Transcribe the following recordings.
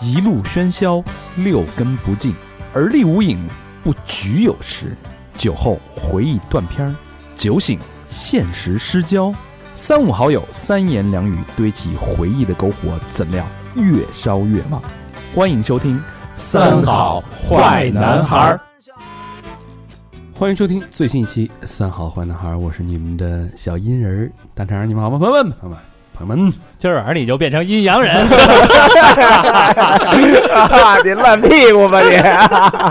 一路喧嚣，六根不净，而立无影，不局有时。酒后回忆断片儿，酒醒现实失焦。三五好友，三言两语堆起回忆的篝火，怎料越烧越旺。欢迎收听《儿》。欢迎收听最新一期《三好坏男孩》，我是你们的小阴人儿大肠儿，你们好吗？朋友们，朋友们，朋友们，今儿晚上你就变成阴阳人，啊，你烂屁股吧你！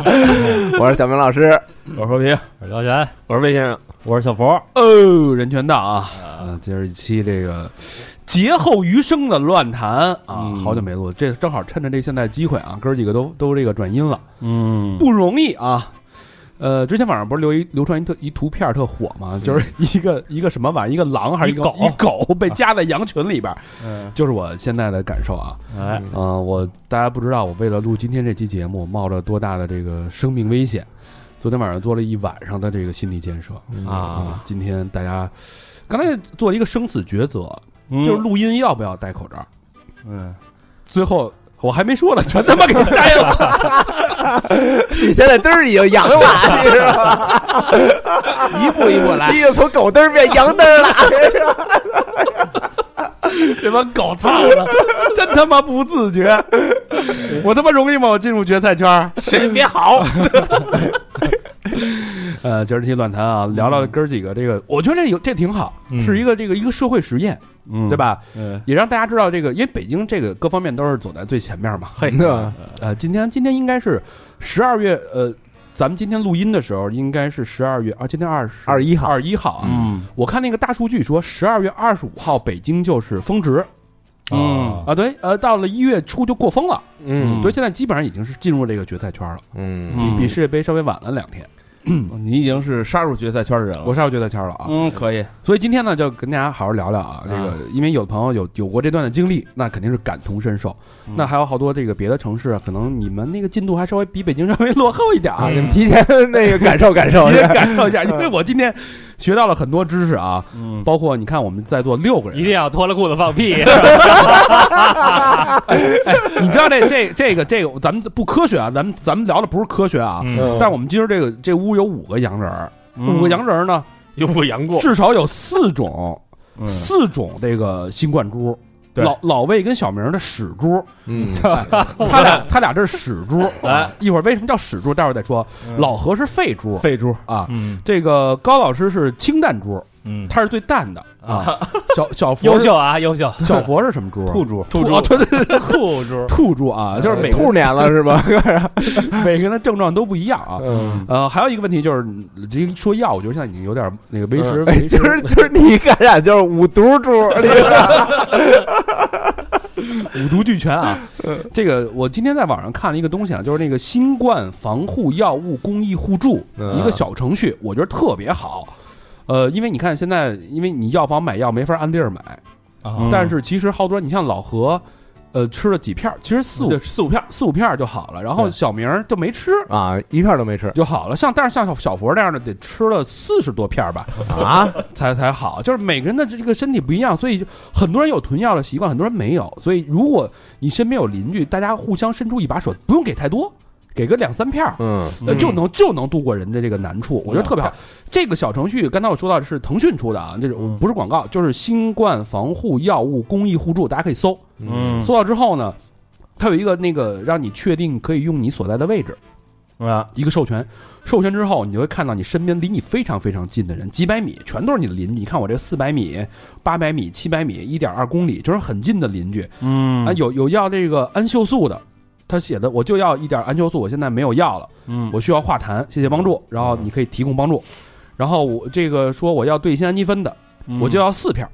我是小明老师，我说平，我是高璇，我说魏先生，我是小佛，哦，人权大啊！啊，今儿一期这个劫后余生的乱谈啊，嗯好久没录，这正好趁着这现在机会啊，哥儿几个都都这个转阴了，嗯，不容易啊。呃，之前网上不是流一流传一特一图片儿特火嘛，就是一个一个什么玩意儿，一个狼还是一个一狗一狗被夹在羊群里边儿，就是我现在的感受啊。哎，啊、我大家不知道，我为了录今天这期节目，冒着多大的这个生命危险，昨天晚上做了一晚上的这个心理建设啊，今天大家刚才做了一个生死抉择，就就是录音要不要戴口罩。嗯，最后我还没说呢，全他妈给摘了。 你现在嘚儿已经 阳了，你知道吗？一步一步来，你已经从狗嘚儿变羊嘚儿了。这帮狗操的，真他妈不自觉。我他妈容易吗？我进入决赛圈儿。谁也 别好， 呃，今儿这期乱谈啊，聊聊哥儿几个这个，我觉得这有这挺好，嗯是一个这个一个社会实验，嗯对？吧？嗯，也让大家知道这个，因为北京这个各方面都是走在最前面嘛。哎 嘿，呃，今天今天应该是十二月，呃，咱们今天录音的时候应该是十二月啊，今天二十21号二一号啊。嗯我看那个大数据说，十二月二十五号北京就是峰值嗯嗯啊，对，呃，到了一月初就过峰了，嗯对，现在基本上已经是进入这个决赛圈了，嗯，比嗯比世界杯稍微晚了两天，你已经是杀入决赛圈的人了。我上决赛圈了啊。嗯，可以，所以今天呢，就跟大家好好聊聊啊，这个，因为有的朋友有有过这段的经历，那肯定是感同身受。嗯那还有好多这个别的城市，可能你们那个进度还稍微比北京稍微落后一点啊，嗯你 们提前那个感受感受提是前吧感受一下，嗯因为我今天学到了很多知识啊，嗯，包括你看我们在座六个一人，定要脱了裤子放屁，你知道这这这个这个，咱们不科学啊，咱们咱们聊的不是科学啊，嗯但是我们今儿这个这屋有五个洋人儿，嗯嗯五个洋人儿呢，又不杨过，至少有四种嗯四种这个新冠株。对老老魏跟小明的屎猪，嗯， 他俩他俩这是屎猪，啊哎一会儿为什么叫屎猪，待会儿再说。老何是肺猪废猪，啊，嗯这个高老师是清淡猪，嗯，他是最淡的啊。小小佛优是秀啊，优秀， 小佛是什么猪啊？兔猪，兔猪，对对对，酷猪，兔猪啊，就是每个嗯兔年了是吧？每个人的症状都不一样啊。嗯，呃，还有一个问题就是，嗯这一说药，我觉得现在已经有点那个为时为哎时今儿今儿你感染就是五毒猪，你知道吗五毒俱全啊。这个我今天在网上看了一个东西啊，就是那个新冠防护药物公益互助嗯一个小程序，我觉得特别好。呃，因为你看现在，因为你药房买药没法按粒儿买，嗯嗯嗯但是其实好多人你像老何，呃，吃了几片儿，其实四五对四五片儿，四五片儿就好了，然后对小明儿就没吃。 啊，一片儿都没吃就好了，像但是像小小佛这样的得吃了四十多片儿吧，啊。才才好。就是每个人的这个身体不一样，所以就很多人有囤药的习惯，很多人没有。所以如果你身边有邻居，大家互相伸出一把手，不用给太多，给个两三片儿。嗯呃，就能就能度过人的这个难处，我觉得特别好。这个小程序刚才我说到的是腾讯出的啊，这种嗯不是广告，就是新冠防护药物公益互助，大家可以搜。嗯搜到之后呢，它有一个那个让你确定可以用你所在的位置，啊，一个授权，授权之后，你就会看到你身边离你非常非常近的人，几百米全都是你的邻居。你看我这四百米、八百米、七百米、一点二公里，就是很近的邻居嗯啊。有有要这个氨锈素的，他写的我就要一点氨锈素，我现在没有药了，嗯，我需要化痰，谢谢帮助。然后你可以提供帮助。然后我这个说我要对酰氨基酚的，嗯我就要四片儿，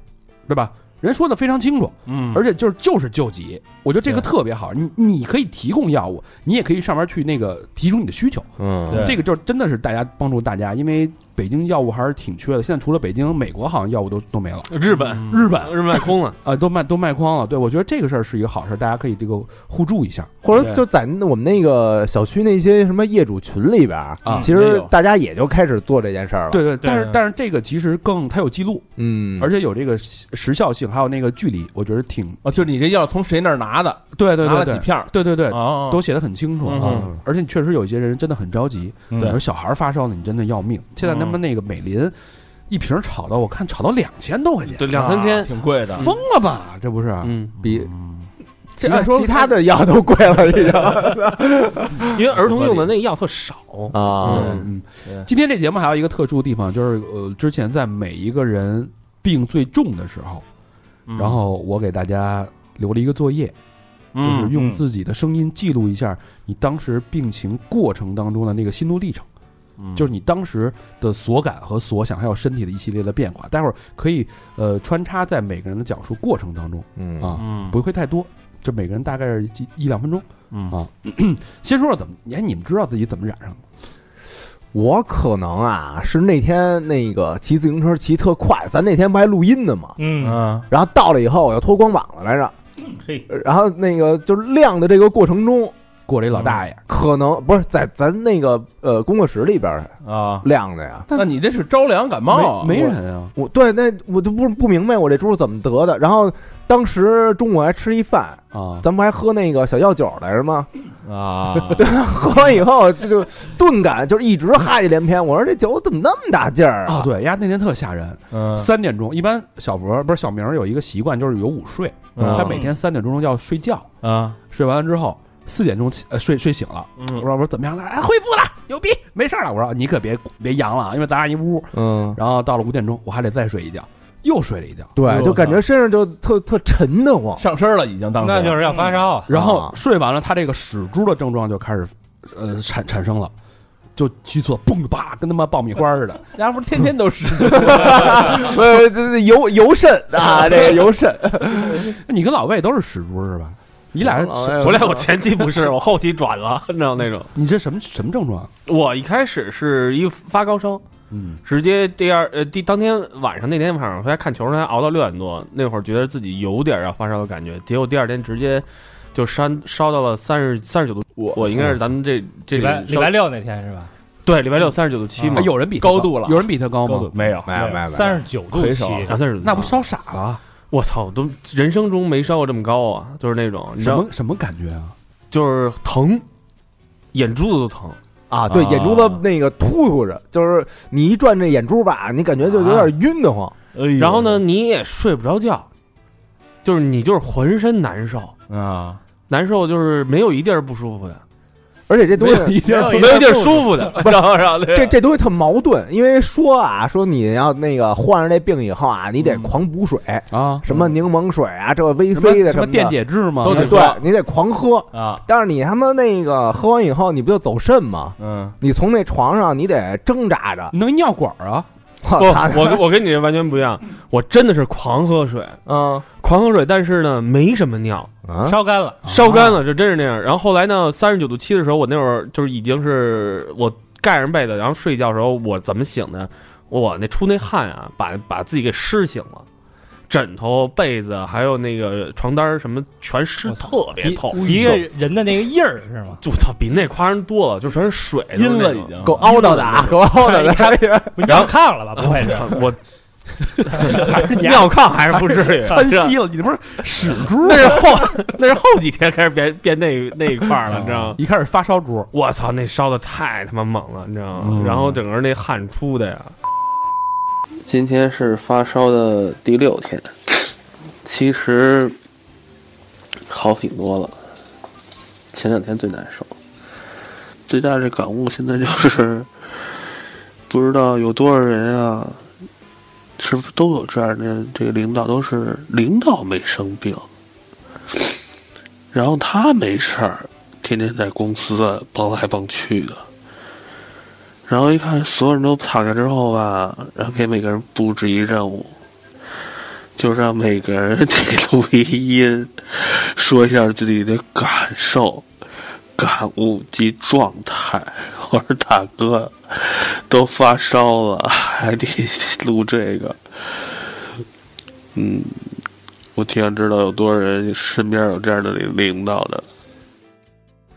对吧？人说的非常清楚，嗯，而且就是就是救急，我觉得这个特别好。你你可以提供药物，你也可以上面去那个提出你的需求。嗯对这个就是真的是大家帮助大家，因为北京药物还是挺缺的。现在除了北京，美国好像药物都都没了，日本日本啊、日本空了，都卖都卖光了。对我觉得这个事儿是一个好事儿，大家可以这个互助一下。或者就在我们那个小区那些什么业主群里边儿啊其也实有大家也就开始做这件事儿了。对对，但是对但是这个其实更它有记录，嗯，而且有这个时时效性，还有那个距离，我觉得挺哦，就是你这药从谁那儿拿的？对对拿对了几对片儿？对对对，哦，都写的很清楚嗯啊。而且确实有一些人真的很着急，嗯有小孩发烧了，你真的要命。现在他们那个美林一瓶炒到我看炒到两千多块钱，对，两三千，挺贵嗯的。疯了吧？这不是？嗯，比这其按说其他的啊药都贵了，已 经因为儿童用的那药特少，啊嗯对嗯。今天这节目还有一个特殊的地方，就是呃，之前在每一个人病最重的时候，嗯然后我给大家留了一个作业，嗯嗯就是用自己的声音记录一下你当时病情过程当中的那个心路历程，嗯嗯就是你当时的所感和所想，还有身体的一系列的变化。待会儿可以呃穿插在每个人的讲述过程当中嗯啊，嗯不会太多，就每个人大概是几一两分钟嗯啊。先说说怎么，哎，你们知道自己怎么染上的吗？我可能啊是那天那个骑自行车骑特快，咱那天不还录音呢吗？嗯，啊嗯，然后到了以后，我又脱光膀子来着，嘿，然后那个就是晾的这个过程中，过来一老大爷，可能不是在咱那个呃工作室里边啊，晾的呀。那你这是着凉感冒啊？没没人啊，我对那我就不不明白我这猪是怎么得的。然后当时中午还吃一饭，啊，咱们还喝那个小药酒来着吗？啊，喝完以后这就顿感就是一直哈气连篇。我说这酒怎么那么大劲儿啊，啊？对，丫那天特吓人，嗯啊三点钟，一般小博不是小明儿有一个习惯，就是有午睡，嗯他每天三点钟要睡觉，啊，睡完了之后四点钟起，呃睡睡醒了，我嗯说我说怎么样了？哎，恢复了，牛逼，没事儿了。我说你可别别阳了，啊，因为咱俩一屋。嗯，然后到了五点钟，我还得再睡一觉，又睡了一觉，对，就感觉身上就特特沉得慌。 上身了已经当时。那就是要发烧啊，然后啊睡完了，他这个屎猪的症状就开始呃产产生了。就去厕，蹦着吧，跟他妈爆米花似的。 家不是天天都是呃，这这游游肾 啊，这个游肾。你跟老魏都是屎猪是吧？你俩是，哎嗯我俩我前期不是，我后期转了，你知道那种。你这什么什么症状啊？我一开始是一发高烧，嗯，直接第二呃第当天晚上那天晚上回家看球，他熬到六点多，那会儿觉得自己有点要发烧的感觉，结果第二天直接就烧烧到了三十三十九度。我我应该是咱们这这礼拜里礼拜六那天是吧？对礼拜六三十九度七嘛哎，有人比他高度了有人比他高吗？没有没有没有，三十九度魁七首，啊三十度，那不烧傻了？我操，都人生中没烧过这么高啊！就是那种，你知什道，么什么感觉啊？就是疼，眼珠子都疼。啊，对，啊眼珠子那个突突着，就是你一转这眼珠吧，你感觉就有点晕得慌。哎哎有然后呢，？你也睡不着觉，就是你就是浑身难受，啊，难受就是没有一地儿不舒服的，而且这东西，一天没有一地儿舒服的， 然后然后这这东西特矛盾，因为说啊，说你要那个患上这病以后啊，你得狂补水，啊，什么柠檬水啊，这个什么 VC 的什么的电解质吗？都得对喝你得狂喝。啊，但是你他妈那个喝完以后，你不就走肾吗？嗯，你从那床上你得挣扎 着，能尿管儿啊？我不，操，我跟我跟你这完全不一样，我真的是狂喝水，嗯狂喝水，但是呢没什么尿，嗯 啊烧干了，烧干了，这真是那样。然后后来呢，三十九度七的时候，我那会儿就是已经是我盖上被子，然后睡觉的时候，我怎么醒的？我那出那汗啊，把把自己给湿醒了。枕头、被子还有那个床单儿什么全湿，我特别透。一个人的那个印儿是吗？就我操，比那夸张多了，就全是水，哎都是阴了那种已。经。给我凹到的啊，给我凹到的， 不尿炕了吧？不会我是 操，我尿炕还是不至 于，窜稀了，你这不是屎猪？那是后那是后几天开始变变那那一块儿了，你知道吗？一开始发烧猪，我操，那烧的太他妈猛了，你知道吗？嗯然后整个那汗出的呀，今天是发烧的第六天，其实好挺多了。前两天最难受，最大的感悟现在就是，不知道有多少人啊，是不是都有这样的这个领导都是领导没生病，然后他没事儿，天天在公司啊蹦来蹦去的。然后一看所有人都躺下之后吧，然后给每个人布置一任务，就让每个人记录一音，说一下自己的感受、感悟及状态。我说大哥，都发烧了，还得录这个。嗯，我挺想知道有多少人身边有这样的领领导的。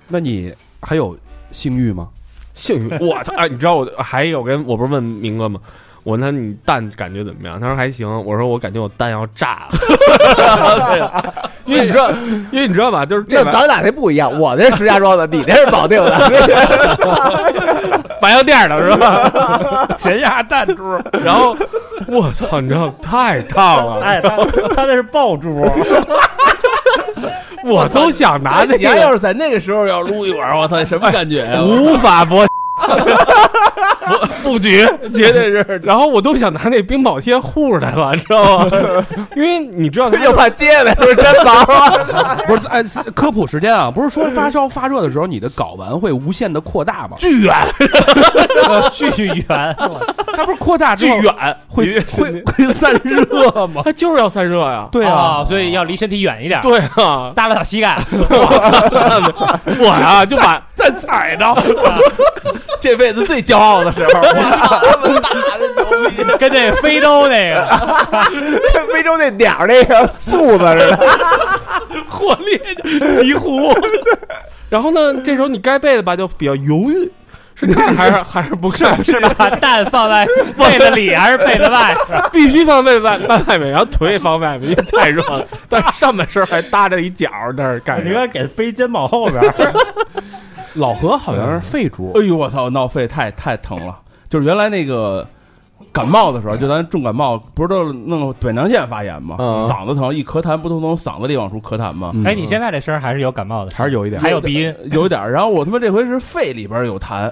那你还有性欲吗？幸运，我操！哎，你知道我还有跟我不是问明哥吗？我问他你蛋感觉怎么样？他说还行。我说我感觉我蛋要炸了， 对因为你知道，因为你知道吧，就是这那玩意儿咱俩这不一样，我那是石家庄的，你那是保定 的。白洋淀的是吧？ 咸鸭蛋猪，然后我操，你知道太烫了，哎，他他那是爆 珠，我都想拿那你还个要是在那个时候要撸一管，我操，什么感觉哎呀？无法博不布局，绝对是。然后我都想拿那冰雹贴护着他了，你知道 吗？因为你知道他又怕接来，是真忙啊！不是，哎，是科普时间啊，不是说发烧发热的时候，你的睾丸会无限的扩大吗？巨远巨圆，它不是扩大之巨后远，会会会散热吗？他就是要散热呀。对啊，哦所以要离身体远一点，对啊，耷拉到膝盖，我呀就把再踩着， 这辈子最骄傲的时候，跟那非洲那个， 非洲那鸟那个素子似 的，火烈鹈鹕。 然后呢，这时候你盖被子吧就比较犹豫，是盖还 是还是不盖？是把蛋放在被子里还是被子外？ 必须放被子外半外面，然后腿也放外面，因为太热了。但是上半身还搭着一角儿那儿盖着。给背肩膀后边， 老何好像是肺猪，哎呦我操，闹肺太太疼了，就是原来那个。感冒的时候，就咱重感冒，不是都弄扁桃腺发炎吗？嗯嗓子疼，一咳痰不都从嗓子里往出咳痰吗？嗯哎，你现在这声还是有感冒的，还是有一点还有鼻音，有点儿。然后我他妈这回是肺里边有痰，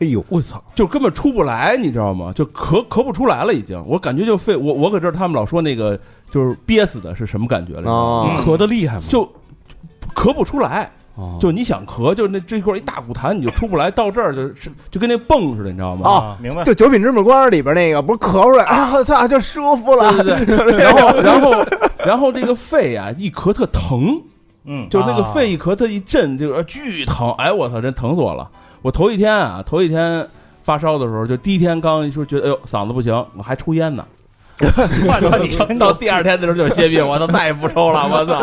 哎呦，我操！就根本出不来，你知道吗？就咳咳不出来了，已经。我感觉就肺，我我可知道他们老说那个就是憋死的是什么感觉了，哦嗯咳的厉害 吗？就咳不出来。哦就你想咳，就那这块一大股痰，你就出不来，到这儿就是就跟那泵似的，你知道吗？哦，明白？就《九品芝麻官》里边那个，不是咳出来啊，我操，就舒服了。 对对对。然后然后然后这个肺啊，一咳特疼，嗯，就是那个肺一咳，它一震，这个巨疼。哎，我操，真疼死我了！我头一天啊，头一天发烧的时候，就第一天刚一说觉得，哎呦，嗓子不行，我还抽烟呢。我操你真到的！第二天的时候就是歇逼，我操，再也不抽了，我操，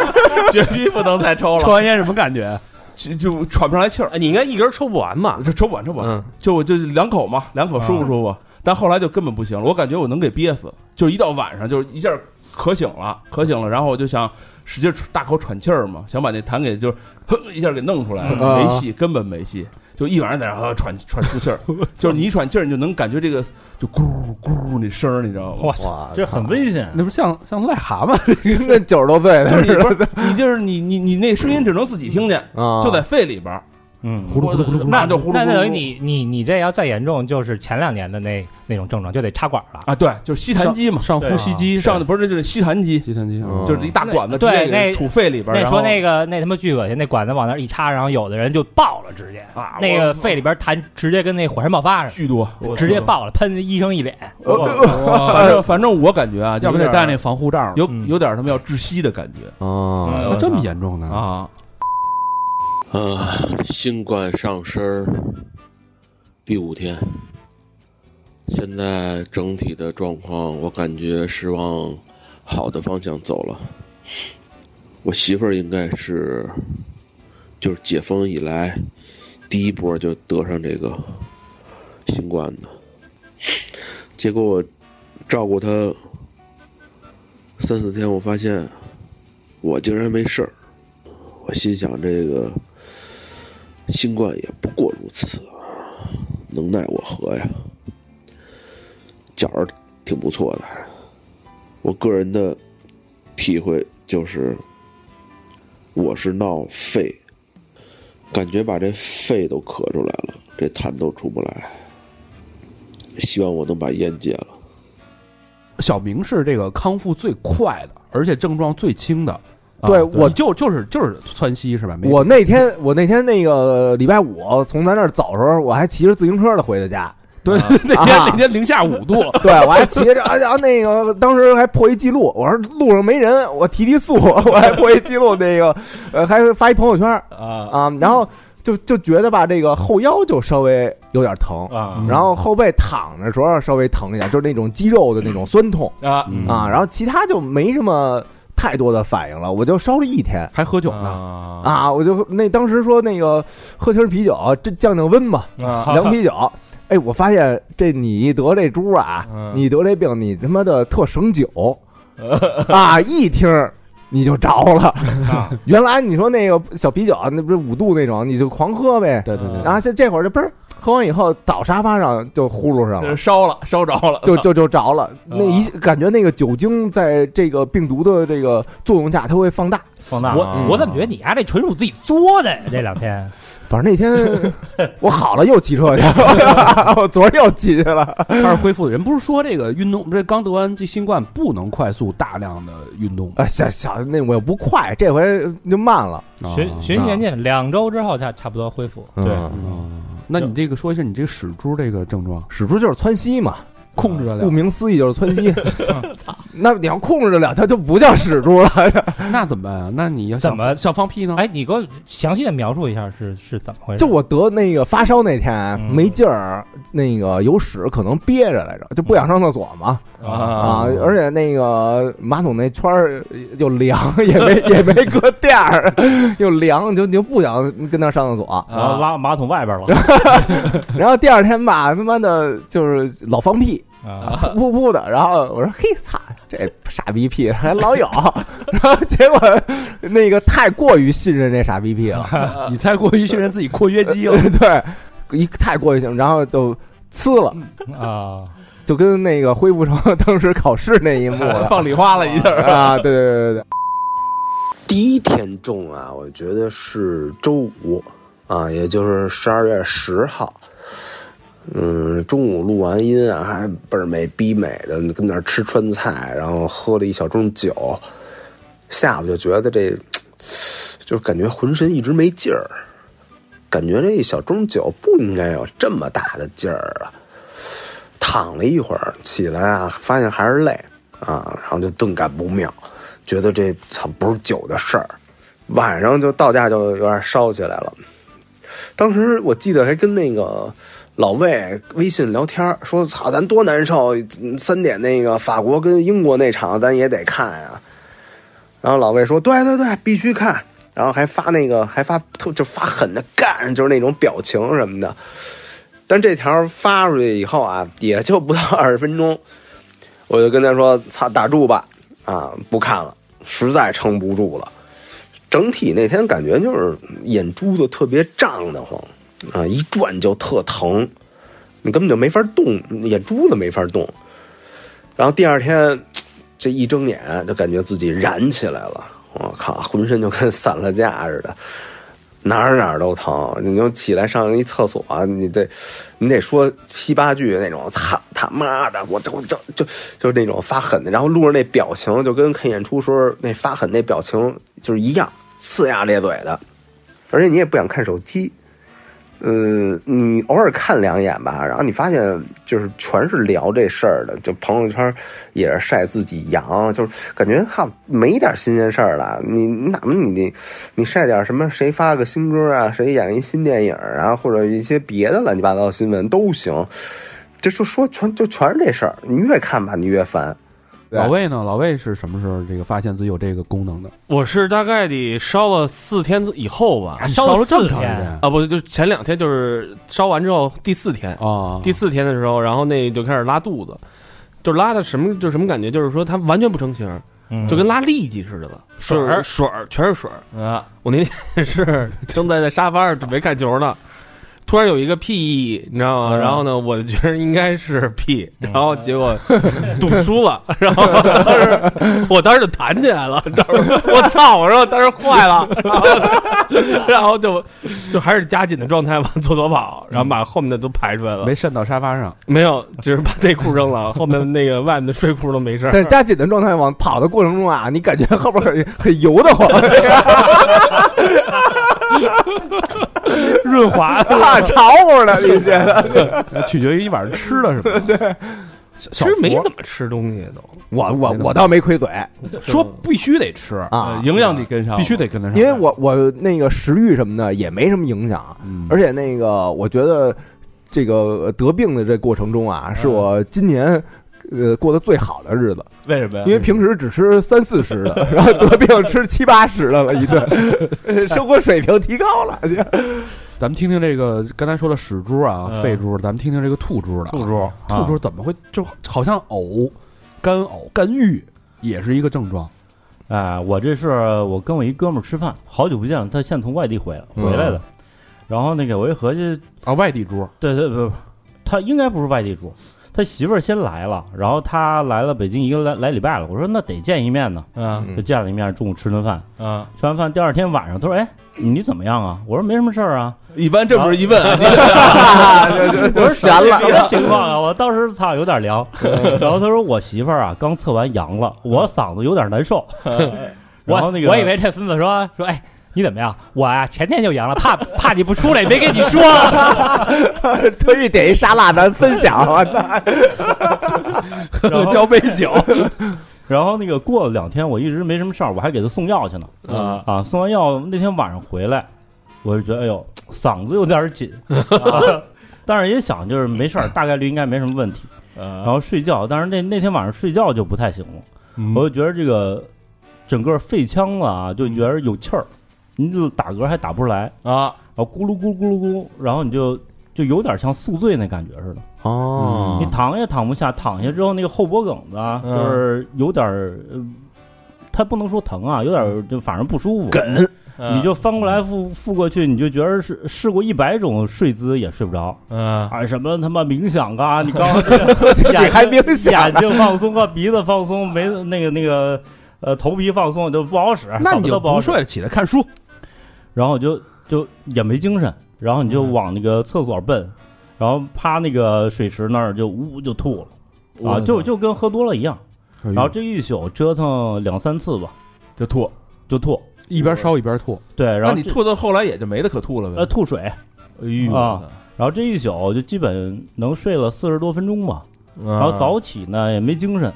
绝逼不能再抽了，完烟什么 感觉？就就喘不上来气儿，哎你应该一根抽不完吧？这抽不完，抽不完，嗯，就我就两口嘛，两啊口舒服舒服。但后来就根本不行了，我感觉我能给憋死，就是一到晚上就是一下咳醒了，咳醒了，然后我就想使劲大口喘气儿嘛，想把那痰给就是 哼一下给弄出来了，啊嗯没戏，根本没戏。就一晚上在那儿喘喘出 气儿，就是你一喘气儿，你就能感觉这个就咕咕那声儿，你知道吗？我操，哇这很危险。那不像像癞蛤蟆？那九十多岁就是的你不是你就是你你你那声音只能自己听见，啊就在肺里边儿，嗯，呼噜呼噜呼噜，那就呼噜。那呼噜等于你你你这要再严重，就是前两年的那那种症状，就得插管了。啊，对，就是吸痰机嘛，啊上呼吸机，上的不是就是吸痰机，计算机嗯就是一大管子直对接给那吐肺里边儿。那然说后那个那他妈巨恶心，那管子往那儿一插，然后有的人就爆了，直接啊那我个肺里边痰直接跟那火山爆发似巨多，的，直接爆了，喷医生一脸。 反正反正我感觉啊，要不有得点戴那防护罩。有嗯有点他妈要窒息的感觉啊，啊这么严重呢？啊。啊，新冠上身儿第五天，现在整体的状况，我感觉是往好的方向走了。我媳妇儿应该是，就是解封以来第一波就得上这个新冠的，结果我照顾她三四天，我发现我竟然没事儿。我心想，这个新冠也不过如此，啊能奈我何呀？觉儿挺不错的，还。我个人的体会就是，我是闹肺，感觉把这肺都咳出来了，这痰都出不来。希望我能把烟戒了。小明是这个康复最快的，而且症状最轻的。啊对我你就就是就是窜稀是吧？没我那天我那天那个礼拜五从咱这儿走的时候，我还骑着自行车的回的 家。对那天啊那天零下五度，对，我还骑着，啊然后那个当时还破一记录，我说路上没 人，我提提速，我还破一记录，那个呃还发一朋友圈啊啊，然后就就觉得吧，这个后腰就稍微有点疼，嗯啊然后后背躺的时候稍微疼一点，就是那种肌肉的那种酸痛啊嗯啊，然后其他就没什么太多的反应了，我就烧了一天。还喝酒呢，啊啊，我就那当时说那个喝瓶啤酒，这降降 温嘛，啊凉啤酒。哎，我发现这你得这猪啊，嗯你得这病，你他妈的特省 酒啊！一听儿你就着 了。啊原来你说那个小啤酒，啊那不是五度那种，你就狂喝呗。对对对，然后现这会儿就嘣儿喝完以后，倒沙发上就呼噜上了 这。烧了，烧着了，就就就 着了，那一啊感觉那个酒精在这个病毒的这个作用下，它会放大。放大。我我嗯我怎么觉得你丫这纯属自己作的呀？这两 天反正那 天我好了又骑车去， 我昨儿又骑去了。开始恢复的人不是说这个运动，这刚得完这新冠不能快速大量的运动吗，啊，小小那我又不快，这回就慢了。啊哦循循序渐进，两周之后差差不多恢复。对嗯那你这个说一下你这个屎珠这个症状使出就是窜稀嘛，啊控制得顾了？名思义就是窜 稀。嗯那你要控制得了，它就不叫使出 了。那怎么办啊？那你要想怎么想放屁呢？哎，你给我详细的描述一下是是怎么回事？就我得那个发烧那天嗯没劲儿，那个有屎可能憋着来着，就不想上厕所嘛啊啊，而且那个马桶那圈儿又凉，也没 也没搁垫儿，又凉，就你就不想跟那儿上厕所。啊然后拉马桶外 边了 然后第二天吧，他妈的就是老放屁，啊！噗噗噗的，然后我说嘿操，这傻逼屁还老有， 然后结果那个太过于信任这傻逼屁了， 你太过于信任自己括约肌了。对，一太过于信任，然后就呲嗯了，啊，就跟那个恢复成当时考试那一幕 了放礼花了一下，啊，对对对对对，第一天中啊，我觉得是周五啊，也就是十二月十号。嗯，中午录完音啊，还倍儿美逼美的，跟那儿吃川菜，然后喝了一小盅酒。下午就觉得这，就感觉浑身一直没劲儿，感觉这一小盅酒不应该有这么大的劲儿啊。躺了一会儿，起来啊，发现还是累啊，然后就顿感不妙。觉得这操不是酒的事儿，晚上就到家就有点烧起来了。当时我记得还跟那个老魏微信聊天儿，说操咱多难受，嗯三点那个法国跟英国那场咱也得看呀、然后老魏说对对对，必须看。然后还发那个，还发特就发狠的干，就是那种表情什么的。但这条发出去以后啊，也就不到二十分钟，我就跟他说：“操，打住吧，啊，不看了，实在撑不住了。整体那天感觉就是眼珠子特别胀得慌，啊，一转就特疼，你根本就没法动，眼珠子没法动。然后第二天这一睁眼就感觉自己燃起来了，我靠，浑身就跟散了架似的。哪儿哪儿都疼，你就起来上一厕所，你得，你得说七八句那种，操他妈的，我这我这就就是那种发狠的，然后路上那表情就跟看演出时候那发狠那表情就是一样，呲牙咧嘴的，而且你也不想看手机，呃，你偶尔看两眼吧，然后你发现就是全是聊这事儿的，就朋友圈也是晒自己阳，就是感觉哈没点新鲜事儿了，你你哪怕你你你晒点什么谁发个新歌啊，谁演一新电影啊，或者一些别的乱七八糟的新闻都行。这就说全就全是这事儿，你越看吧，你越烦。 老魏呢？老魏是什么时候这个发现自己有这个功能的？我是大概得烧了四天以后吧，烧了这么长时啊四天间啊，不就是前两天就是烧完之后第四天，啊？第四天的时候，然后那就开始拉肚子，就拉的什么就什么感觉，就是说它完全不成形，嗯就跟拉痢疾似的了，水儿就是水儿全是水儿。啊我那天 是正在在沙发上准备看球呢，突然有一个屁，你知道吗？嗯然后呢，我觉得应该是屁，嗯然后结果赌输了，然后当时我当时就弹起来了，你知道吗？我操！我说当时坏了，然后然后就就还是加紧的状态往厕所跑，然后把后面的都排出来了没，渗到沙发上，没有，只是把内裤扔了，后面那个外面的睡裤都没事儿。但是加紧的状态往跑的过程中啊，你感觉后边很很油的 慌，润滑啊潮乎的，你觉得？ 取决于你晚上吃了什么。其其实没怎么吃东西都。我我我倒没亏嘴说必须得吃，呃啊，营养得跟上，必须得跟得上，因为我我那个食欲什么的也没什么影响，嗯而且那个我觉得这个得病的这过程中啊，是我今年。呃，过得最好的日子，为什么呀嗯因？为平时只吃三四十的，然后得病吃七八十的了一顿， 呃生活水平提高了。 咱们听听这个刚才说的屎猪啊、嗯肺猪，咱们听听这个兔猪的。啊兔，猪，兔猪怎么会就好像呕、干呕、干郁也是一个症状？哎，我这是我跟我一哥们儿吃饭，好久不见了，他现在从外地回来回来了。嗯然后那个我一合计，啊，外地猪对对不，不他应该不是外地住，他媳妇儿先来了，然后他来了北京一个来来礼拜了。我说那得见一面呢，嗯就见了一面，中午吃顿饭，嗯，吃完饭第二天晚上，他说哎你怎么样啊？我说没什么事儿啊，一般这不是一问，你就就闲了，什么 情况啊？我当时操有点 凉， 然后他说我媳妇儿啊刚测完阳了，我嗓子有点难 受，然后那个我以 为这孙子说说，哎，你怎么样？我呀、前天就阳了，怕怕你不出来，没给你说。特意点一沙拉咱分享。然后交杯 酒，然后那个过了两天，我一直没什么事儿，我还给他送药去呢。啊啊，送完药那天晚上回来，我就觉得哎呦，嗓子有点紧，啊、但是也想就是没事儿，大概率应该没什么问题。然后睡觉，但是那那天晚上睡觉就不太行了，我就觉得这个整个肺腔了啊，就觉得有气儿，你就打嗝还打不出来，啊，然后咕噜咕噜咕噜咕噜，然后你就就有点像宿醉那感觉似的。哦你躺也躺不下，躺下之后那个后脖梗子啊，嗯就是有点儿，呃它不能说疼啊，有点儿就反正不舒服，梗，你就翻过来覆覆过去，你就觉得是试过一百种睡姿也睡不着嗯啊，什么他妈冥想啊，你刚你还冥想眼睛放松啊，鼻子放松，没那个那个呃头皮放松就不好使，那怎你么就都不不好使，睡了，起来看书。然后就就也没精神，然后你嗯就往那个厕所奔，然后趴那个水池那儿就呜就吐了。啊，就就跟喝多了一样。然然后这一宿折腾两三次吧，哎就吐，就吐。一边烧一边吐，对，然那后你这吐到后来也就没得可吐了呃呗。吐水，哎呦啊然后这一宿就基本能睡了四十多分钟吧。然然后早起呢也没精神，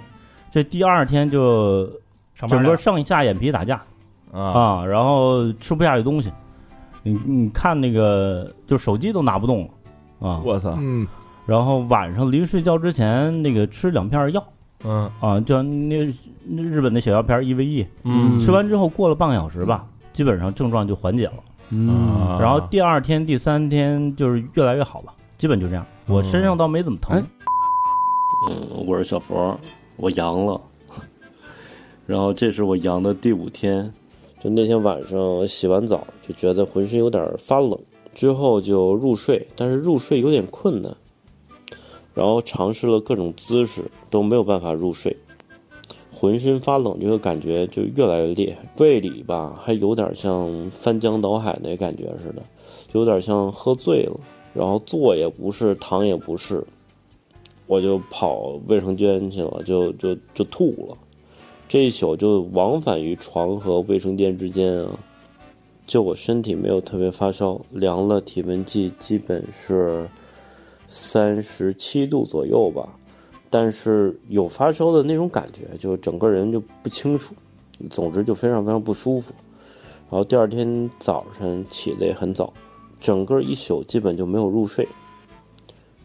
这第二天就上班整去个上下眼皮打架啊啊，然后吃不下去东西。你你看那个，就手机都拿不动了啊。我操，嗯，然后晚上临睡觉之前，那个吃两片药嗯啊，叫那那日本的小药片 E V E，嗯吃完之后过了半个小时吧，基本上症状就缓解了。啊嗯，然后第二天、第三天就是越来越好吧，基本就这样。嗯我身上倒没怎么疼。哎嗯，我是小佛，我阳了， 然后这是我阳的第五天，就那天晚上我洗完澡就觉得浑身有点发冷，之后就入睡，但是入睡有点困难，然后尝试了各种姿势都没有办法入睡，浑身发冷这个感觉就越来越厉害，胃里吧还有点像翻江倒海那感觉似的，就有点像喝醉了，然后坐也不是，躺也不是，我就跑卫生间去了，就就就吐了。这一宿就往返于床和卫生间之间啊。就我身体没有特别发烧，量了体温计基本是三十七度左右吧，但是有发烧的那种感觉，就整个人就不清楚，总之就非常非常不舒服。然后第二天早晨起得也很早，整个一宿基本就没有入睡。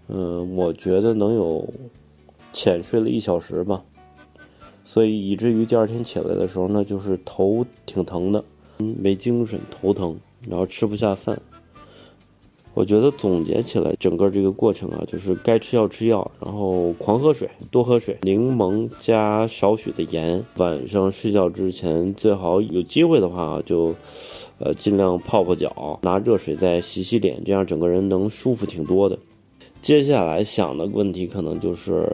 嗯，我觉得能有浅睡了一小时吧，所以以至于第二天起来的时候呢，就是头挺疼的，嗯，没精神，头疼，然后吃不下饭。我觉得总结起来，整个这个过程啊，就是该吃药吃药，然后狂喝水，多喝水，柠檬加少许的盐。晚上睡觉之前，最好有机会的话啊就，呃，尽量泡泡脚，拿热水再洗洗脸，这样整个人能舒服挺多的。接下来想的问题可能就是，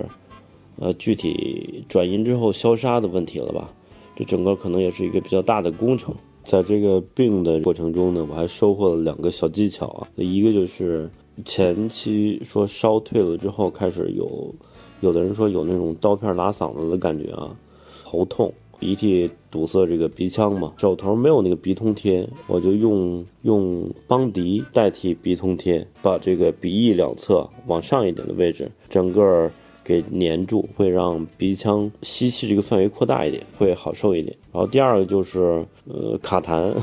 呃，具体转阴之后消杀的问题了吧？这整个可能也是一个比较大的工程。在这个病的过程中呢，我还收获了两个小技巧啊，一个就是前期说烧退了之后，开始有有的人说有那种刀片拉嗓子的感觉啊，头痛。鼻涕堵塞这个鼻腔嘛，手头没有那个鼻通贴，我就用用邦迪代替鼻通贴，把这个鼻翼两侧往上一点的位置，整个给粘住，会让鼻腔吸气这个范围扩大一点，会好受一点。然后第二个就是呃卡痰，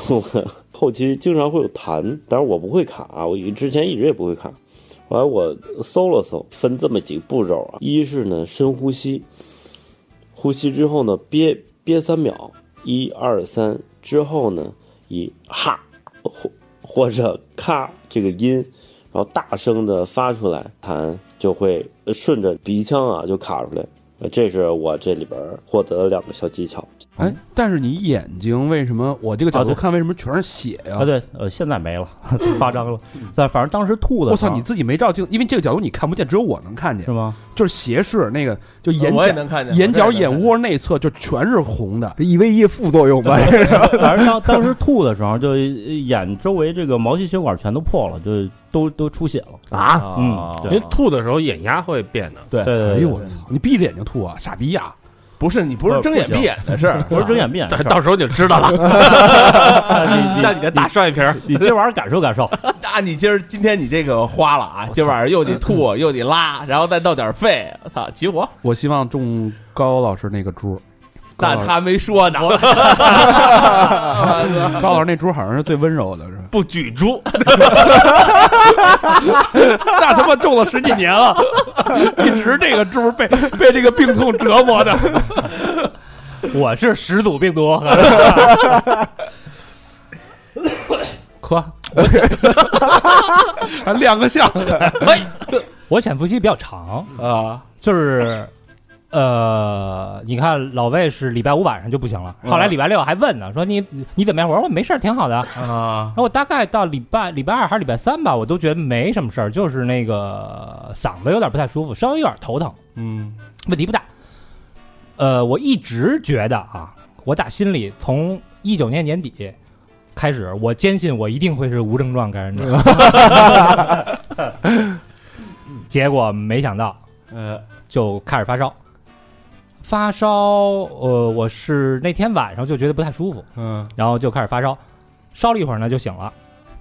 后期经常会有痰，但是我不会卡，我以之前一直也不会卡。后来我搜了搜，分这么几个步骤啊，一是呢深呼吸，呼吸之后呢憋憋三秒，一二三，之后呢以哈或或者咔这个音，然后大声的发出来，痰就会呃顺着鼻腔啊就卡出来。呃这是我这里边获得了两个小技巧。哎，但是你眼睛为什么？我这个角度看为什么全是血呀、啊，对，呃，现在没了， 发张了。但反正当时吐的我时候，操！你自己没照镜，因为这个角度你看不见，只有我能看见是。吗？就是斜视那个，就眼我也角、能看见眼角、我这也能看眼窝内侧就全是红的。 这一 v 一副作用吧？这是 反正当当时吐的时候，就眼周围这个毛细血管全都破了，就都都出血了。啊，嗯，因对为吐的时候眼压会变的。对对哎对，呦我操！你闭着眼睛吐啊，傻逼呀、不是你不是睁眼闭眼的事儿，不是睁眼闭眼的但事儿，到时候你就知道了， 你像你这大双眼皮儿，你今晚上感受感受， 那你今儿今天你这个花了啊，今晚上又得吐又得拉，然后再闹点肺，我操，齐活！我希望中高老师那个猪。高那老师他没说呢，高老师那猪好像是最温柔的，是吧？不举猪，那他妈中了十几年了，一直这个猪被被这个病痛折磨着。我是始祖病毒，呵，还亮个相。 我潜伏期比较长，啊，就是，呃，你看老魏是礼拜五晚上就不行了，后来礼拜六还问呢，说你你怎么样？我说我没事儿，挺好的。啊然后我大概到礼拜礼拜二还是礼拜三吧，我都觉得没什么事儿，就是那个嗓子有点不太舒服，稍微有点头疼，嗯问题不大。呃，我一直觉得啊，我打心里从一九年年底开始，我坚信我一定会是无症状感染者。结果没想到，呃就开始发烧。发烧，呃，我是那天晚上就觉得不太舒服，嗯然后就开始发烧，烧了一会儿呢就醒了，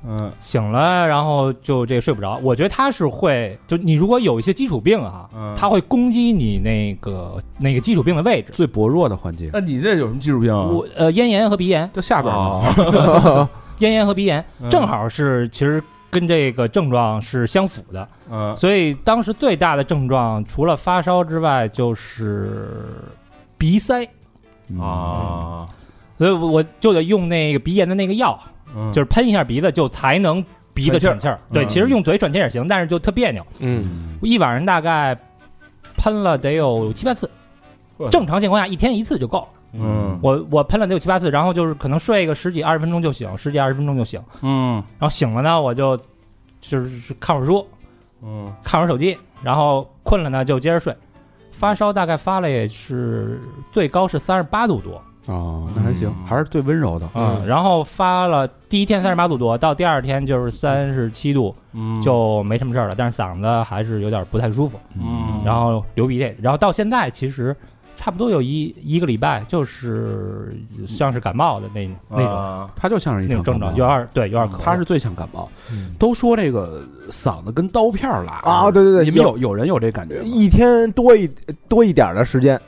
嗯醒了然后就这个睡不着。我觉得他是会，就你如果有一些基础病啊，嗯他会攻击你那个那个基础病的位置，最薄弱的环节， 那你这有什么技术病啊？我呃咽炎和鼻炎，就下边儿哦咽炎和鼻炎嗯正好是其实跟这个症状是相符的，嗯所以当时最大的症状除了发烧之外就是鼻塞。嗯啊，所以我就得用那个鼻炎的那个药，嗯就是喷一下鼻子，就才能鼻子喘气儿。对，嗯其实用嘴喘气儿也行，但是就特别扭。嗯，我一晚上大概喷了得有七八次，正常情况下一天一次就够了。嗯我我喷了得有七八次，然后就是可能睡个十几二十分钟就醒，十几二十分钟就醒。嗯然后醒了呢，我就就是看会儿书，嗯看会儿手机，然后困了呢就接着睡。发烧大概发了也是最高是三十八度多，嗯哦，那还行，还是最温柔的。嗯，然后发了第一天三十八度多，到第二天就是三十七度，嗯就没什么事儿了。但是嗓子还是有点不太舒服，嗯然后流鼻涕，然后到现在其实差不多有一一个礼拜，就是像是感冒的那那种啊他就像是一那种场症状，感冒有点对有点咳。他是最想感冒。都说这个嗓子跟刀片儿拉啊对对对你们有有有人有这感觉吗？一天多一多一点儿的时间，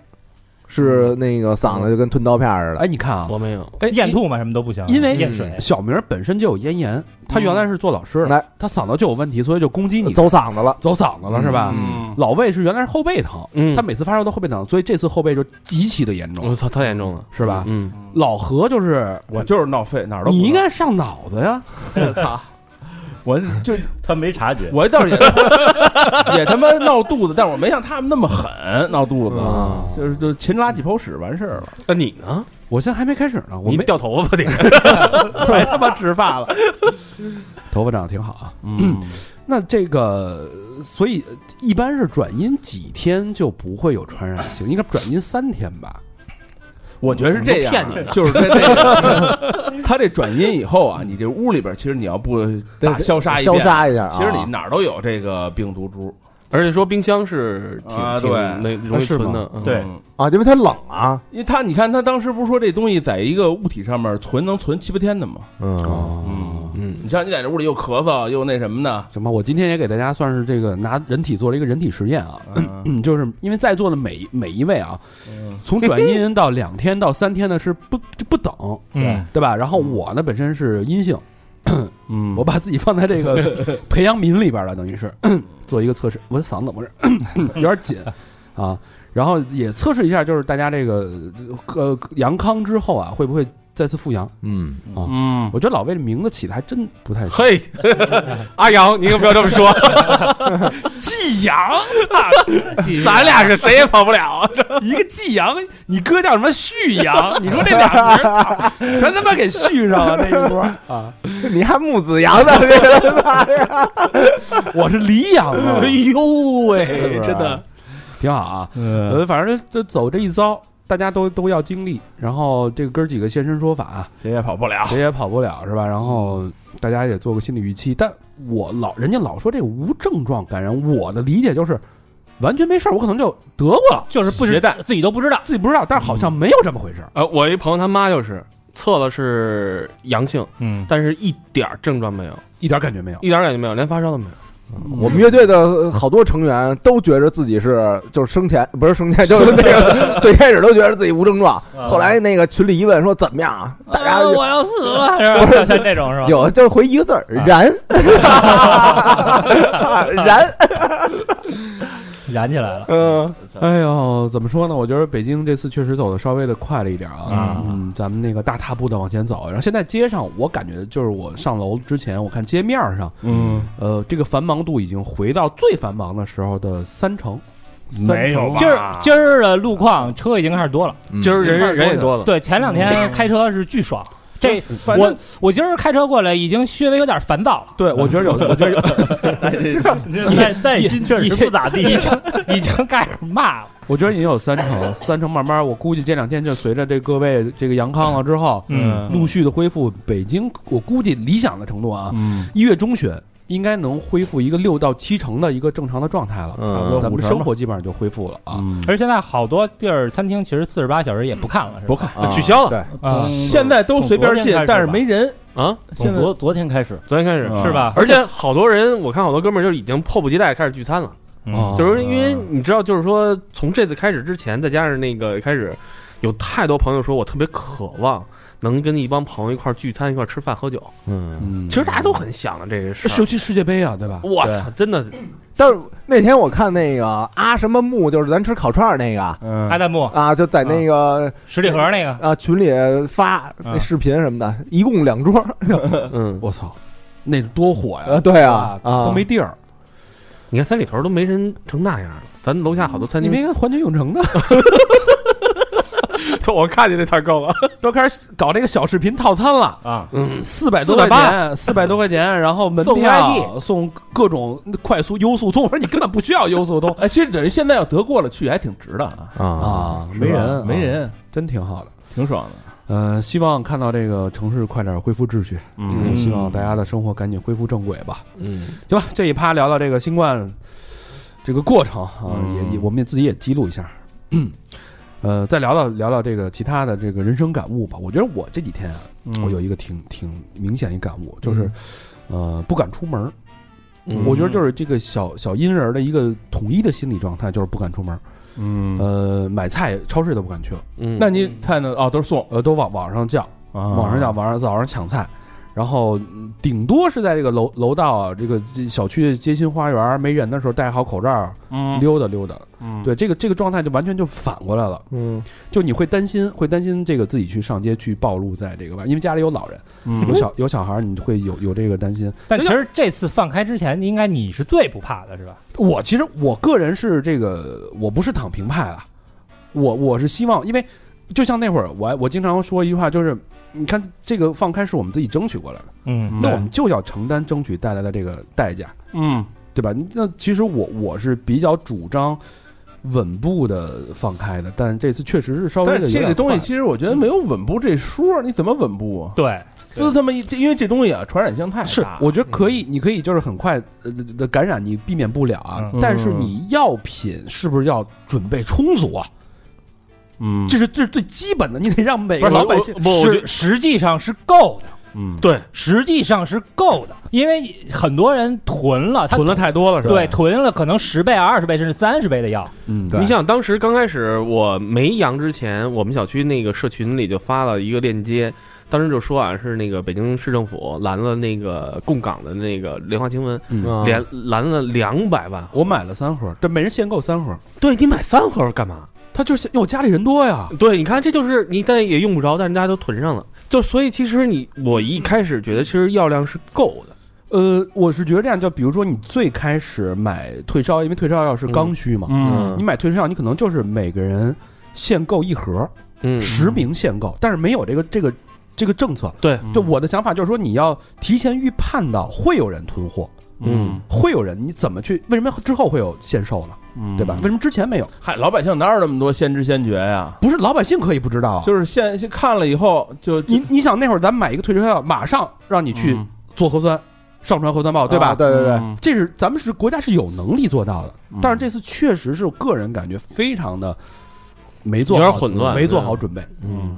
是那个嗓子就跟吞刀片儿似的。哎，你看啊，我没有，哎，咽你吐嘛，什么都不行，因为咽水。小明本身就有咽炎，他原来是做老师嗯的来，他嗓子就有问题，所以就攻击你，走嗓子了，走嗓子了是吧？嗯老魏是原来是后背疼，嗯他每次发烧都后背疼，所以这次后背就极其的严我重。操，太严重了，是吧嗯，老何就是我就是闹肺，哪儿都不你应该上脑子呀， 我就他没察觉。我倒是也也 他妈闹肚子，但我没像他们那么狠闹肚子，啊就是就勤拉几泡屎完事儿了。那你呢？我现在还没开始呢，我你没掉头发得，快他妈植发了，头发长得挺好啊。嗯那这个，所以呃一般是转阴几天就不会有传染性，应该转阴三天吧？我觉得是嗯这样，骗你呢就是跟这个他这转阴以后啊，你这屋里边其实你要不大消杀一消遍，杀一下啊。其实你哪儿都有这个病毒株。而且说冰箱是挺啊挺对那容易是吗存的，嗯对嗯啊，因为它冷啊，因为他你看他当时不是说这东西在一个物体上面存能存七八天的吗？嗯，哦，嗯你像你在这屋里又咳嗽又那什么的，行吧，我今天也给大家算是这个拿人体做了一个人体实验啊，嗯，就是因为在座的每每一位啊，从转阴到两天到三天呢是不就不等，嗯，对吧？然后我呢本身是阴性，嗯我把自己放在这 个培养皿里边了，等于是嗯做一个测试。我的嗓子怎么回事？嗯有点 紧啊。然后也测试一下，就是大家这个呃阳康之后啊，会不会再次复阳？嗯，嗯，我觉得老魏的名字起的还真不太行。嘿，阿阳，你可不要这么说，季阳，咱俩是谁也跑不了。一个季阳，你哥叫什么旭阳？你说这俩名儿操，全他妈给续上了这一波。 你还木子阳的，这个妈呀 我是黎阳啊 哎，呦是不喂，是真的，挺好啊。嗯，呃，反正这走这一遭，大家都都要经历。然后这个哥儿几个现身说法，啊谁也跑不了。谁也跑不了是吧？然后大家也做个心理预期。但我老人家老说这个无症状感染，我的理解就是完全没事儿，我可能就得过了，就是不携知带自己都不知道，自己不知道，但是好像没有这么回事儿。呃，我一朋友他妈就是测了是阳性，嗯，但是一点儿症状没有，一点感觉没有。一点儿感觉没有，连发烧都没有。 我们乐队的好多成员都觉着自己是就是生前不是生前就是那 个最开始都觉得自己无症状，后来那个群里一问说怎么样啊，大家啊我要死了，是吧？ 像这种是吧？有的就回一个字儿燃，啊 燃，燃起来了，嗯，哎呦，怎么说呢？我觉得北京这次确实走的稍微的快了一点啊啊，嗯，咱们那个大踏步的往前走。然后现在街上，我感觉就是我上楼之前，我看街面上，嗯，呃，这个繁忙度已经回到最繁忙的时候的三成，三没成哎有吧今儿今儿的路况车已经开始多了，今儿这块人儿人也多多了，对，前两天开车是巨爽，这反正我我今儿开车过来已经稍微有点烦躁了，对，我觉得有，我觉得有，耐耐心确实不咋地已。经已经开始骂了，我觉得已经有三成，三成慢慢，我估计这两天就随着这各位这个阳康啊了之后，嗯陆续的恢复。北京，我估计理想的程度啊，一月中旬应该能恢复一个六到七成的一个正常的状态了，嗯差不多咱五们成生活基本上就恢复了嗯啊。而现在好多地儿餐厅其实四十八小时也不看了，是吧？看，啊取消了对，啊，现在都随便从进昨天开始，但是吧没人。啊！从昨昨天开始，昨天开始嗯是吧？而且好多人，我看好多哥们儿就已经迫不及待开始聚餐了，啊嗯就是因为你知道，就是说从这次开始之前，再加上那个开始，有太多朋友说我特别渴望能跟一帮朋友一块儿聚餐、一块儿吃饭、喝酒。嗯，嗯其实大家都很想的这个事是尤儿。其世界杯啊，对吧？我操，真的，但是那天我看那个啊什么木，就是咱吃烤串儿那个嗯哎阿，弹幕啊，啊就在那个十里河那 个，啊群里发那视频什么的，一共两桌，嗯，我操，那多火呀！呃， 对啊，啊，都没地儿，你看三里屯都没人成那样了，咱楼下好多餐你厅，没看环球影城的，我看见那太高了。都开始搞这个小视频套餐了。嗯，四百多块钱，四百多块 钱，然后门票送各种快速优速通，我说 你根本不需要优速 通哎，其实等于现在要得过了，去也还挺值的啊，啊，啊，是吧没人，没啊，人，真挺好的。挺爽的。呃，希望看到这个城市快点恢复秩序，嗯希望大家的生活赶紧恢复正轨吧。嗯，行吧，这一趴聊聊这个新冠这个过程啊，嗯也也我们也自己也记录一下。 呃，再聊聊聊聊这个其他的这个人生感悟吧。我觉得我这几天啊，嗯我有一个挺挺明显一感悟，就是呃不敢出门儿。嗯我觉得就是这个小小阴人儿的一个统一的心理状态，就是不敢出门儿，嗯，呃，买菜超市都不敢去了，嗯那你看呢？哦，都是送，啊呃，都网网上叫，网上叫，网上早上抢菜，然后嗯顶多是在这个楼楼道啊，这个这小区街心花园儿没人的时候戴好口罩儿嗯，溜达溜达，嗯，对，这个这个状态就完全就反过来了，嗯就你会担心，会担心这个自己去上街去暴露在这个外，因为家里有老人，嗯有小有小孩儿，你会有有这个担心。但其实这次放开之前，应该你是最不怕的，是吧？我其实我个人是这个，我不是躺平派啊，我我是希望，因为就像那会儿我我经常说一句话，就是你看这个放开是我们自己争取过来的，嗯那我们就要承担争取带来的这个代价，嗯，对吧？那其实我我是比较主张稳步的放开的，但这次确实是稍微但的是这个东西其实我觉得没有稳步这说，你怎么稳步啊？对，这他妈一，这因为这东西啊，传染性太大。是，我觉得可以，你可以就是很快呃的感染，你避免不了啊。嗯但是你药品是不是要准备充足啊？嗯，这是这是最基本的，你得让每不个是老百姓我我觉实实际上是够的，嗯，对，实际上是够的，因为很多人囤了，他囤了太多了是吧？对，囤了可能十倍啊、二十倍甚至三十倍的药，嗯，你想，当时刚开始我没阳之前，我们小区那个社群里就发了一个链接，当时就说啊，是那个北京市政府拦了那个供港的那个莲花清瘟，嗯连拦了两百万。我买了三盒，但每人限购三盒，对你买三盒干嘛？他就是因为我家里人多呀，对，你看，这就是你，但也用不着，但是大家都囤上了。就所以，其实你我一开始觉得，其实药量是够的。呃，我是觉得这样，就比如说你最开始买退烧，因为退烧药是刚需嘛，嗯你买退烧药，你可能就是每个人限购一盒，嗯实名限购，但是没有这个这个这个政策。对，嗯就我的想法就是说，你要提前预判到会有人囤货，嗯，会有人，你怎么去？为什么之后会有限售呢？嗯对吧？为什么之前没有？嗨，老百姓哪有那么多先知先觉呀？不是老百姓可以不知道啊，就是现现看了以后就就你你想那会儿咱买一个退烧药，马上让你去嗯做核酸，上传核酸报，对啊吧？对对对，。嗯这是咱们是国家是有能力做到的，嗯但是这次确实是我个人感觉非常的没做好有点混乱没做好准备。嗯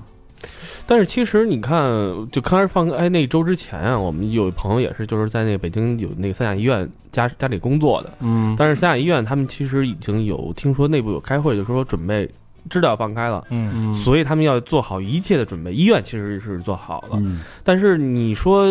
但是其实你看，就刚开始放开那周之前啊，我们有朋友也是，就是在那北京有那个三甲医院家家里工作的，嗯，但是三甲医院他们其实已经有听说内部有开会，就说准备知道放开了，嗯，嗯所以他们要做好一切的准备。医院其实是做好了，嗯但是你说，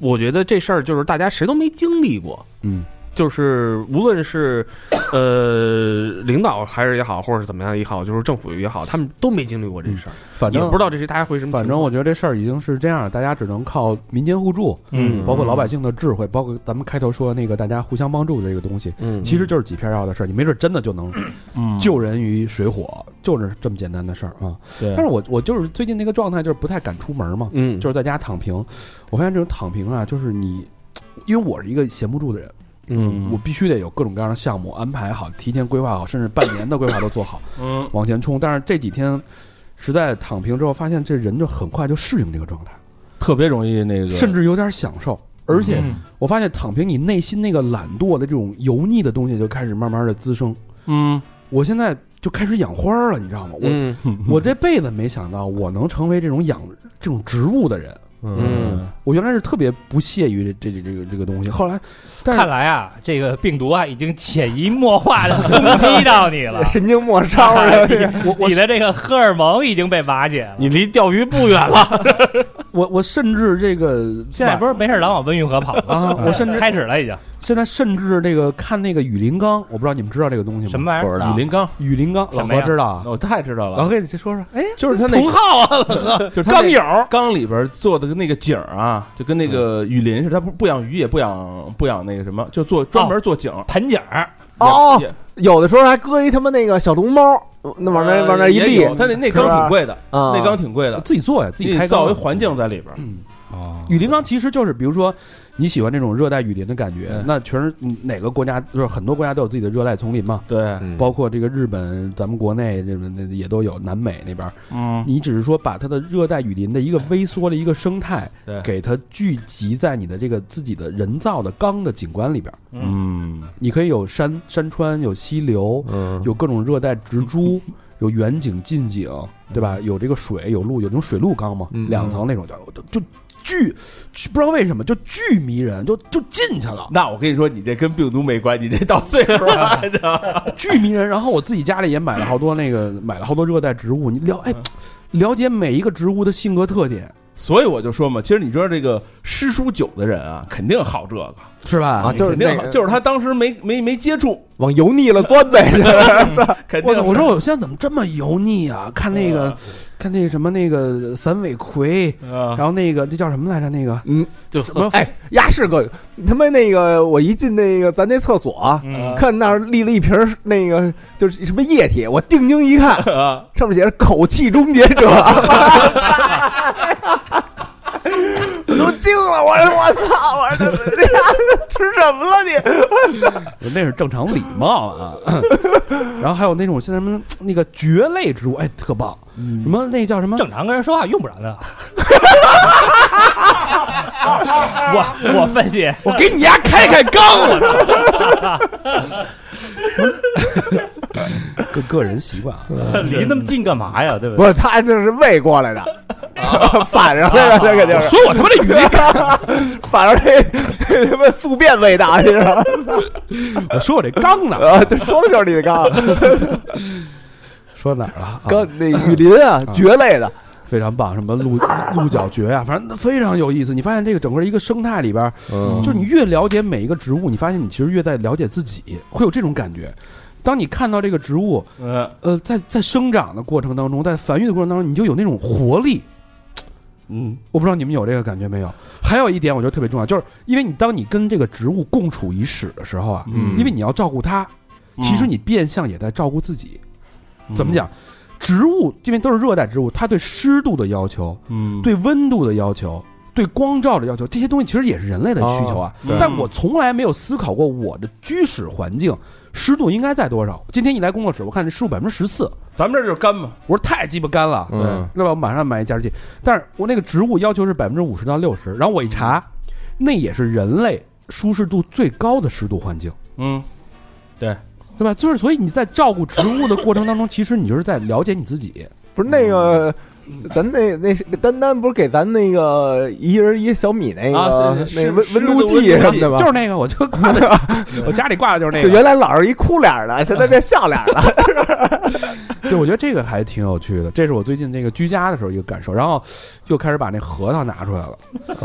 我觉得这事儿就是大家谁都没经历过，嗯，就是无论是呃 领导还是也好，或者是怎么样也好，就是政府也好，他们都没经历过这事儿，嗯反也正不知道这是大家会什么情况。反正我觉得这事儿已经是这样了，大家只能靠民间互助，嗯包括老百姓的智慧，包括咱们开头说的那个大家互相帮助的这个东西，嗯，其实就是几片药的事儿，你没准真的就能嗯救人于水火，就是这么简单的事儿啊。对但是我我就是最近那个状态，就是不太敢出门嘛，嗯就是在家躺平。我发现这种躺平啊，就是你，因为我是一个闲不住的人，嗯我必须得有各种各样的项目安排好，提前规划好，甚至半年的规划都做好，嗯往前冲。但是这几天实在躺平之后，发现这人就很快就适应这个状态，特别容易那个，甚至有点享受。而且我发现躺平，你内心那个懒惰的这种油腻的东西就开始慢慢的滋生。嗯我现在就开始养花儿了，你知道吗？我、嗯我这辈子没想到我能成为这种养这种植物的人。嗯我原来是特别不屑于这这这这个这个东西，后来，但看是来啊，这个病毒啊已经潜移默化 的攻击到你了神经末 梢了，这个 你的这个荷尔蒙已经被瓦解了。你离钓鱼不远了，我我甚至这个 现在不是没事儿老往温运河跑吗？啊，我甚至开始了已经。现在甚至这个看那个雨林缸，我不知道你们知道这个东西吗？什么玩意儿不知李道林刚，雨林缸，老什么呀何知道啊？我太知道老了，何，你先说说。哎，就是他那同号啊，嗯就是他那刚友缸里边做的那个景儿啊，就跟那个雨林似的，他不不养鱼也不养不养那个什么，就做专门做景儿。盆景儿，哦也，有的时候还搁一他妈那个小龙猫，那往那呃往那一也立有他那那是缸吧挺贵的，啊，那缸挺贵的，自己做呀，自自己己开造缸啊嗯一。环境在里边儿。雨林缸其实就是，比如说你喜欢这种热带雨林的感觉嗯，那全是哪个国家就是很多国家都有自己的热带丛林嘛，对，包括这个日本，咱们国内这种那也都有，南美那边，嗯你只是说把它的热带雨林的一个微缩的一个生态对，给它聚集在你的这个自己的人造的缸的景观里边儿。嗯你可以有山山川，有溪流，有各种热带植株，有远景、近景，对吧？有这个水，有路，有那种水陆缸嘛，两层那种，就就巨巨不知道为什么就巨迷人，就就进去了，那我跟你说，你这跟病毒没关系，你这到岁数了，你知道吗巨迷人。然后我自己家里也买了好多那个，买了好多热带植物，你了哎，了解每一个植物的性格特点。所以我就说嘛，其实你知道这个诗书酒的人啊，肯定好这个是吧？啊，就是肯定那好个就是他当时没没没接触，往油腻了 钻呗，哎肯定我操！我说我现在怎么这么油腻啊？看那个，看那个什么那个散尾葵，啊然后那个那叫什么来着？那个就什么？哎，呀是个他妈那个，我一进那个咱那厕所啊，嗯，看那儿立了一瓶儿那个就是什么液体，我定睛一看，啊，上面写着“口气终结 者”，我都惊了，我说我操，我说这 这吃什么了你？那是正常礼貌啊。然后还有那种现在什么那个蕨类植物，哎，特棒。什么那叫什么？正常跟人说话用不着的。我我分析，我给你家开开缸了。个个人习惯啊，啊离那么近干嘛呀？对不不对？是他就是喂过来的， 反上来了，这个就是说我他妈这 语力，反正这这 他妈宿便伟大，这是我说我这刚呢，啊，这说的就是你的刚说到哪儿了啊？刚那雨林啊，蕨类的，非常棒，什么鹿鹿角蕨啊，反正非常有意思。你发现这个整个一个生态里边，嗯就是你越了解每一个植物，你发现你其实越在了解自己，会有这种感觉。当你看到这个植物，嗯，呃，在在生长的过程当中，在繁育的过程当中，你就有那种活力。嗯，我不知道你们有这个感觉没有？还有一点我觉得特别重要，就是因为你当你跟这个植物共处一室的时候啊，嗯因为你要照顾它，嗯其实你变相也在照顾自己。怎么讲？植物因为都是热带植物，它对湿度的要求，嗯，对温度的要求，对光照的要求，这些东西其实也是人类的需求啊。哦对但我从来没有思考过我的居室环境湿度应该在多少。今天一来工作室，我看这湿度百分之十四，咱们这就是干嘛？我说太鸡巴干了，嗯，对吧？我马上买一加湿器，但是我那个植物要求是百分之五十到六十，然后我一查，嗯那也是人类舒适度最高的湿度环境。嗯，对吧？就是所以你在照顾植物的过程当中，其实你就是在了解你自己。不是那个。咱那那是丹丹不是给咱那个一人一小米那啊个是呃那是温是温度温度计计什么的吗？就是那个，我就挂 的，我家里挂的就是那就个。原来老是一哭脸儿的，现在变笑脸儿了。对，我觉得这个还挺有趣的，这是我最近那个居家的时候一个感受。然后又开始把那核桃拿出来了。 嗯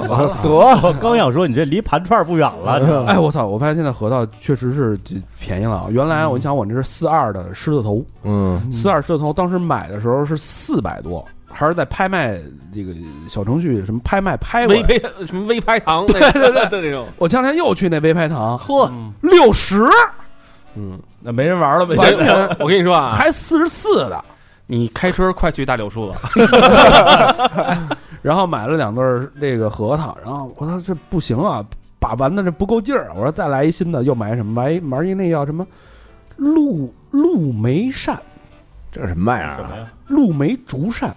得，我哦刚想说你这离盘串儿不远嗯了，哎，我操！我发现现在核桃确实是便宜了啊。原来嗯我你想，我那是四二的狮子头，嗯四二狮子头当时买的时候是四百多，还是在拍卖这个小程序什么拍卖拍过微来。拍哎 什么微拍糖，对对 对对，这种我前两天又去那微拍堂，呵，六十啊那没人玩了呗。我我我跟你说啊，还四十四的，你开春儿快去大柳树了，然后买了两对儿这个核桃，然后我说这不行啊，把玩的这不够劲儿啊，我说再来一新的，又买什么玩一玩一那叫什么鹿鹿梅扇、这是什么玩意儿什么啊？呀？鹿梅竹扇，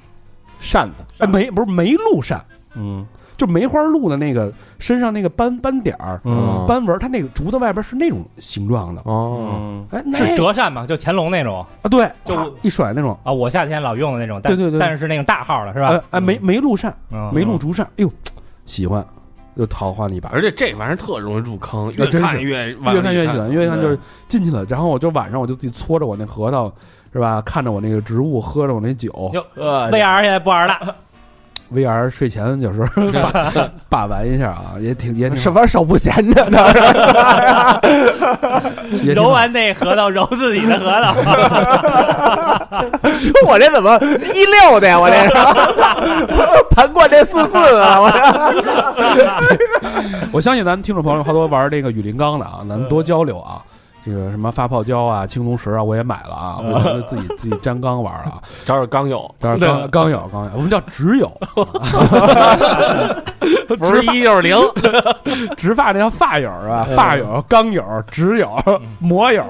扇子，哎梅不是梅鹿扇，嗯，就梅花鹿的那个身上那个斑斑点儿、嗯斑纹，它那个竹子外边是那种形状的，哦，嗯，哎，那是折扇嘛，就乾隆那种啊对，就哗一甩那种，啊，我夏天老用的那种，但对对对但是是那种大号的是哎吧？哎梅梅鹿扇、嗯梅鹿竹扇，哎呦喜欢，又桃花了一把，而且这玩意儿特容易入坑，越那真是看越越看越喜欢，欢，越看就是进去了。然后我就晚上我就自己搓着我那核桃，是吧？看着我那个植物，喝着我那酒。哟呃， VR 现在不玩了， VR 睡前有时候把把玩一下啊，也挺也挺什么手不闲着呢？ 也挺揉完那核桃揉自己的核桃，说我这怎么一溜的呀？啊我这 是盘过这四四啊！我这我相信咱们听众朋友好多玩这个雨林钢的啊，咱们多交流啊。这个什么发泡胶啊、青铜石啊，我也买了啊，我就自己自己粘钢玩了啊。找找刚友，当然钢钢友钢友，我们叫直 友，不是一就是零，直发那叫发友啊，发友、钢友、直友、魔友，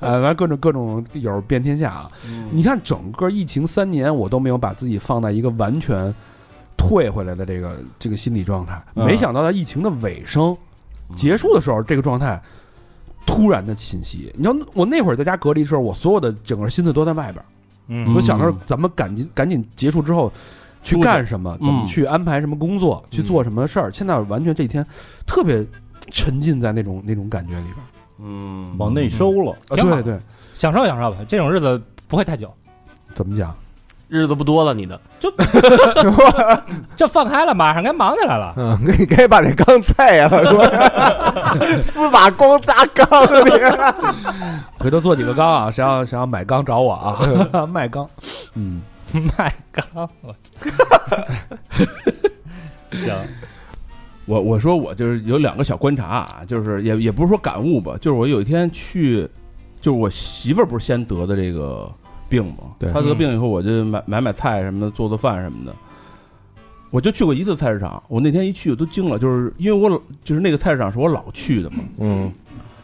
呃，完各种各种友遍天下啊。你看整个疫情三年，我都没有把自己放在一个完全退回来的这个这个心理状态。嗯没想到在疫情的尾声结束的时候，这个状态突然的侵袭。你知道我那会儿在家隔离的时候，我所有的整个心思都在外边儿，嗯我想着咱们赶紧赶紧结束之后。去干什么？怎么去安排什么工作？去做什么事儿？现在完全这一天特别沉浸在那种那种感觉里边儿。嗯，往内收了，啊，挺好对对，享受享受吧，这种日子不会太久，怎么讲？日子不多了，你的这放开了，马上该忙起来 了。嗯，你该把这缸菜呀， 我司马光砸缸里。回头做几个缸啊，谁要谁要买缸找我 啊，卖缸。嗯，卖钢，我操行，我我说我就是有两个小观察啊，就是也也不是说感悟吧，就是我有一天去，就是我媳妇儿不是先得的这个病嘛，对她得病以后，我就买买买菜什么的，做做饭什么的。我就去过一次菜市场，我那天一去我都惊了，就是因为我老就是那个菜市场是我老去的嘛，嗯，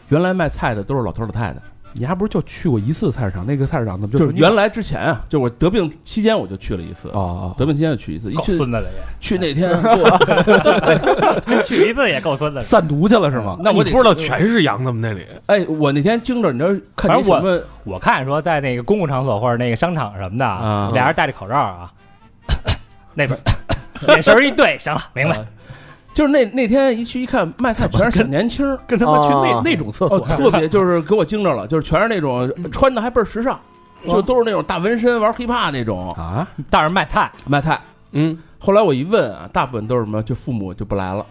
原来卖菜的都是老头老太太，你还不是就去过一次菜市场？那个菜市场怎么就是说你原来之前啊，就是我得病期间我就去了一次，哦得病期间就去一次，一够去孙子的也，去那 天做，去一次也够孙子的。散毒去了是吗？ 那我你得不知道全是羊，他们那里哎，我那天惊着，你知道看见反正我什么？我看说在那个公共场所或者那个商场什么的，啊 俩人戴着口罩啊，那边眼神一对，行了，明啊 白。就是那那天一去一看，卖菜全是小年轻儿，跟他妈去那啊那种厕所，哦特别就是给我惊着了，就是全是那种嗯穿的还倍儿时尚，哦就都是那种大纹身玩 hiphop 那种啊，大人卖菜卖菜。嗯，后来我一问啊，大部分都是什么？就父母就不来了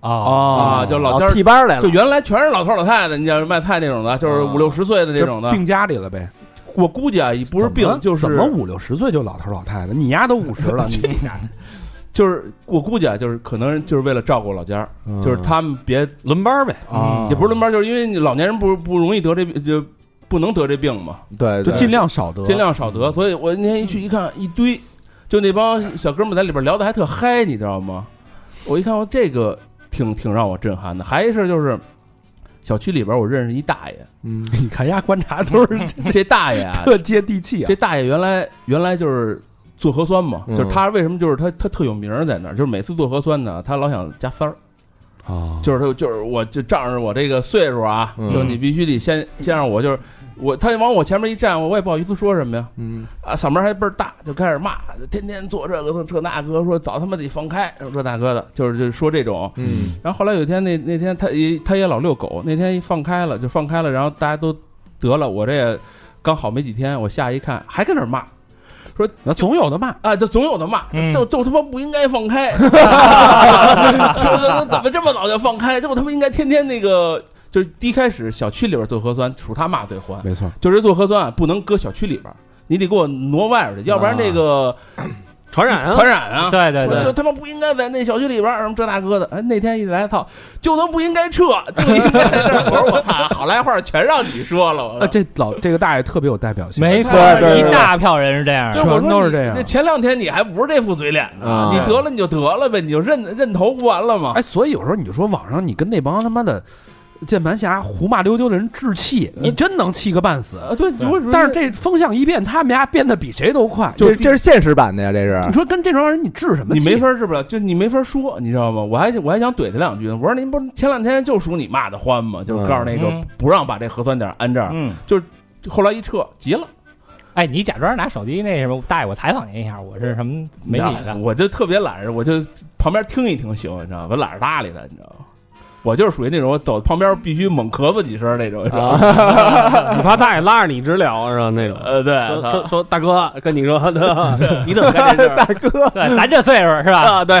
啊，啊，就老家哦儿替班儿来就了，原来全是老头儿老太太，你像卖菜那种的，就是五六十岁的那种的。病家里了呗，我估计啊，也不是病怎么，就是怎么五六十岁就老头老太太，你丫都五十 了，你就是我估计啊，就是可能就是为了照顾老家儿，就是他们别轮班呗，啊也不是轮班，就是因为你老年人不不容易得这就不能得这病嘛，对，就对尽量少得，尽量少得。所以我那天一去一看，一堆就那帮小哥们在里边聊的还特嗨，你知道吗？我一看，我这个挺挺让我震撼的。还一事就是，小区里边我认识一大爷，嗯 你看丫观察都是这大爷啊，特接地气啊这，大爷原来原来就是做核酸嘛，嗯就是他为什么就是他他特有名儿在那儿，就是每次做核酸呢，他老想加塞儿，啊就是他就是我就仗着我这个岁数啊，嗯就你必须得先先让我就是我他往我前面一站，我我也不好意思说什么呀，嗯，啊嗓门还倍儿大，就开始骂，天天做这个这那个，说早他妈得放开，这那个的，就是就说这种，嗯，然后后来有一天那那天他也他也老遛狗，那天一放开了就放开了，然后大家都得了，我这也刚好没几天，我下一看还跟那儿骂。那总有的骂，啊，就总有的骂，嗯就就他妈不应该 放开，是不是？怎么这么早就放开？这我他妈应该天天那个，就是第一开始小区里边做核酸，属他骂最欢，没错，就是做核酸啊不能搁小区里边，你得给我挪外边去，要不然那个传染嗯啊，传染啊。对对就对，他妈不应该在那小区里边儿什么这那哥的，哎，那天一来，操，就能不应该撤，就应该在这儿。我说我操，好来话全让你说了，我呃，这老这个大爷特别有代表性，没错对对，对一大票人是这样就的。是我说全都是你这样那前两天你还不是这副嘴脸呢啊，你得了你就得了呗，你就认认头不完了吗？哎，所以有时候你就说网上你跟那帮他妈的键盘侠胡骂溜丢的人置气，你真能气个半死。呃啊，对，如果说但是这风向一变，他们家变得比谁都快。这这这是现实版的呀，这你是说跟这帮人你置什么你气？没法治不了，就你没法说，你知道吗？我还我还想怼他两句呢。我说您不是前两天就属你骂的欢吗？就是告诉那个嗯不让把这核酸点安这儿，嗯，后来一撤急了，哎，你假装拿手机那什么，大爷，我采访您一下，我是什么媒体的，我就特别懒啊实，我就旁边听一听行，你知道吗？我懒得搭理他，你知道吗？我就是属于那种我走旁边必须猛咳嗽几声那种，你知道 吗你怕大爷拉着你直聊是吧？那种。呃，对，说他说说大哥跟你说， 对吧你怎么干这事儿哥，对，咱这岁数是吧？啊？对，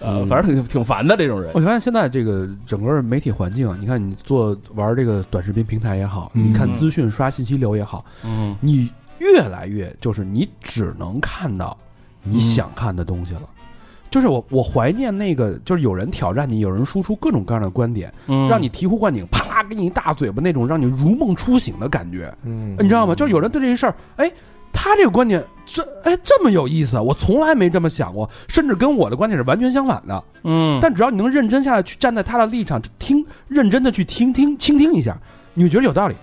呃，反正挺挺烦的这种人嗯我。发现现在这个整个媒体环境啊，你看你做玩这个短视频平台也好，嗯你看资讯刷信息流也好，嗯，你越来越就是你只能看到你想看的东西了。嗯就是我，我怀念那个，就是有人挑战你，有人输出各种各样的观点，嗯嗯让你醍醐灌顶，啪给你一大嘴巴那种，让你如梦初醒的感觉，嗯呃你知道吗？就是有人对这事儿，哎，他这个观点这哎这么有意思，我从来没这么想过，甚至跟我的观点是完全相反的。嗯，但只要你能认真下来，去站在他的立场听，认真的去听听倾听一下，你就觉得有道理。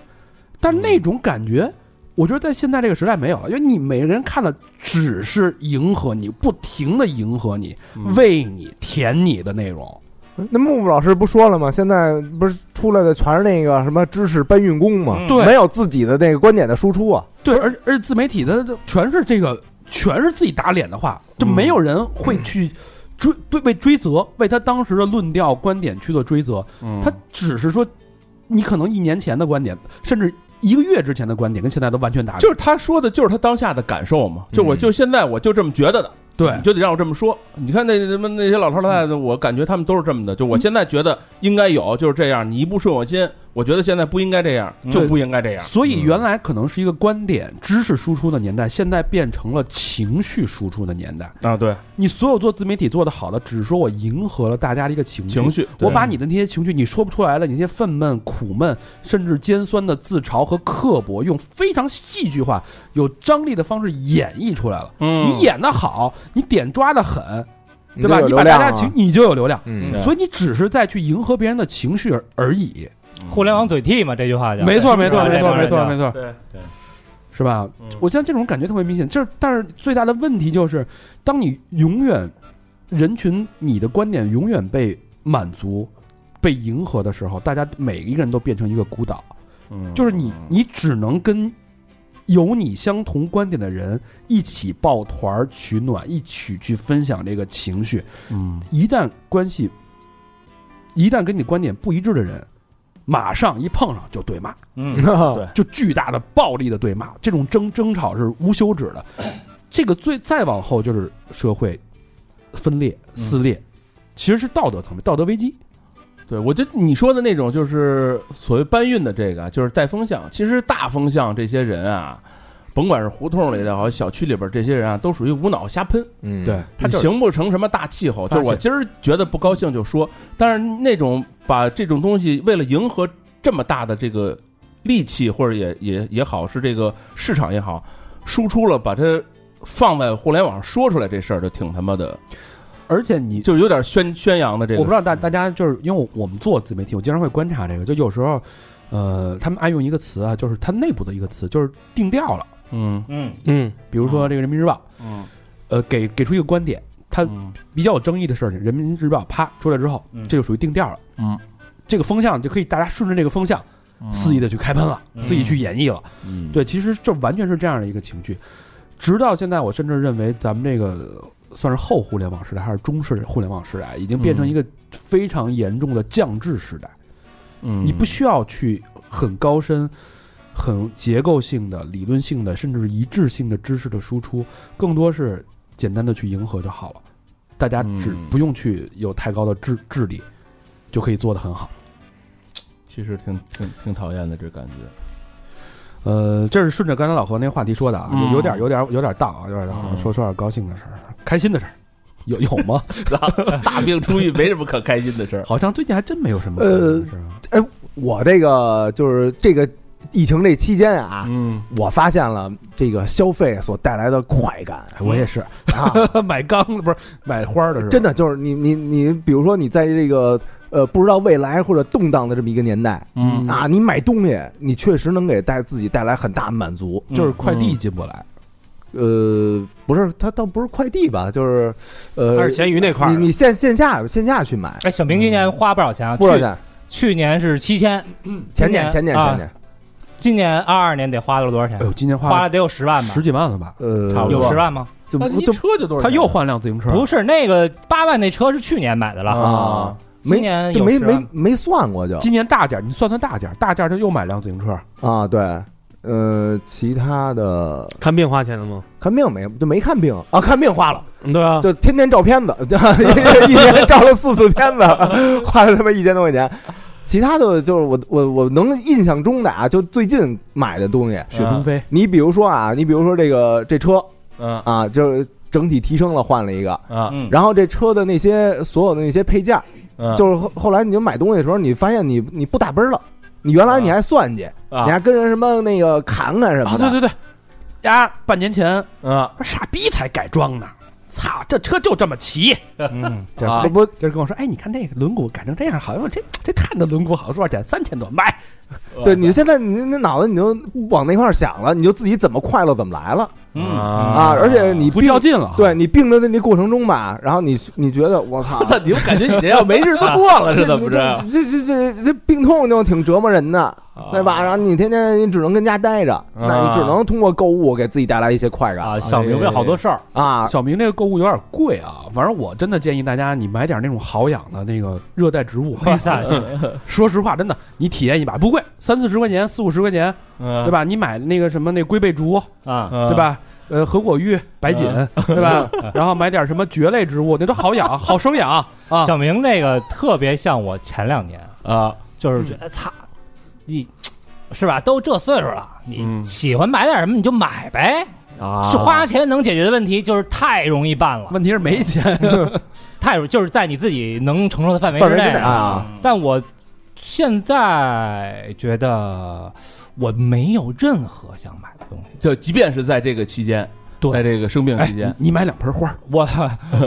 但那种感觉，我觉得在现在这个时代没有了，因为你每个人看的只是迎合你，不停的迎合你，喂你填你的内容。 那木木老师不说了吗？现在不是出来的全是那个什么知识搬运工吗？嗯对没有自己的那个观点的输出啊。对，而而且自媒体的全是这个，全是自己打脸的话，就嗯没有人会去追对为追责，为他当时的论调观点去做追责。嗯他只是说，你可能一年前的观点，甚至一个月之前的观点，跟现在都完全打脸。嗯就是他说的，就是他当下的感受嘛。就我就现在我就这么觉得的，对你就得让我这么说。你看那什么那些老头老太太，我感觉他们都是这么的。就嗯我现在觉得应该有，就是这样。你一不顺我心，我觉得现在不应该这样，就不应该这样。所以原来可能是一个观点、知识输出的年代，现在变成了情绪输出的年代。啊，对，你所有做自媒体做得好的，只是说我迎合了大家的一个情绪。情绪，我对把你的那些情绪，你说不出来了，你那些愤懑、苦闷，甚至尖酸的自嘲和刻薄，用非常戏剧化、有张力的方式演绎出来了。嗯你演得好，你点抓得狠，对吧？你你就有把流量大啊家情，你就有流量。嗯对所以你只是在去迎合别人的情绪而而已。互联网嘴替嘛，这句话叫没错，没错，对没错，对没错，没错。对对，是吧？我现在这种感觉特别明显。就是，但是最大的问题就是，当你永远人群你的观点永远被满足、被迎合的时候，大家每一个人都变成一个孤岛，就是你你只能跟有你相同观点的人一起抱团儿取暖，一起去分享这个情绪。嗯，一旦关系，一旦跟你观点不一致的人，马上一碰上就对骂，嗯， 就巨大的暴力的对骂，这种争争吵是无休止 的。这个最再往后就是社会分裂嗯撕裂，其实是道德层面道德危机。对，我觉得你说的那种就是所谓搬运的这个，啊就是带风向。其实大风向这些人啊，甭管是胡同里的也好，小区里边这些人啊，都属于无脑瞎喷。嗯，对，他形不成什么大气候，发就泄是我今儿觉得不高兴就说，但是那种把这种东西为了迎合这么大的这个戾气，或者也也也好，是这个市场也好，输出了，把它放在互联网上说出来这事儿，就挺他妈的，而且你就有点宣宣扬的这我不知个。嗯道大大家就是因为我我们做自媒体，我经常会观察这个，就有时候，呃，他们爱用一个词啊，就是它内部的一个词，就是定调了。嗯嗯嗯比如说这个《人民日报》，嗯，呃，给给出一个观点，它嗯比较有争议的事情，《人民日报》啪出来之后，嗯这就属于定调了。嗯，这个风向就可以大家顺着这个风向肆意的去开喷了，嗯肆意去演绎了。嗯，对，其实这完全是这样的一个情绪。直到现在，我甚至认为咱们这个算是后互联网时代还是中式互联网时代，已经变成一个非常严重的降智时代。嗯，你不需要去很高深、很结构性的、理论性的，甚至是一致性的知识的输出，更多是简单的去迎合就好了。大家只嗯不用去有太高的智智力，就可以做得很好。其实挺挺挺讨厌的这感觉。呃，这是顺着刚才老何那话题说的啊，嗯有点有点有点荡啊，有点荡啊，嗯说说点高兴的事儿，开心的事儿，有有吗？ 大病初愈没什么可开心的事儿。好像最近还真没有什么呃高兴的事儿啊。我这个就是这个疫情这期间啊，嗯，我发现了这个消费所带来的快感哎我也是啊， 买缸的，不是买花儿的是吧？真的就是你你你，比如说你在这个呃不知道未来或者动荡的这么一个年代嗯啊，你买东西，你确实能给带自己带来很大满足。就是快递进不来，呃，不是，它倒不是快递吧，就是呃，还是咸鱼那块儿你，你线线下线下去买，哎，小明今年花不少钱啊，不少去钱，去年是七千，前今年年前年啊前年，今年二二年得花了多少钱哎？呃呦，今年花花啊了得有十万吧十？几万了吧？呃，差不多有十万吗？就那一就车就多少他钱？又换辆自行车，不是，那个八万那车是去年买的了，啊，今年就有没10没万没算过就今年大件儿，你算算大件儿，大件儿他又买辆自行车，啊，对，呃，其他的看病花钱了吗？看病没就没看病啊，看病花了，嗯对啊，就天天照片子， 一年照了四次片子，花了他妈一千多块钱。其他的就是我我我能印象中的啊，就最近买的东西，雪中飞，你比如说啊，你比如说这个这车嗯啊，就是整体提升了，换了一个，啊嗯然后这车的那些所有的那些配件儿，嗯，就是后后来你就买东西的时候，你发现你你不打奔儿了，你原来你还算计，啊你还跟人什么那个砍砍什么啊，的，对对对，呀，半年前啊傻逼才改装呢，操，这车就这么骑，嗯，这啊不不，就是跟我说，哎，你看这个轮毂改成这样，好像这这碳的轮毂好像多少钱？三千多，买。对你现在你那脑子你就不往那块儿想了，你就自己怎么快乐怎么来了啊，啊！而且你不病较劲了，对，你病的那那过程中吧，然后你你觉得我操 那你们感觉你这要没日子过了 这是怎么着？啊这这这这这病痛就挺折磨人的，对吧？然后你天天你只能跟家待着，那你只能通过购物给自己带来一些快感啊，想明白好多事儿，啊！小明这个购物有点贵啊，反正我真的建议大家，你买点那种好养的那个热带 植哎物。 说实话，真的，你体验一把不贵，三四十块钱，四五十块钱，对对吧？吧？你买那个什么那龟背竹，啊，对对吧？吧？呃，合果玉、白锦，嗯 对吧？然后买点什么蕨类植物，那都好 养，好生养啊。小明这个特别像我前两年，啊，就是觉得擦，你是吧？都这岁数了，嗯啊你喜欢买点什么你就买呗，是花钱能解决的问题，就是太容易办了，问题是没钱，太容就是在你自己能承受的范围范围之内内啊，但我现在觉得我没有任何想买的东西，就即便是在这个期间，对在这个生病期间，哎你买两盆花，我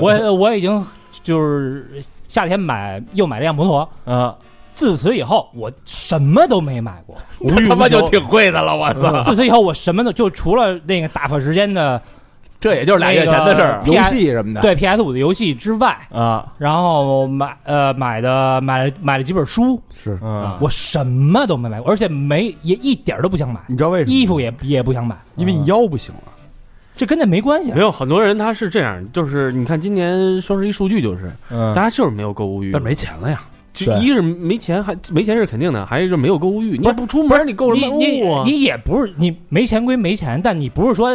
我 我已经就是夏天买又买了辆摩托，啊，自此以后我什么都没买过，无欲他无妈就求。啊挺贵的了，我操！自此以后我什么都就除了那个打发时间的这也就是俩月前的事儿那个游戏什么的，对 PS 五的游戏之外，啊。然后买呃买的买了买了几本书，是，嗯，我什么都没买过，而且没也一点儿都不想买，你知道为什么吗？衣服也也不想买，因为你腰不行了，这跟那没关系啊没。有很多人他是这样，就是你看今年双十一数据就是，嗯大家就是没有购嗯物欲，但没钱了呀。就对一是没钱，还没钱是肯定的，还有就是没有购物欲，你也不出门，你购什你么你物啊？你也不是你没钱归没钱，但你不是说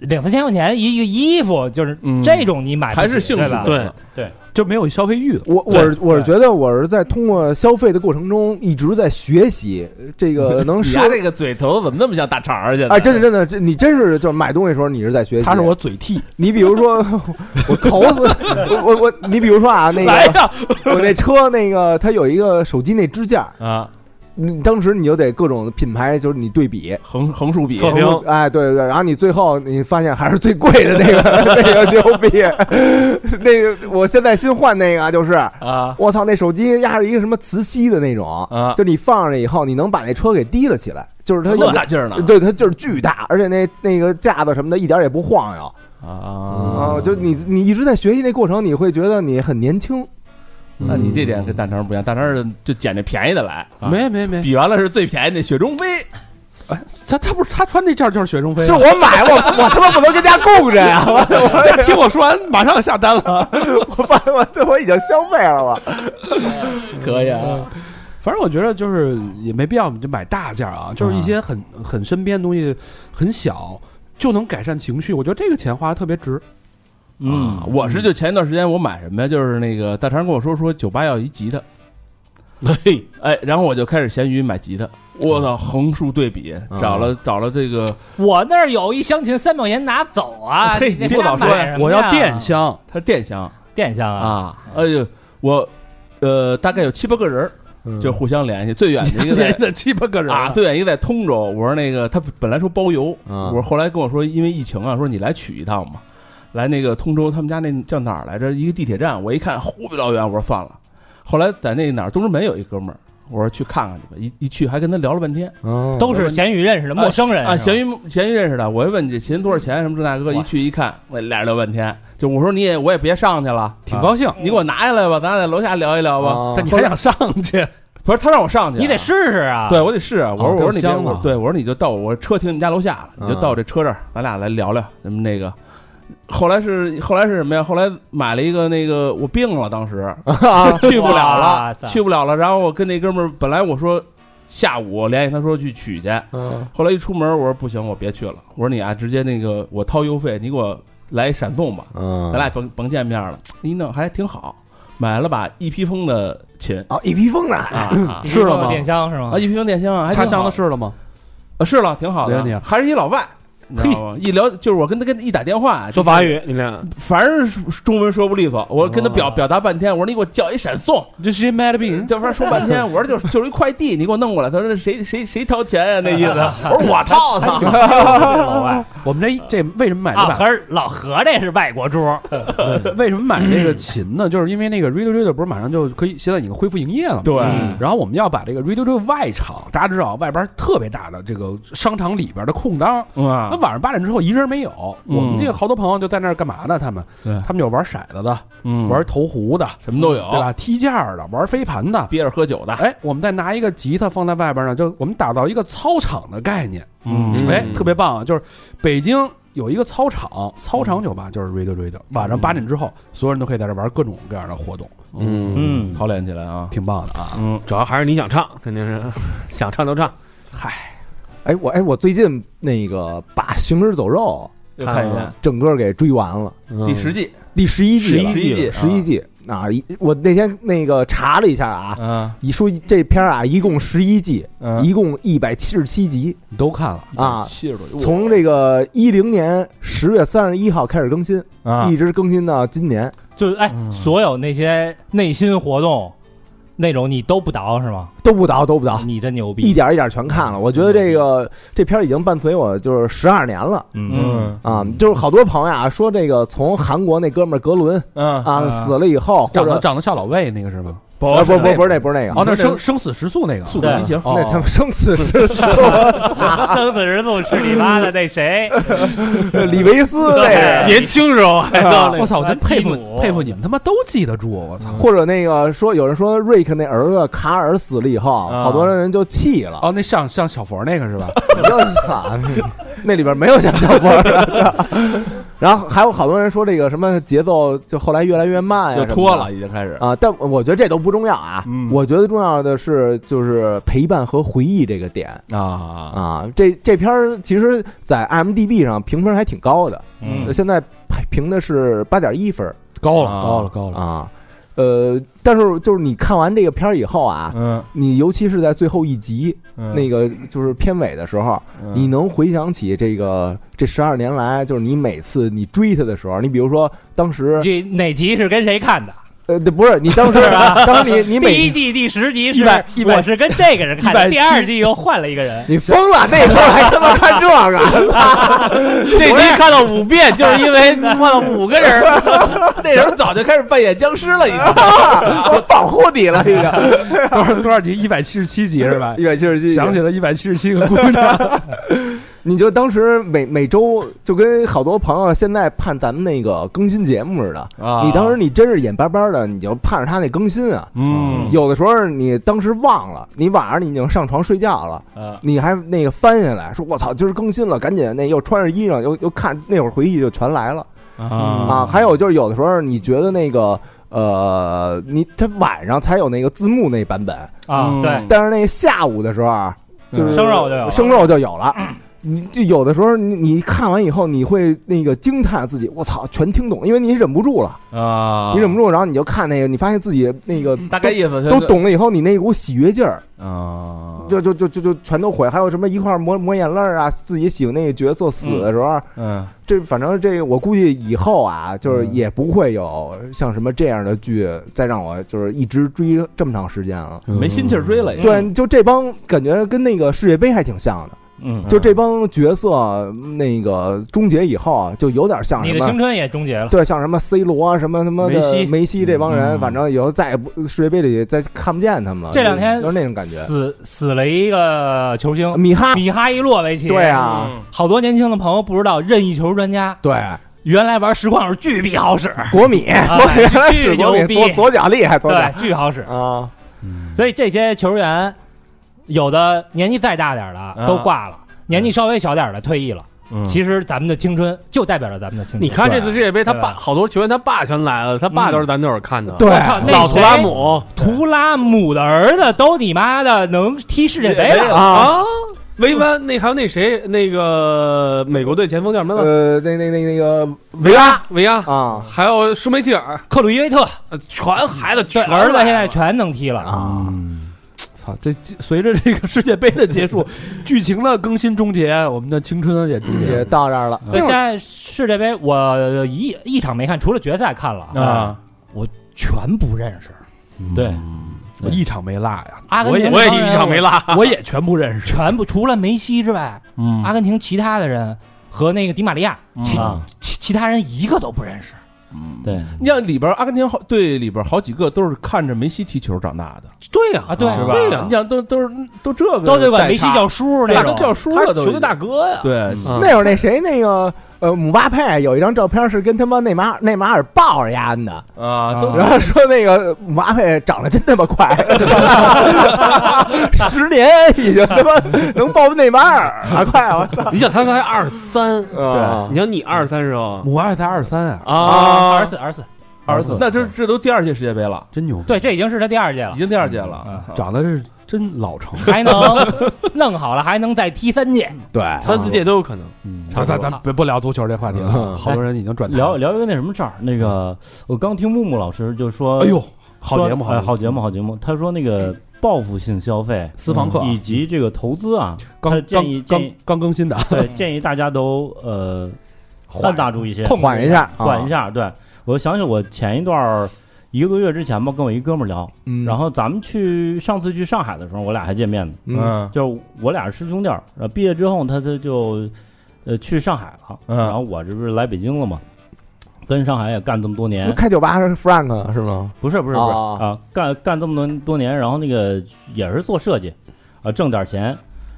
两三千块钱一个衣服就是嗯这种你买不起还是兴趣对吧？对，就没有消费欲了。我我是我是觉得我是在通过消费的过程中一直在学习 这个能你摄家这个嘴头怎么那么像大肠儿？现在哎，真的真的，这你真是就是买东西的时候你是在学习。他是我嘴替，你比如说 我抠 死我我我你比如说啊那来个呀我那车那个它有一个手机那支架，啊，你当时你就得各种品牌就是你对比。横横竖比测评哎，对对对，然后你最后你发现还是最贵的那 个那个牛逼， 那个我现在新换那个啊就是，啊我操，那手机压着一个什么磁吸的那种，啊，就你放上以后，你能把那车给提了起来，就是它那大劲儿呢对，它就是巨大，而且那那个架子什么的，一点儿也不晃悠啊啊！就你你一直在学习那过程，你会觉得你很年轻。 嗯那你这点跟大肠不一样，大肠是就捡这便宜的来，啊没没没，比完了是最便宜那雪中飞，哎他他不是他穿那件儿就是雪中飞啊，是我买我我他妈不能跟家供着呀！我我听我说完 马上下单了，我发现我我已经消费了我。可以啊，反正我觉得就是也没必要，你就买大件儿啊，就是嗯一些很很身边的东西，很小就能改善情绪，我觉得这个钱花的特别值。啊嗯，我是就前一段时间我买什么呀？就是那个大肠跟我说说酒吧要一吉 他，对，哎，然后我就开始闲鱼买吉他，我操，横竖对比，嗯找了找了这个，我那儿有一箱琴，三毛钱拿走啊！嘿你你不早说呀呀！我要电箱，它是电箱电箱啊！啊，哎呦，我呃大概有七八个人儿就互相联系，最远的一 个在那嗯七八个人啊，最远一个在通州。我说那个他本来说包邮，啊嗯我说后来跟我说，因为疫情啊，说你来取一趟吧，来那个通州他们家那叫哪儿来着？一个地铁站，我一看呼比老远，我说算了。后来在那哪儿东直门有一哥们儿，我说去看看去吧。一一去还跟他聊了半啊天，哦都是咸鱼认识的陌生人啊，是吧咸鱼咸鱼认识的。我一问你这琴多少钱，什么这那个，一去一看，那俩人聊半天，就我说你也我也别上去了，啊挺高兴，你给我拿下来吧，咱俩在楼下聊一聊吧。哦但你还想上去？不是他让我上去啊，你得试试啊！对，我得试啊！我说哦我说你这都是箱我子对我说你就到我车停你家楼下了，你就到这车这儿，咱俩来聊聊咱们那个。后来是后来是什么呀？后来买了一个那个我病了，当时去不了哇了，塞去不了了。然后我跟那哥们儿本来我说下午联系他说去取去，后来一出门我说不行，我别去了。我说你啊，直接那个我掏邮费，你给我来一闪送吧，嗯咱俩甭甭见面了。一弄还挺好，买了把一披风的琴啊，一披风呢？啊啊你说是的了吗电箱是吗啊！？一披风电箱啊，还挺插好箱子试了吗？啊，是了，挺好没的问题啊，还是一老外，你知道吗？一聊就是我跟他跟他一打电话，说法，语，你俩反正是中文说不利索，嗯我跟他表表达半天，我说你给我叫一闪 送，这是一 mad 病，这玩意说半天，我说就是就是一快递，你给我弄过来。他说谁谁谁掏钱呀？那意思，我说我掏的。老外 我们这这为什么买这啊，把？合着老何这是外国猪， 对为什么买这个琴呢？就是因为那个 Radio Radio 不是马上就可以，现在已经恢复营业了嘛。对嗯然后我们要把这个 Radio Radio 外场，大家知道外边特别大的这个商场里边的空当，那啊，晚上八点之后一人没有。嗯我们这个好多朋友就在那儿干嘛呢？他们对他们有玩骰子的，嗯玩投壶的，什么都对有，吧？踢毽儿的，玩飞盘的。哦憋着喝酒的，哎，我们再拿一个吉他放在外边呢，就我们打造一个操场的概念。嗯哎，特别棒啊！就是北京有一个操场，操场酒吧就是 Radio Radio，晚上八点之嗯后，所有人都可以在这玩各种各样的活动，嗯，嗯，操练起来啊。挺棒的啊！嗯，主要还是你想唱，肯定是想唱就 唱。哎，我哎，我最近那个把《行尸走肉又看一看》整个给追完了，嗯第十季，第十一季了，十一季了十一季啊！一我那天那个查了一下啊，嗯一说这片儿啊，一共十一季，嗯，一共一百七十七集你都看了，啊。七十多集，从这个一零年十月三十一号开始更新，啊一直更新到今年。就是哎，嗯所有那些内心活动那种你都不倒是吗？都不倒，都不啊倒，你真牛一逼！点一点全看了。我觉得这个这片儿已经伴随我就是十二年了嗯，嗯啊！就是好多朋友啊说这个从韩国那哥们儿格伦嗯啊死了以后，或长得者呃长得像老魏那个是吗？不不不不是那不是那个，哦哦，那生生死时速那个，速度与激情，那他妈生死是 生死人总是你妈的那 谁？李维斯 那个，年轻时啊候还啊到我操，我真佩服基努佩服你们他妈都记得住，嗯我操！或者那个说有人说瑞克那儿子卡尔死了以后，啊好多人就气了。哦，那像像小佛那个是吧？我就操，啊那里边没有像小波的。然后还有好多人说这个什么节奏，就后来越来越慢呀就什么的，脱了，已经开始。啊。但我觉得这都不重要啊，嗯我觉得重要的是就是陪伴和回忆这个点 啊，啊。这这片儿其实，在 IMDB 上评分还挺高的，嗯现在评的是八点一分儿高了啊高了高了，啊。呃，但是就是你看完这个片儿以后啊，嗯，你尤其是在最后一集嗯那个就是片尾的时候，嗯你能回想起这个这十二年来，就是你每次你追他的时候，你比如说当时，这哪集是跟谁看的？呃，对，不是你当时，当时你你第一每季第十集一是百一百我是跟这个人看的，第二季又换了一个 人。你疯了，那时候还他妈看这个，这集看到五遍，就是 因为看到五个人儿。那人早就开始扮演僵尸了，已经。我保护你了，这个？多少多少集？一百七十七 集是吧远就是这想起了一百七十七个姑娘，你就当时每每周就跟好多朋友现在盼咱们那个更新节目似的，啊你当时你真是眼巴巴的，你就盼着他那更新啊。嗯有的时候你当时忘了，你晚上你已经上床睡觉了，啊你还那个翻下来说，我操，今儿更新了，赶紧那又穿上衣裳，又又看那会儿回忆就全来了嗯啊。还有就是有的时候你觉得那个呃，你他晚上才有那个字幕那版本，啊，对，但是那下午的时候啊就是嗯生肉就有了嗯生肉就有了。你就有的时候你，你看完以后，你会那个惊叹自己，我操，全听懂，因为你忍不住了，啊嗯你忍不住，然后你就看那个，你发现自己那个 大概意思都懂了以后，你那股喜悦劲儿，啊，就就就就就全都毁，还有什么一块儿抹抹眼泪儿啊，自己喜欢那个角色死的时候，啊嗯这反正这个我估计以后啊，就是也不会有像什么这样的剧再让我就是一直追这么长时间了。没心气儿追嗯嗯了，已经对，就这帮感觉跟那个世界杯还挺像的，嗯，就这帮角色那个终结以后啊，就有点像你什的么青。春也终结了。对，像什么 C 罗啊，什么什么的梅西梅西这帮人，嗯反正以后再也不世界杯里再看不见他们了。这两天就是那种感觉。死死了一个球星米哈，米嗯哈伊洛维奇。对，啊，好多年轻的朋友不知道，任意球专家对，原来玩实况时巨逼好使，国米，国米原来是啊巨国牛米，逼左左脚厉害，左脚对，巨好使。啊，所以这些球员，有的年纪再大点儿啊的都挂了，年纪稍微小点儿的退役了。嗯其实咱们的青春就代表着咱们的青春。你看这次世界杯，他对爸好多球员，他爸全来了，他爸都是咱那会儿看的。对我操，那老图拉谁姆图拉姆的儿子都你妈的能踢世界杯了，啊，啊，维班那还有那谁，那个美国队前锋叫什么来着？呃，那那那那个维拉，维拉，啊还有舒梅切尔，克鲁伊维特呃全孩子这全儿子来现在了全能踢了。啊，操！这随着这个世界杯的结 束，剧情的更新终结，我们的青春也终也结。到这儿了，那现在世界杯我一一场没看，除了决赛看了，啊，全不认识。对，我一场没落呀，阿根我廷也嗯我也当然一场没落。 我也全部认识。全部除了梅西之外，嗯阿根廷其他的人和那个迪玛利亚，其啊，嗯其其他人一个都不认识。对，你像里边阿根廷好队里边好几个都是看着梅西踢球长大的，对呀啊对是吧？对呀你，想都都是都这个都得管代梅西差叫叔那大种都。叫叔他了，是都球队大哥呀。对，嗯那会儿那谁那个呃姆巴佩有一张照片是跟他妈内马尔内马尔抱着丫的，啊，都然后说那个姆巴佩长得真他妈快，十年已经他妈能抱内马尔啊，快啊！你想他才二十三，对你想你二十三时候母爱才二三啊，啊，二十四，二十四，二十四，那这这都第二届世界杯了，真牛逼！对，这已经是他第二届了已，经第二届了，长得是真老成。还能 弄好了，还能再踢三届。对，三四届都有可能。嗯，咱咱咱别不聊足球这话题了，嗯好多人已经转台聊。聊一个那什么事儿，那个我刚听木木老师就说，哎呦，好说节目，哎好好节目，好节目。他说那个报复性消费私房课啊以及这个投资啊，刚他建议刚刚建议刚更新的，对，嗯建议大家都呃换大注一些，缓一下，啊啊缓一，下。对我想起我前一段儿一个多月之前吧，跟我一哥们儿聊，嗯，然后咱们去上次去上海的时候，我俩还见面呢，嗯就是我俩是师兄弟儿。呃，毕业之后他他就呃去上海了，嗯然后我这不是来北京了嘛，跟上海也干这么多年，开酒吧是 Frank 是吗？不是不是不是哦啊，干干这么多多年，然后那个也是做设计，啊，挣点钱，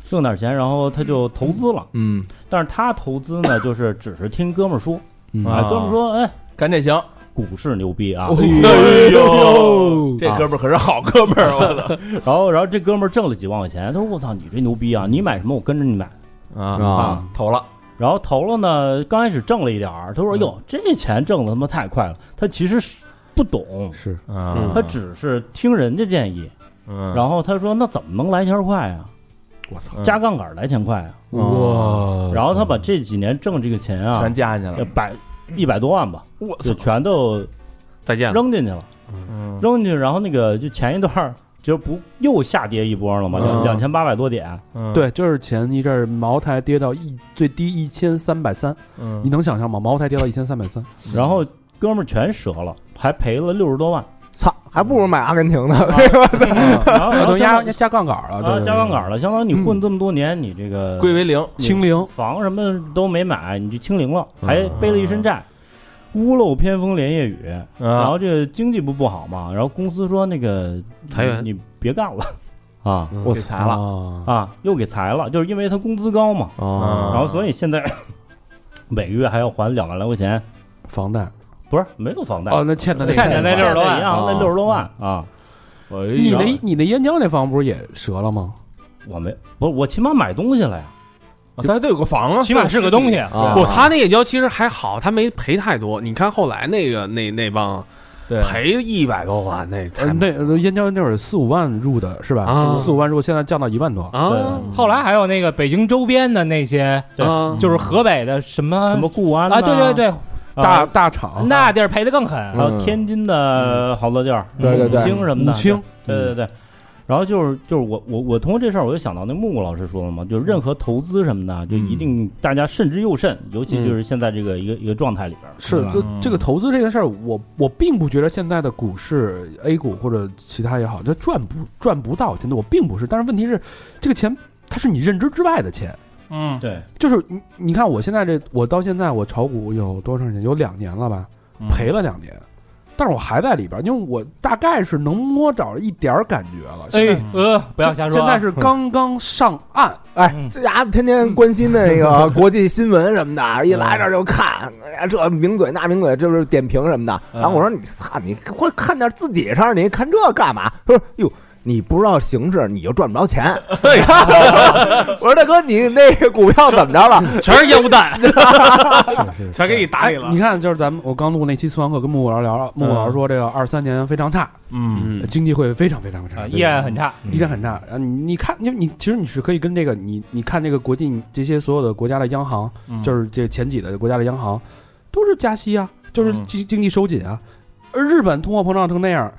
挣点钱，然后他就投资了。嗯但是他投资呢，就是只是听哥们儿说，嗯哎，哥们儿说，哎，干这啊行，股市牛逼啊，哎呦这哥们儿可是好哥们儿，我操 然后然 后这哥们儿挣了几万块钱，他说我操，你这牛逼啊，你买什么我跟着你买。啊，啊，投了，然后投了呢，刚开始挣了一点儿，他说哟，这钱挣的他妈太快了，他其实是不懂，是嗯他只是听人家建议。嗯然后他说：“那怎么能来钱快呀？我操，加杠杆来钱快啊！”哇，然后他把这几年挣这个钱啊全，加进去呃了，百一百多万吧，我嗯就全都再见了，扔进去了，嗯扔进去。然后那个就前一段儿就不又下跌一波了嘛，两嗯两千八百多点，嗯对，就是前一阵儿茅台跌到一最低一千三百三，嗯你能想象吗？茅台跌到一千三 百三，然后哥们儿全折了，还赔了六十多万，操，还不如买阿根廷呢。啊然后那然 都后压相当压加杠杆儿了，啊对加杠杆了，相当于你混这么多年，你这个归为零，清零，房什么都没买，你就清零了，嗯还背了一身债，屋漏偏逢连夜雨。然后这个经济不不好嘛，然后公司说那个裁员嗯你你别干 了啊我给裁了了啊，又给裁了，就是因为他工资高嘛，啊！然后所以现 在每个月还要还两万来块钱，房贷不是没有房贷，哦，那欠 的那欠的那六60多万一样，那哦六十多万啊，你那你那燕郊那房不是也折了吗？我没不是我起码买东西了呀，啊他得有个房啊，起码是个东西。啊不，他那个胶其实还好，他没赔太多。你看后来那个那那帮对，赔一百多万，那呃才那呃燕郊那会儿四五万入的是吧啊？四五万入，现在降到一万多。啊后来还有那个北京周边的那些，对啊嗯就是河北的什么什么固安啊啊，对对对，嗯对大大厂，那地儿赔的更嗯狠。还有天津的好多地儿，对对对五星什么的，五星对对对。然后就是就是我我我通过这事儿，我就想到那木木老师说了嘛，就是任何投资什么的，就嗯一定大家慎之又慎，尤其就是现在这个一个一个状态里边儿，是吧这这个投资这个事儿，我我并不觉得现在的股市 A 股或者其他也好，它赚不赚不到钱的，我并不是。但是问题是，这个钱它是你认知之外的钱，嗯，对，就是你你看我现在这，我到现在我炒股有多长时间？有两年了吧，赔了两年，但是我还在里边儿，因为我大概是能摸着一点儿感觉了。现在哎嗯呃，不要瞎说现在啊。是刚刚上岸，哎，这家伙天天关心那个 国际新闻什么的，一来这儿就看，哎呀，这名嘴那名嘴，这不是点评什么的。然后我说你操，你快看点自己上，你看这干嘛？他说哟。你不知道形势，你就赚不着钱。 我说大哥，你那个股票怎么着了？嗯全是烟 雾弹， 是全给你打理哎了。你看，就是咱们我刚录那期私房课，跟木木老师聊了，木木老师说这个二三年非常差，嗯，嗯经济会非常非常差，啊，依然很差，差，依然很差。啊，你你看，你你其实你是可以跟这个你你看这个国际这些所有的国家的央行，嗯嗯嗯就是这前几的国家的央行都是加息啊，就是嗯经经济收紧啊。而日本通货膨胀成那样，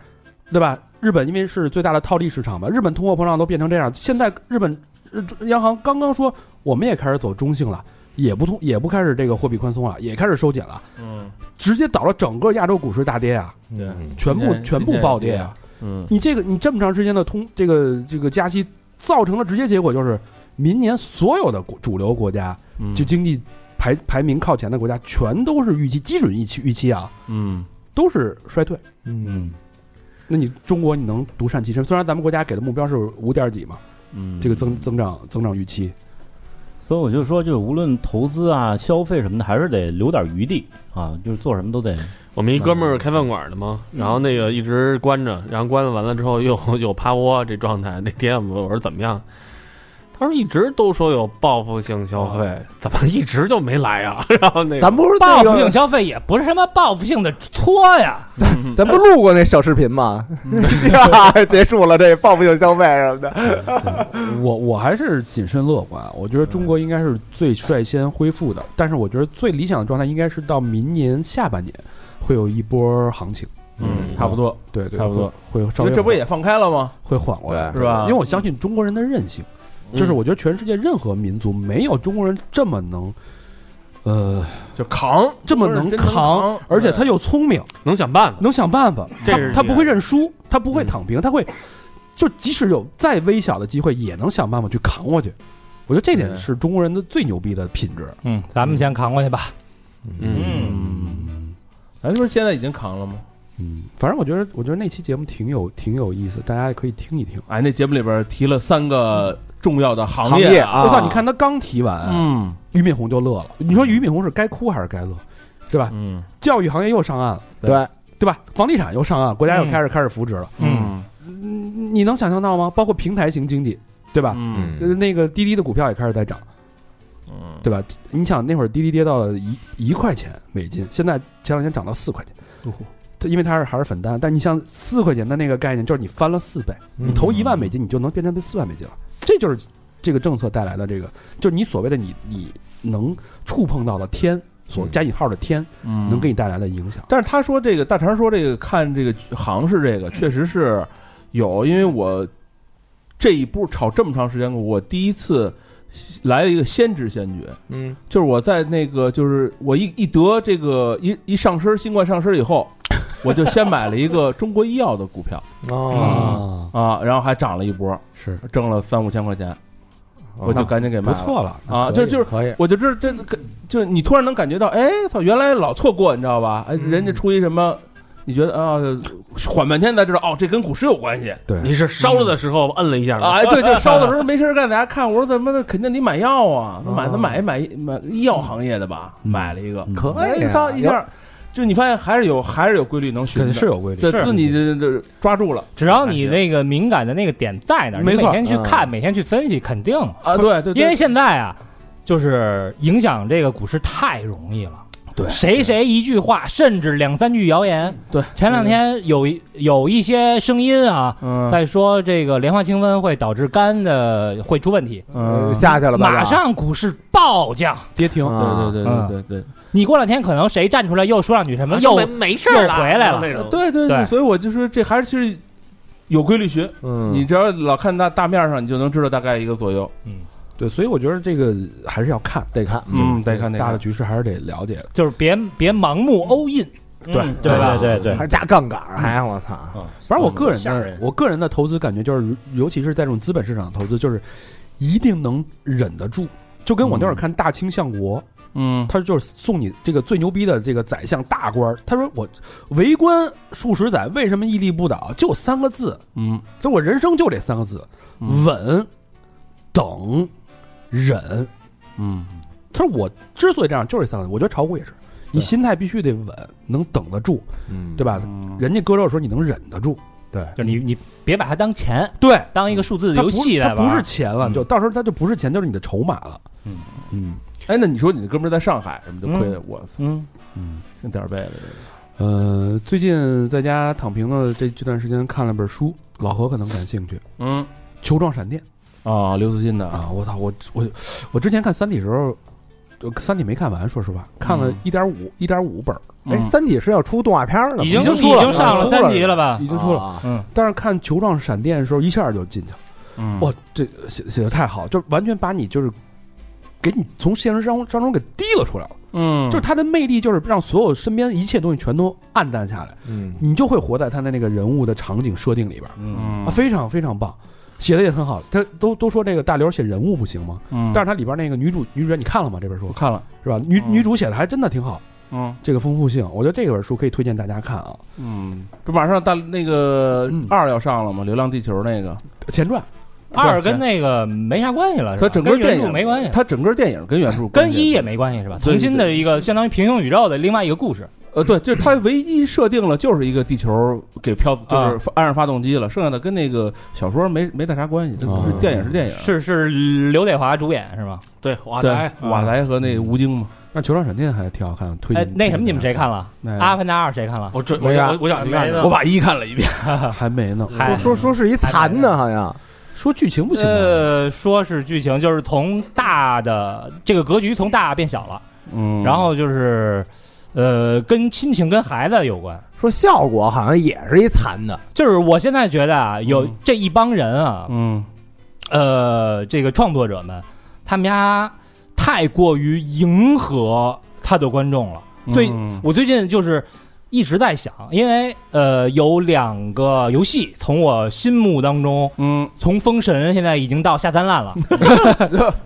对吧？日本因为是最大的套利市场嘛，日本通货膨胀都变成这样，现在日本呃央行刚刚说我们也开始走中性了，也不通也不开始这个货币宽松了，也开始收紧了。嗯，直接导了整个亚洲股市大跌啊，对，全今部天全部暴跌啊！嗯，你这个你这么长时间的通这个这个加息，造成的直接结果就是，明年所有的国主流国家嗯就经济排排名靠前的国家，全都是预期基准预期预期啊，嗯，都是衰退。嗯，那你中国你能独善其身？虽然咱们国家给的目标是五点几嘛，嗯，这个增增长增长预期，所以我就说，就是无论投资啊、消费什么的，还是得留点余地啊，就是做什么都得我们一哥们儿开饭馆的嘛，嗯然后那个一直关着，然后关了完了之后又 又趴窝这状态。那天我们我说怎么样？他说一直都说有报复性消费，嗯怎么一直就没来啊？ 然后那个咱不是报那复性个，消费也不是什么报复性的搓呀，咱不录过那小视频吗？ 结束了这报复性消费什么的。我我还是谨慎乐观，啊我觉得中嗯国应该是最率先恢复的，但是我觉得最理想的状态应该是到明年下半年会有一波行情，啊嗯，差不多，对对，差不多会会稍因微为这不也放开了吗？会缓过来，是吧嗯因为我相信中国人的韧性，就是我觉得全世界任何民族没有中国人这么能，呃，就扛，这么能真扛，而且他又聪明，能想办法。能想办法，这他是他厉不害会认输，他不会躺平，他会就即使有再微小的机会，也能想办法去扛过去。我觉得这点对是中国人的最牛逼的品质。嗯，咱们先扛过去吧。嗯，嗯，咱说现在已经扛了吗？嗯，反正我觉得，我觉得那期节目挺有挺有意思，大家也可以听一听。哎，那节目里边提了三个重要的行行业啊，啊，我操，你，看他刚提完，嗯俞敏洪就乐了。你说俞敏洪是该哭还是该乐，对吧？嗯教育行业又上岸了，对，对吧？房地产又上岸了，国家又开始开始扶植了。嗯嗯，你能想象到吗？包括平台型经济，对吧？嗯呃那个滴滴的股票也开始在涨，嗯，对吧？你想那会儿滴滴跌到了一一块钱美金，现在前两天涨到四块钱。哦它因为它是还是粉单，但你像四块钱的那个概念，就是你翻了四倍，嗯你投一万美金，你就能变成四万美金了。这就是这个政策带来的这个，就是你所谓的你你能触碰到的天，所加引号的天，能给你带来的影响。嗯但是他说这个大肠说这个看这个行市这个确实是有，因为我这一波炒这么长时间股，我第一次来了一个先知先觉，嗯就是我在那个就是我一一得这个一一上身新冠上身以后，我就先买了一个中国医药的股票嗯哦，啊，然后还涨了一波，是，挣了三五千块钱，我就赶紧给卖不了。错了啊，就就是可以，我就这这就是你突然能感觉到，哎，操，原来老错过，你知道吧？哎，人家出一什么，你觉得啊，缓半天才知道，哦，这跟股市有关系你是烧了的时候摁了一下吗啊。 哎，对，就烧 的时候没事儿干，大家看，我说怎么的，肯定得买药啊，买咱买买买医药行业的吧，嗯买了一个，可啊哎，操一下，就你发现还是有还是有规律能循肯定的，是有规律。对自己这这这抓住了只要你那个敏感的那个点在那儿，你没每错天去看，每天去分析，肯定。啊，对对，对因为现在啊，就是影响这个股市太容易了。对谁谁一句话，甚至两三句谣言。对，前两天有一有一些声音啊，嗯在说这个莲花清瘟会导致肝的会出问题，嗯，哦下去了吧？马上股市暴降。跌停，嗯啊对对对对对对。你过两天可能谁站出来又说两句什么，又又啊没事儿了，又回来了那种。呃对对对所以我就说这还是其实有规律循，嗯，你只要老看大大面上，你就能知道大概一个左右。对，所以我觉得这个还是要看得看，嗯，得看得大看的局势，还是得了解的。就是别别盲目 all in。对嗯对对对还加杠杆儿，还我操，嗯反正我个人吓的人我个人的投资感觉就是，尤其是在这种资本市场投资，就是一定能忍得住。就跟我那会儿看《大清相国》嗯他就是送你这个最牛逼的这个宰相大官儿。他说我为官数十载，为什么屹立不倒？就三个字，嗯就我人生就这三个字：嗯稳、等、忍。嗯，他说我之所以这样，就这三个字。我觉得炒股也是，你心态必须得稳，能等得住，嗯对吧？人家割肉的时候你能忍得住，就你你别把它当钱，对，当一个数字它游不戏来它玩。不是钱了，嗯就到时候它就不是钱，就是你的筹码了。嗯嗯哎，那你说你那哥们儿在上海什么就亏的，我操，嗯，嗯。那点儿背了。呃，最近在家躺平的这这段时间看了本书，老何可能感兴趣，《嗯球状闪电》啊，刘慈欣的啊！我操，我我我之前看《三体》时候，呃《三体》没看完，说实话，看了嗯一点五一点五本儿，哎，《三体》是要出动画片儿呢吗，已经已出了，啊经嗯上了出三级了吧？已经出了。啊但是看《球状闪电》的时候，一下就进去了。嗯哇，这写写的太好，就完全把你就是给你从现实当中当中给提了出来了。嗯就是它的魅力，就是让所有身边一切东西全都暗淡下来，嗯，你就会活在他的那个人物的场景设定里边儿。嗯啊，非常非常棒，写的也很好。他都都说这个大刘写人物不行吗？嗯啊但是他里边那个女主女主角你看了吗？这本书我看了，是吧？女嗯女主写的还真的挺好，嗯这个丰富性，我觉得这本书可以推荐大家看啊。嗯，不马上大那个嗯二要上了吗？《流浪地球》那个，前传二跟那个没啥关系了，是吧它整个跟电原著影没关系，它整个电哎影跟原著跟一也也没关系是吧？对对重新的一个相当于平行宇宙的另外一个故事。呃，对，就是它唯一设定了就是一个地球给漂，就是发按上发动机了，剩下的跟那个小说没没太啥关系，这不是啊电影是电影，是是刘德华主演是吗？对，瓦对莱，瓦莱和那吴京嘛，嗯那《球状闪电》还挺好看，推哎荐。，那什么你嗯们谁啊看了？了？那《个阿凡达二》谁看了？我准我没啊我我想去看没呢看，我把一看了一遍，还 没呢。嗨说说哎是一蚕呢，好像说剧情不行吗，呃，说是剧情，就是从大的这个格局从大变小了，嗯然后就是，呃，跟亲情跟孩子有关。说效果好像也是一蚕的，就是我现在觉得啊，有嗯这一帮人啊，嗯呃，这个创作者们，他们家太过于迎合他的观众了。最嗯我最近就是一直在想，因为呃有两个游戏从我心目当中，嗯，从《封神》现在已经到下三滥了。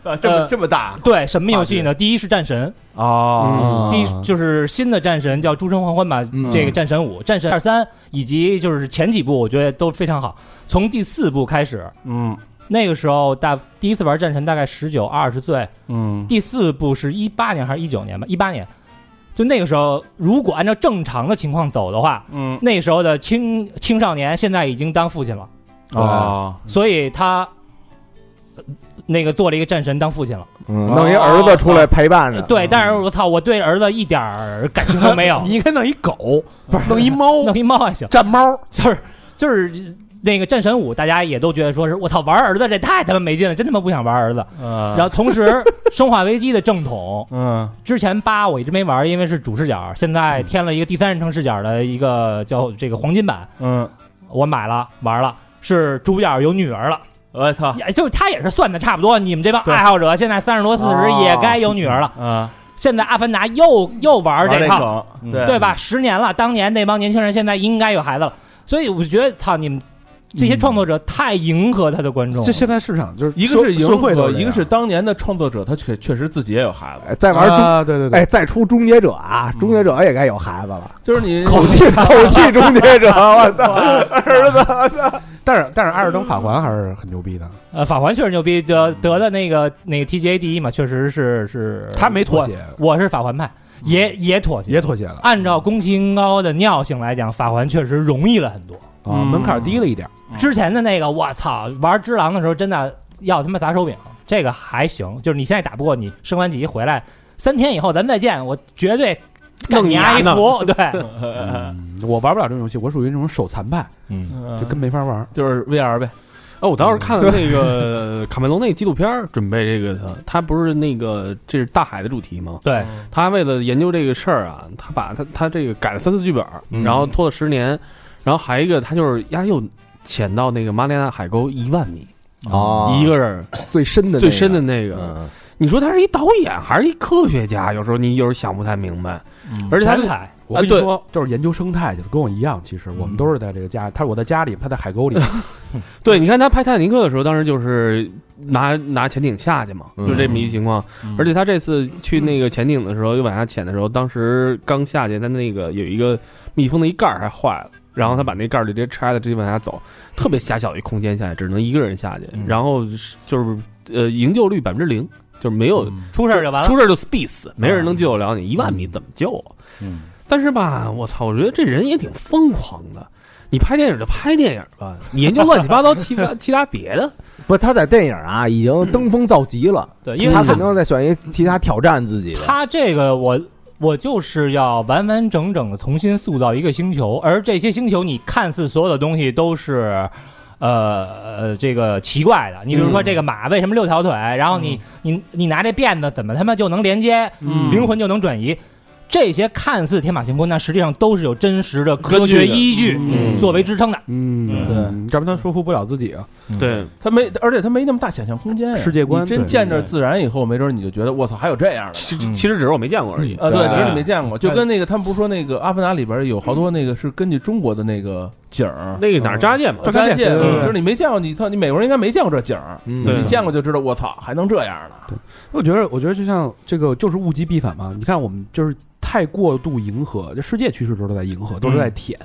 呃啊， 这么这么大对，什么游戏呢？第一是《战神》，嗯啊第一就是新的《战神》叫《诸神黄昏》吧，嗯这个《战神五》《战神二三》，以及就是前几部我觉得都非常好。从第四部开始，嗯那个时候大第一次玩《战神》大概十九二十岁，嗯第四部是一八年还是一九年吧？一八年，就那个时候，如果按照正常的情况走的话，嗯那时候的青青少年现在已经当父亲了，啊，所以他。呃那个做了一个战神当父亲了，嗯弄一儿子出来陪伴着，对，但是我操，我对儿子一点儿感情都没有 ，你应该弄一 狗，不是弄一猫，弄一猫还行， 战猫，就是就是那个战神五，大家也都觉得说是我操，玩儿子这太他妈没劲了，真他妈不想玩儿子。然后 同时，《生化危机》的正统，嗯之前八我一直没玩，因为是主视角，现在添了一个第三人称视角的一个叫这个黄金版，嗯，我买了玩了。是主角有女儿了，我操也就是他也是算的差不多。你们这帮对哦爱好者现在三十多四十也该有女儿了。啊，现在《阿凡达又》又玩这套，套，对对？吧？十年了，当年那帮年轻人现在应该有孩子了，所以我觉得操你们这些创作嗯者太迎合他的观众了这。现在市场就是一个社是迎社会都合，这样，一个是当年的创作者，他确确实自己也有孩子，哎再玩终，啊，对对对，哎，再出终结者啊，终结者也该有孩子了，就是你 口气口气终结者，我操，儿子，但是但是《艾尔登法环》还是很牛逼的，呃，法环确实牛逼，得得的那个那个 TGA 第一嘛，确实是是。他没妥协，嗯我，我是法环派，也也妥协。也妥协了啊按照宫崎英高的尿性来讲，法环确实容易了很多。啊，门槛低了一点。嗯之前的那个，我操，玩只狼的时候真的要他妈砸手柄，这个还行，就是你现在打不过，你升完级回来三天以后咱们再见，我绝对干弄你你阿丫一呢服，对，呃嗯，我玩不了这种游戏，我属于那种手残派，嗯就跟没法玩。就是 VR 呗，哦，我当时看了那个卡梅隆那个纪录片儿，准备这个的，他不是那个这是大海的主题吗？对，他为了研究这个事儿啊，他把他他这个改了三次剧本儿，嗯然后拖了十年，然后还一个他就是呀又潜到那个马里亚纳海沟一万米，嗯哦一个人最深的最深的那那个个，嗯你说他是一导演还是一科学家？有时候你有时候想不太明白，嗯而且他全凯，我跟你对说，就是研究生态去了，跟我一样。其实我们嗯都是在这个家，他是我在家里，他在海 沟里。对，你看他拍《泰坦尼克》的时候，当时就是拿拿潜艇下去嘛，嗯就这么一情况。而且他这次去那个潜艇的时候，又往下潜的时候，当时刚下去，他那个有一个密封的一盖儿还坏了，然后他把那盖儿就直接拆了，直接往下走，特别狭小一空间下去，只能一个人下去，然后是就是呃营救率百分之零，就是没嗯有、出事儿就完了。出事儿就必死，没人能救得了你，一万米怎么救啊？嗯，但是吧，我操，我觉得这人也挺疯狂的。你拍电影就拍电影吧，你研究乱七八糟其他 其他别的，不，他在电影啊已经登峰造极了，对，因为他他肯定在选一其他挑战自己的。他这个我我就是要完完整整的重新塑造一个星球，而这些星球你看似所有的东西都是。呃呃，这个奇怪的，你比如说这个马为什么六条腿？然后你、你你拿这辫子怎么他妈就能连接、嗯灵魂就能转移？这些看似天马行空，但实际上都是有真实的科根学据的依据嗯作为支撑的。嗯，对，要不然他说服不了自己啊。对，他没，而且他没那么大想象空间呀，世界观你真对见着对自然以后，没准你就觉得我操，还有这样的。其实其实只是我没见过而已。啊，对，对只是你没见过，就嗯跟那个他们不是说那个《阿凡达》里边有好多那个是根据中国的那个景儿，那个哪儿扎界嘛，张家界，对对对就是你没见过，你操，你美国人应该没见过这景儿，嗯对你见过就知道，我操，还能这样呢？我觉得，我觉得就像这个，就是物极必反嘛。你看，我们就是太过度迎合，这世界趋势都是在迎合，都是在舔。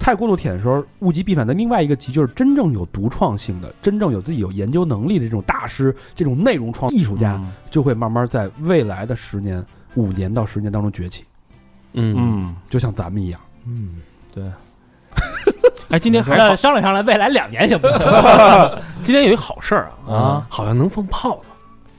太过度舔的时候，物极必反的另外一个极就是真正有独创性的、真正有自己有研究能力的这种大师、这种内容创艺术嗯家，就会慢慢在未来的十年、五年到十年当中崛起，嗯，嗯，就像咱们一样。嗯，哎，今天还那好，商量商量，未来两年行不行？今天有一好事儿啊，啊，好像能放炮了。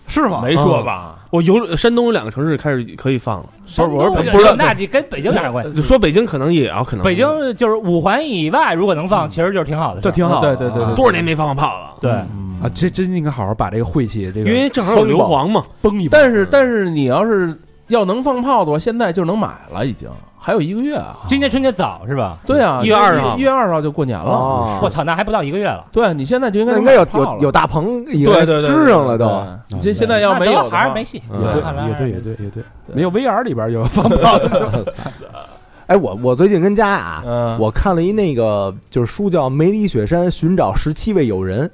是吗？没说吧？我有山东有两个城市开始可以放了，不是不是不不是是，那你跟北京有啥关系？就说北京可能也要啊可能北京就是五环以外，如果能放，其实就是挺好的事这儿。挺好的对啊，对对对多少年没放过炮了，对，啊，这真应该好好把这个晦气这个因为正好有硫磺嘛，嗯崩一崩。但是但是你要是要能放炮的话，现在就能买了，已经还有一个月啊。今年春节早是吧？对啊，一月二十号一月二十号就过年了。哦我，操，那还不到一个月了，对，你现在就应该那应该有买炮了有有大棚，已经对对对，支上了都。对哦你这现在要没那有德的还是话没戏。嗯也看来对，也对，也对，也对，没有 VR 里边有放炮。哎，我我最近跟家啊，嗯，我看了一那个就是书叫《梅里雪山寻找十七位友人》，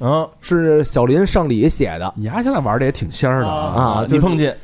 嗯是小林上礼写的 你丫现在玩的也挺仙儿的啊你碰见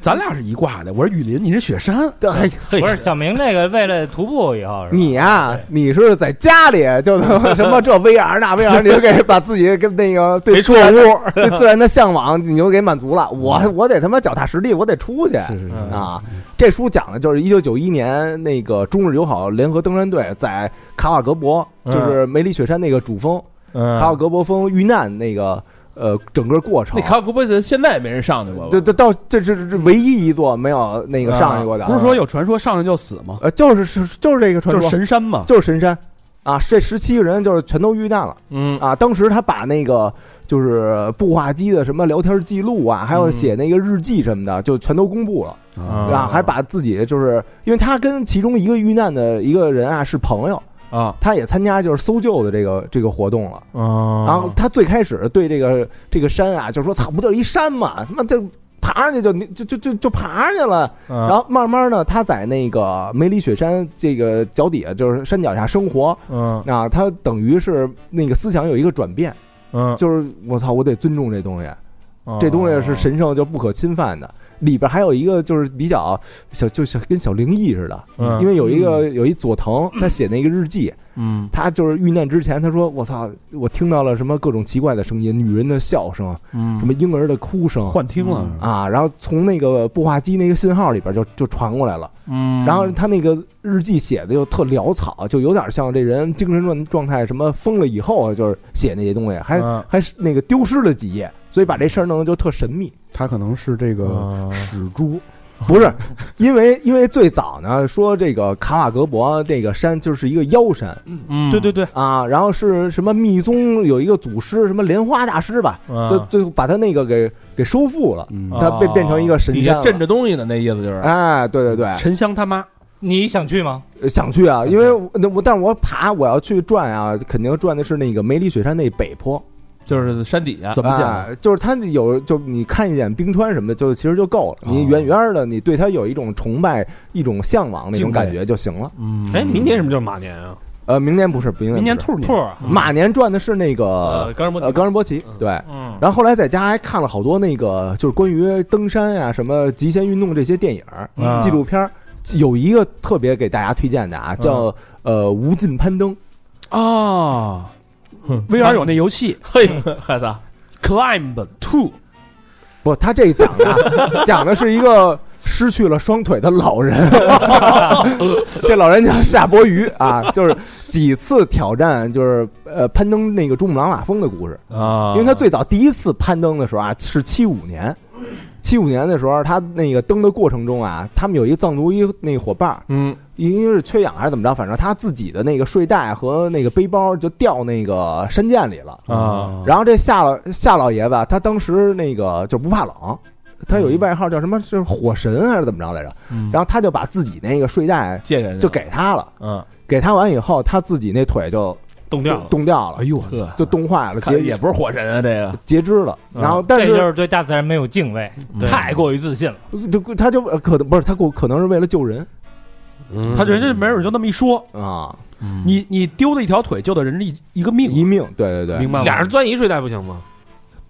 咱俩是一挂的，我是雨林，你是雪山，对，嘿不是小明这个为了徒步以后是吧你啊对，你是在家里就他妈什么这 VR 那 VR，你就给把自己跟那个对没出屋 对自然的向往，你就给满足了。我我得他妈脚踏实地，我得出去是是是，啊！这书讲的就是一九九一年那个中日友好联合登山队在卡瓦格博，就是梅里雪山那个主峰卡瓦嗯，格博峰遇难那个呃整个过程那。卡古贝斯现在也没人上去过吧？这这到这这这这唯一一座没有那个上去过的，啊啊不是说有传说上去就死吗？呃就是是就是这个传就说是神山嘛，就是神山啊，这十七个人就是全都遇难了嗯啊。当时他把那个就是步话机的什么聊天记录啊，还有写那个日记什么的，就全都公布了嗯啊啊。还把自己就是因为他跟其中一个遇难的一个人啊是朋友，啊他也参加就是搜救的这个这个活动了。啊然后他最开始对这个这个山啊，就说操，不就是一山嘛，他妈这爬上去就就就就就爬上去了。啊然后慢慢呢，他在那个梅里雪山这个脚底下，就是山脚下生活，嗯啊，他等于是那个思想有一个转变，嗯，就是我操，我得尊重这东啊西，啊这东西是神圣就不可侵犯的。里边还有一个就是比较小，就像跟小灵异似的，嗯因为有一个有一佐藤，他写那个日记，嗯他就是遇难之前，他说我操，我听到了什么各种奇怪的声音，女人的笑声，嗯什么婴儿的哭声幻听了啊，然后从那个步话机那个信号里边就就传过来了。嗯然后他那个日记写的又特潦草，就有点像这人精神状状态什么疯了以后，就是写那些东西，还、嗯还是那个丢失了几页，所以把这事儿弄得就特神秘。他可能是这个呃啊史猪，不是，因为因为最早呢说这个卡瓦格博这个山就是一个妖山嗯对对对，啊，然后是什么密宗有一个祖师什么莲花大师吧，啊就对，就把他那个给给收复了，嗯，他被变成一个神底仙下了镇着东西呢，那意思就是哎，对对对，沉香他妈，你想去吗？想去啊，因为我那我但是我爬我要去转啊，肯定转的是那个梅里雪山那北坡。就是山底下怎么讲？哎就是它有就你看一眼冰川什么的，就其实就够了。你哦远远的，你对它有一种崇拜、一种向往那种敬感畏觉就行了。嗯哎，明年什么就是马年啊？呃，明年不是，明年明年不是兔年兔，儿嗯马年转的是那个冈仁波呃齐，冈仁波齐，对。嗯，然后后来在家还看了好多那个就是关于登山呀、什么极限运动这些电影儿、嗯纪录片儿。有一个特别给大家推荐的啊，叫、呃《无尽攀登》。啊，VR 有那游戏 嘿，孩子啊， Climb Two，不，他这讲的啊讲的是一个失去了双腿的老人，这老人叫夏伯渝啊，就是几次挑战，就是呃攀登那个珠穆朗玛峰的故事。啊，因为他最早第一次攀登的时候啊，是七五年，七五年的时候，他那个登的过程中啊，他们有一个藏族一那个伙伴儿，嗯因为是缺氧还是怎么着，反正他自己的那个睡袋和那个背包就掉那个山涧里了。啊然后这夏老夏老爷子，他当时那个就不怕冷，他有一外号叫什么，就是火神还是怎么着来着？嗯然后他就把自己那个睡袋借给人家就给他了，嗯给他完以后，他自己那腿就冻掉了，冻掉了哎，呦我操，就冻坏了，看截也不是火神啊，这个截肢了。嗯然后， 但这就是是对大自然没有敬畏，太过于自信了。就他就呃可能不是他可可能是为了救人嗯他人家没准就那么一说，啊，你你丢了一条腿，救的人一一个命，一命。对对对明，白吗？俩人钻一睡袋不行吗？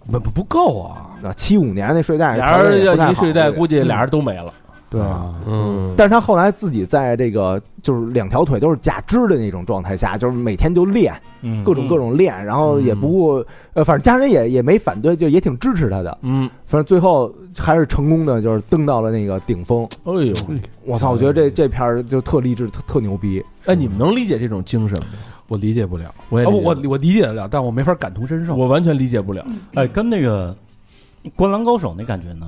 不不不够啊，啊，七五年那睡袋俩人条件也不太要一好睡袋，对估计俩人都没了。对啊，嗯，但是他后来自己在这个就是两条腿都是假肢的那种状态下，就是每天就练嗯，各种各种练，然后也不顾呃，反正家人也也没反对，就也挺支持他的。嗯，反正最后还是成功的，就是登到了那个顶峰。哎呦，我操！我觉得这这片儿就特励志，特特牛逼。哎，你们能理解这种精神吗？我理解不了，我也哦啊理我解不了我我理解得了，但我没法感同 身受。我完全理解不了，嗯哎，跟那个《灌篮高手》那感觉呢？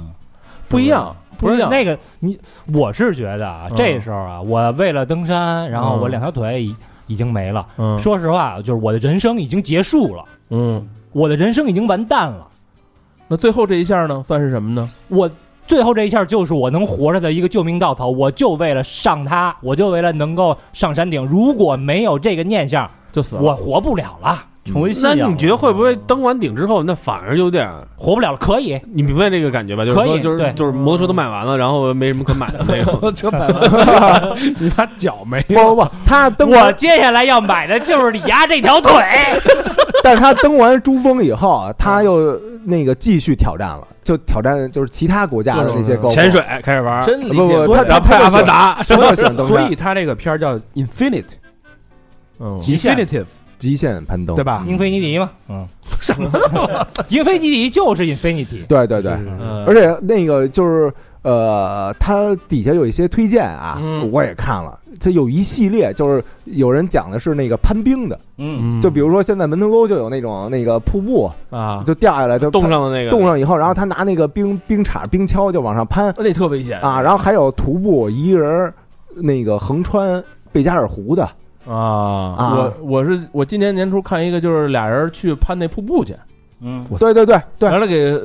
不一样，不不一是样。那个你，我是觉得啊嗯，这时候啊，我为了登山，然后嗯我两条腿已已经没了。嗯说实话，就是我的人生已经结束了，嗯，我的人生已经完蛋了。那最后这一下呢，算是什么呢？我最后这一下就是我能活着的一个救命稻草，我就为了上它，我就为了能够上山顶。如果没有这个念想，就死了。我活不了了，成为信那仰。你觉得会不会登完顶之后，那反而有点儿？活不了了，可以，你明白这个感觉吧？就是可以说，就是对就是摩托车都买完了，然后没什么可买的那 种。车摆完，你把脚没不不不，他登我完，接下来要买的就是你丫这条腿。但是他登完珠峰以后啊，他又那个继续挑战了，就挑战就是其他国家的那些高手潜水开始玩，真理不解不，他他然后拍他阿就凡喜欢，达，所有喜欢登所山以，他这个片儿叫 Infinite 嗯 Infinitive，极限攀登，对？吧？英菲尼迪嘛，嗯，什么？ 英菲尼迪就是 Infinity，对对对，嗯而且那个就是呃，它底下有一些推荐啊，嗯我也看了，它有一系列就是有人讲的是那个攀冰的，嗯，就比如说现在门头沟就有那种那个瀑布，啊，就掉下来就冻。上的那个冻上以后，然后他拿那个冰冰铲、冰锹就往上攀那特危嗯险啊，然后还有徒步一人儿那个横穿贝加尔湖的，啊啊我我是我今年年初看一个，就是俩人去攀那瀑布去，嗯，对对对对，完了给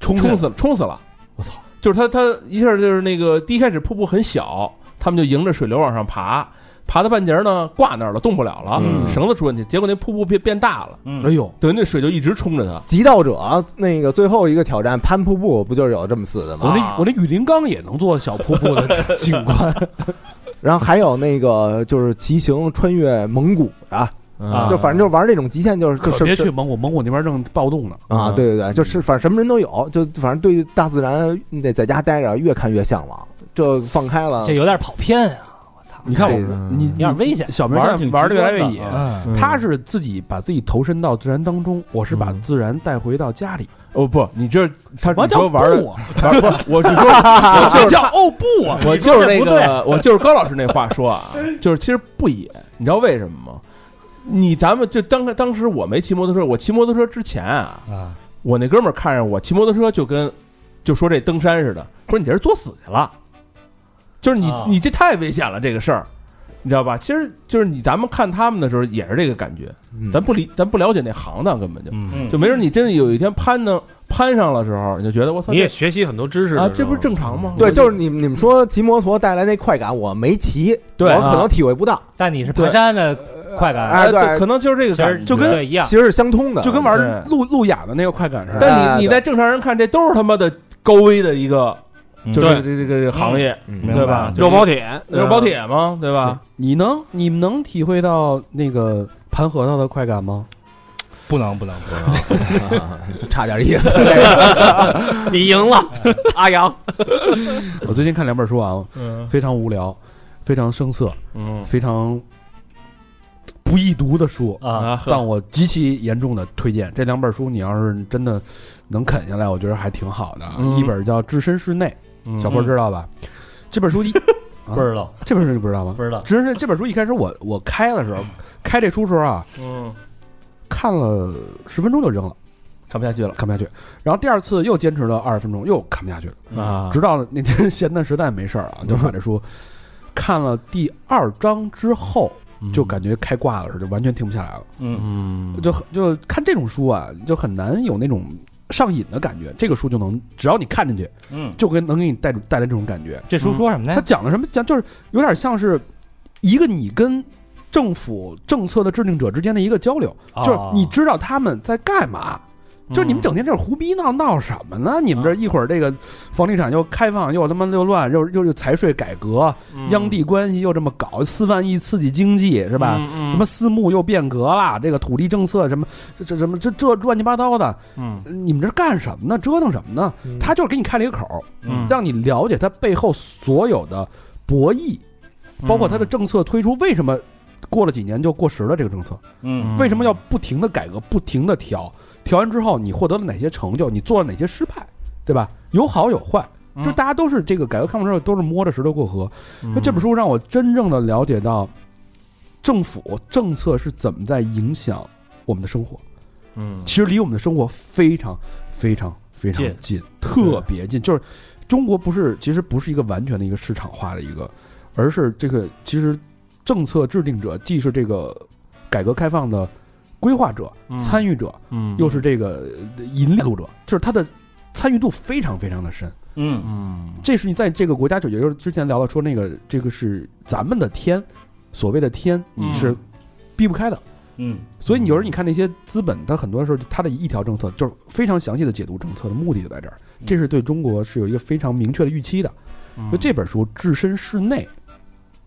冲去了冲死了，冲死了。我操！就是他他一下就是那个第一开始瀑布很小，他们就迎着水流往上爬，爬到半截儿呢挂那儿了，动不了了，嗯绳子出问题，结果那瀑布变变大了，哎呦，等于那水就一直冲着他。极道者那个最后一个挑战攀瀑布，不就是有这么四的吗？我啊那我那雨林冈也能做小瀑布的 景观，然后还有那个就是骑行穿越蒙古啊，啊就反正就玩这种极限，就是就可是别去蒙古，蒙古那边正暴动呢。啊，对对对，就是反正什么人都有，就反正对大自然你得在家待着，越看越向往，这放开了这。有点跑偏啊，我操，你看我对们，你有嗯你点危险。小明玩儿现在挺啊玩的啊极越来端越的野，嗯，他是自己把自己投身到自然当中，我是把嗯自然带回到家里。哦不，你这他我你说玩儿不啊？玩儿不，我 是说我就是叫哦不啊！我就是那你说这个，我就是高老师那话说啊，就是其实不野，你知道为什么吗？你咱们就当当时我没骑摩托车，我骑摩托车之前啊，啊我那哥们儿看着我骑摩托车就跟就说这登山似的，说你这是作死去了，就是你、啊你这太危险了这个事儿，你知道吧？其实就是你咱们看他们的时候也是这个感觉，嗯咱不理咱不了解那行当根本就、嗯就没准你真的有一天攀呢攀上了时候，你就觉得我操你也这学习很多知识啊的时这候不是正常吗？对，就是你们你们说骑摩托带来那快感，我没骑，对我可能体会不到。但你是爬山的快感，哎哎，对可能就是这个其感实觉，就跟对一样，其实是相通的，就跟玩儿对路路亚的那个快感似的。但哎你你对在正常人看，这都是他妈的高危的一个，就对是这这这个行嗯业，嗯明对白吧了？肉包铁，嗯肉包铁嘛，对吧？你能你们能体会到那个盘核桃的快感吗？不能不能不能， 啊差点意思。 你赢 了，阿阳，我最近看两本书啊，嗯非常无聊，非常生涩，嗯非常不易读的书，啊，但我极其严重的推荐这两本书。你要是真的能啃下来，我觉得还挺好的啊。嗯一本叫《置身事内》，小佛知道吧？这本书一不知道这本书你不知道吗不？知道，置身事这本书一开始我我开的时候，开这书时候啊，嗯看了十分钟就扔了，看不下去了看不下去。然后第二次又坚持了二十分钟，又看不下去了。啊直到那天 闲的实在没事儿啊，就把这书看了第二章之后，就感觉开挂了似的，完全停不下来了。嗯就很就看这种书啊，就很难有那种上瘾的感觉。这个书就能，只要你看进去，嗯，就跟能给你带带来这种感觉。这书说什么它呢？讲的什么？讲就是有点像是一个你跟政府政策的制定者之间的一个交流，就是你知道他们在干嘛。就是你们整天这儿胡逼闹闹什么呢？你们这一会儿这个房地产又开放，又他妈又乱，又又又财税改革，央地关系又这么搞，四万亿刺激经济是是吧？？什么私募又变革啦，这个土地政策什么这这什么这这乱七八糟的，嗯你们这干什么呢？折腾什么呢？嗯他就是给你开了一个口儿，嗯让你了解他背后所有的博弈，包括他的政策推出为什么过了几年就过时了这个政策。嗯为什么要不停的改革，不停的调？调完之后，你获得了哪些成就？你做了哪些失败？对吧？有好有坏，就大家都是这个改革开放之后都是摸着石头过河。那这本书让我真正的了解到，政府政策是怎么在影响我们的生活。嗯其实离我们的生活非常非常非常近近，特别近。就是中国不是其实不是一个完全的一个市场化的一个，而是这个其实政策制定者既是这个改革开放的规划者、嗯参与者，嗯又是这个呃引领者，就是他的参与度非常非常的深。嗯嗯这是你在这个国家，就也就是之前聊的说嗯那个这个是咱们的天，所谓的天，你是避不开的。嗯所以你有时候你看那些资本，它很多时候它的一条政策就是非常详细的解读政策的目的就在这儿，这是对中国是有一个非常明确的预期的。嗯所以这本书置身事内，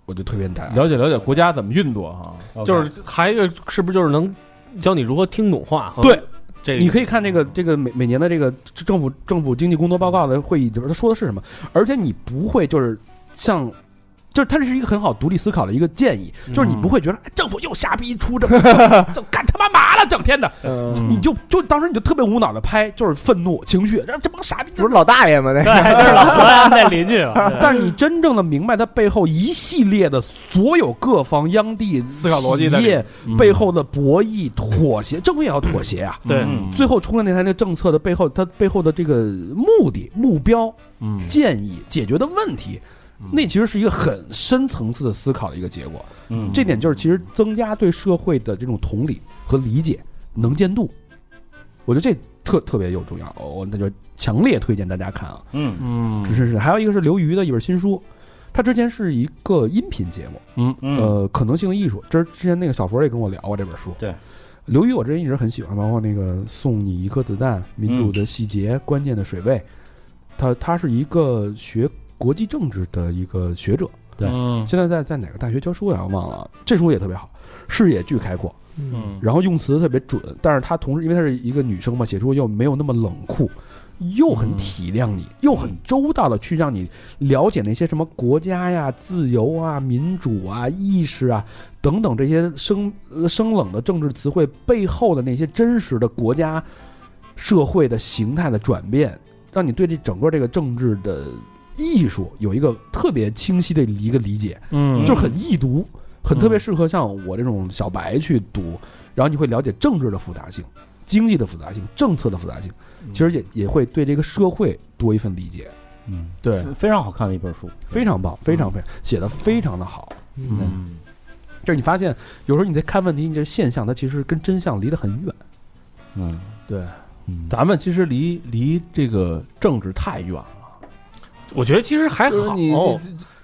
我就推荐大家。了解了解国家怎么运作哈。就是还有一个是不是就是能教你如何听懂话？对，这个嗯你可以看这个这个每每年的这个政府政府经济工作报告的会议里边，他说的是什么，而且你不会就是像。就是它是一个很好独立思考的一个建议，嗯就是你不会觉得、哎政府又瞎逼出这么 这干他妈嘛了，整天的，嗯，你就就当时你就特别无脑的拍，就是愤怒情绪，这这帮傻逼，不是老大爷吗？那对，哎就是老何安那邻居嘛， 但是你真正的明白它背后一系列的所有各方央地思考逻辑在企里嗯业背后的博弈、妥协，政府也要妥协啊。对嗯最后出了那台那政策的背后，它背后的这个目的、目标、嗯建议、解决的问题嗯，那其实是一个很深层次的思考的一个结果。嗯，这点就是其实增加对社会的这种同理和理解、能见度，我觉得这特特别有重要。我那就强烈推荐大家看啊。嗯嗯是是是，还有一个是刘瑜的一本新书，他之前是一个音频节目，嗯呃，可能性的艺术，这是之前那个小佛也跟我聊过这本书。对，刘瑜我之前一直很喜欢，包括那个送你一颗子弹、民主的细节、关键的水位，他他是一个学国际政治的一个学者，对嗯现在在在哪个大学教书呀？我忘了，这书也特别好，视野巨开阔，嗯然后用词特别准，但是她同时因为她是一个女生嘛，写出又没有那么冷酷，又很体谅你，又很周到的去让你了解那些什么国家呀、自由啊、民主啊、意识啊等等这些生呃生冷的政治词汇背后的那些真实的国家社会的形态的转变，让你对这整个这个政治的艺术有一个特别清晰的一个理解。嗯就是很易读，很特别适合像我这种小白去读，然后你会了解政治的复杂性、经济的复杂性、政策的复杂性，其实也也会对这个社会多一份理解，嗯，对，非常好看的一本书，非常棒，非常非常写的非常的好。嗯就是你发现有时候你在看问题，你这现象它其实跟真相离得很远。嗯，对，嗯，咱们其实离离这个政治太远了。我觉得其实还好，你，你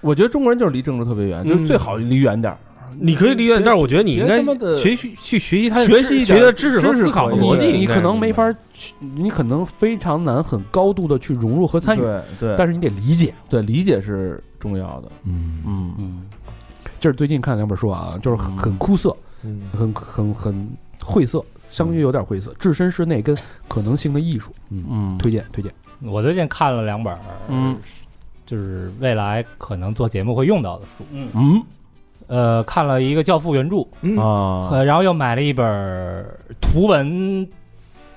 我觉得中国人就是离政治特别远，就是嗯最好离远点儿。你可以理解，但是我觉得你应别该他妈的学习去学习他的学知习一学点的知识和知识思考可的以逻辑应该是，你可能没法去，你可能非常难很高度的去融入和参与，对对，但是你得理解。对理解是重要的。嗯，嗯嗯这是最近看两本书啊，就是很很枯涩，嗯很很很晦涩，相约有点晦涩。置身事内跟可能性的艺术，嗯，嗯推荐推荐。我最近看了两本，嗯，就是未来可能做节目会用到的书。嗯嗯呃，看了一个《教父》原著，啊，呃，然后又买了一本图文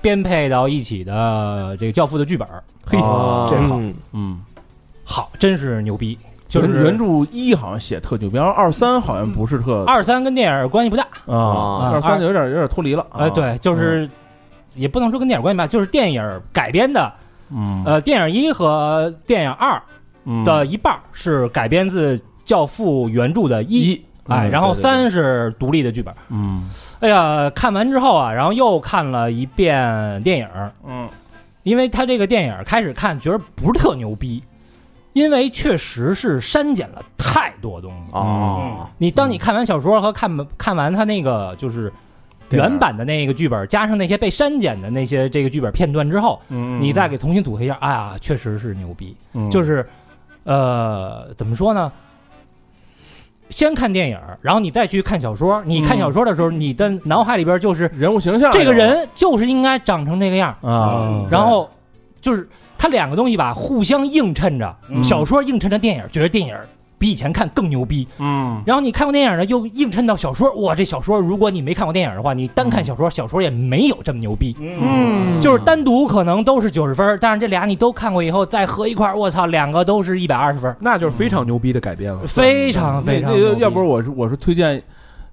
编配到一起的这个《教父》的剧本，嘿，啊这好，嗯嗯，好，真是牛逼。就是原原著一好像写特牛逼，然后二三好像不是特二三跟电影关系不大，啊，啊二三就有点有点脱离了。啊呃，，对，就是也不能说跟电影关系吧，就是电影改编的，嗯呃，电影一和电影二嗯的一半儿是改编自《教父》原著的一，一哎，嗯然对后对三是独立的剧本。嗯哎呀，看完之后啊，然后又看了一遍电影，嗯因为他这个电影开始看觉得不是特牛逼，因为确实是删减了太多东西。哦，你当嗯你看完小说和看看完他那个就是电影原版的那个剧本，加上那些被删减的那些这个剧本片段之后，嗯，你再给重新组合一下，哎呀，确实是牛逼。嗯就是，呃，怎么说呢？先看电影儿，然后你再去看小说儿。你看小说儿的时候，你的脑海里边就是嗯人物形象，这个人就是应该长成这个样儿，啊，然后就是它两个东西吧，互相映衬着。嗯小说映衬着电影儿，觉得电影儿比以前看更牛逼。嗯然后你看过电影呢，又映衬到小说儿，哇，这小说儿如果你没看过电影儿的话，你单看小说儿，小说儿也没有这么牛逼。嗯就是单独可能都是九十分儿，但是这俩你都看过以后再合一块儿，我操，两个都是一百二十分儿，那就是非常牛逼的改编了。非常那啊非常那牛要逼。要不是我是我是推荐，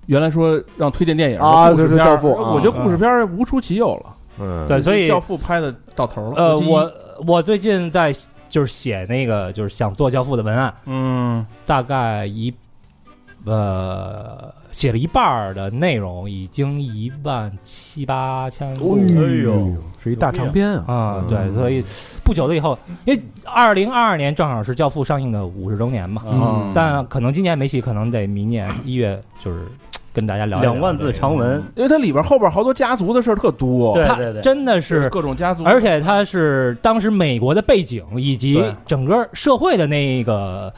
原来说让推荐电影啊说故事片儿就是教父啊我觉得故事片儿无出其右了。嗯，对，所以教父拍的到头了。呃，估计我我最近在就是写那个就是想做教父的文案，嗯大概一呃写了一半儿的内容，已经一万七八千多了。哦哎呦，是一大长篇啊。啊，对，所以不久的以后，因为二零二二年正好是《教父》上映的五十周年嘛，嗯但可能今年没戏，可能得明年一月就是跟大家啊聊一聊两万字长文，因为它里边后边好多家族的事儿特多，对他对对，真的就是是，各种家族，而且他是当时美国的背景以及对整个社会的那个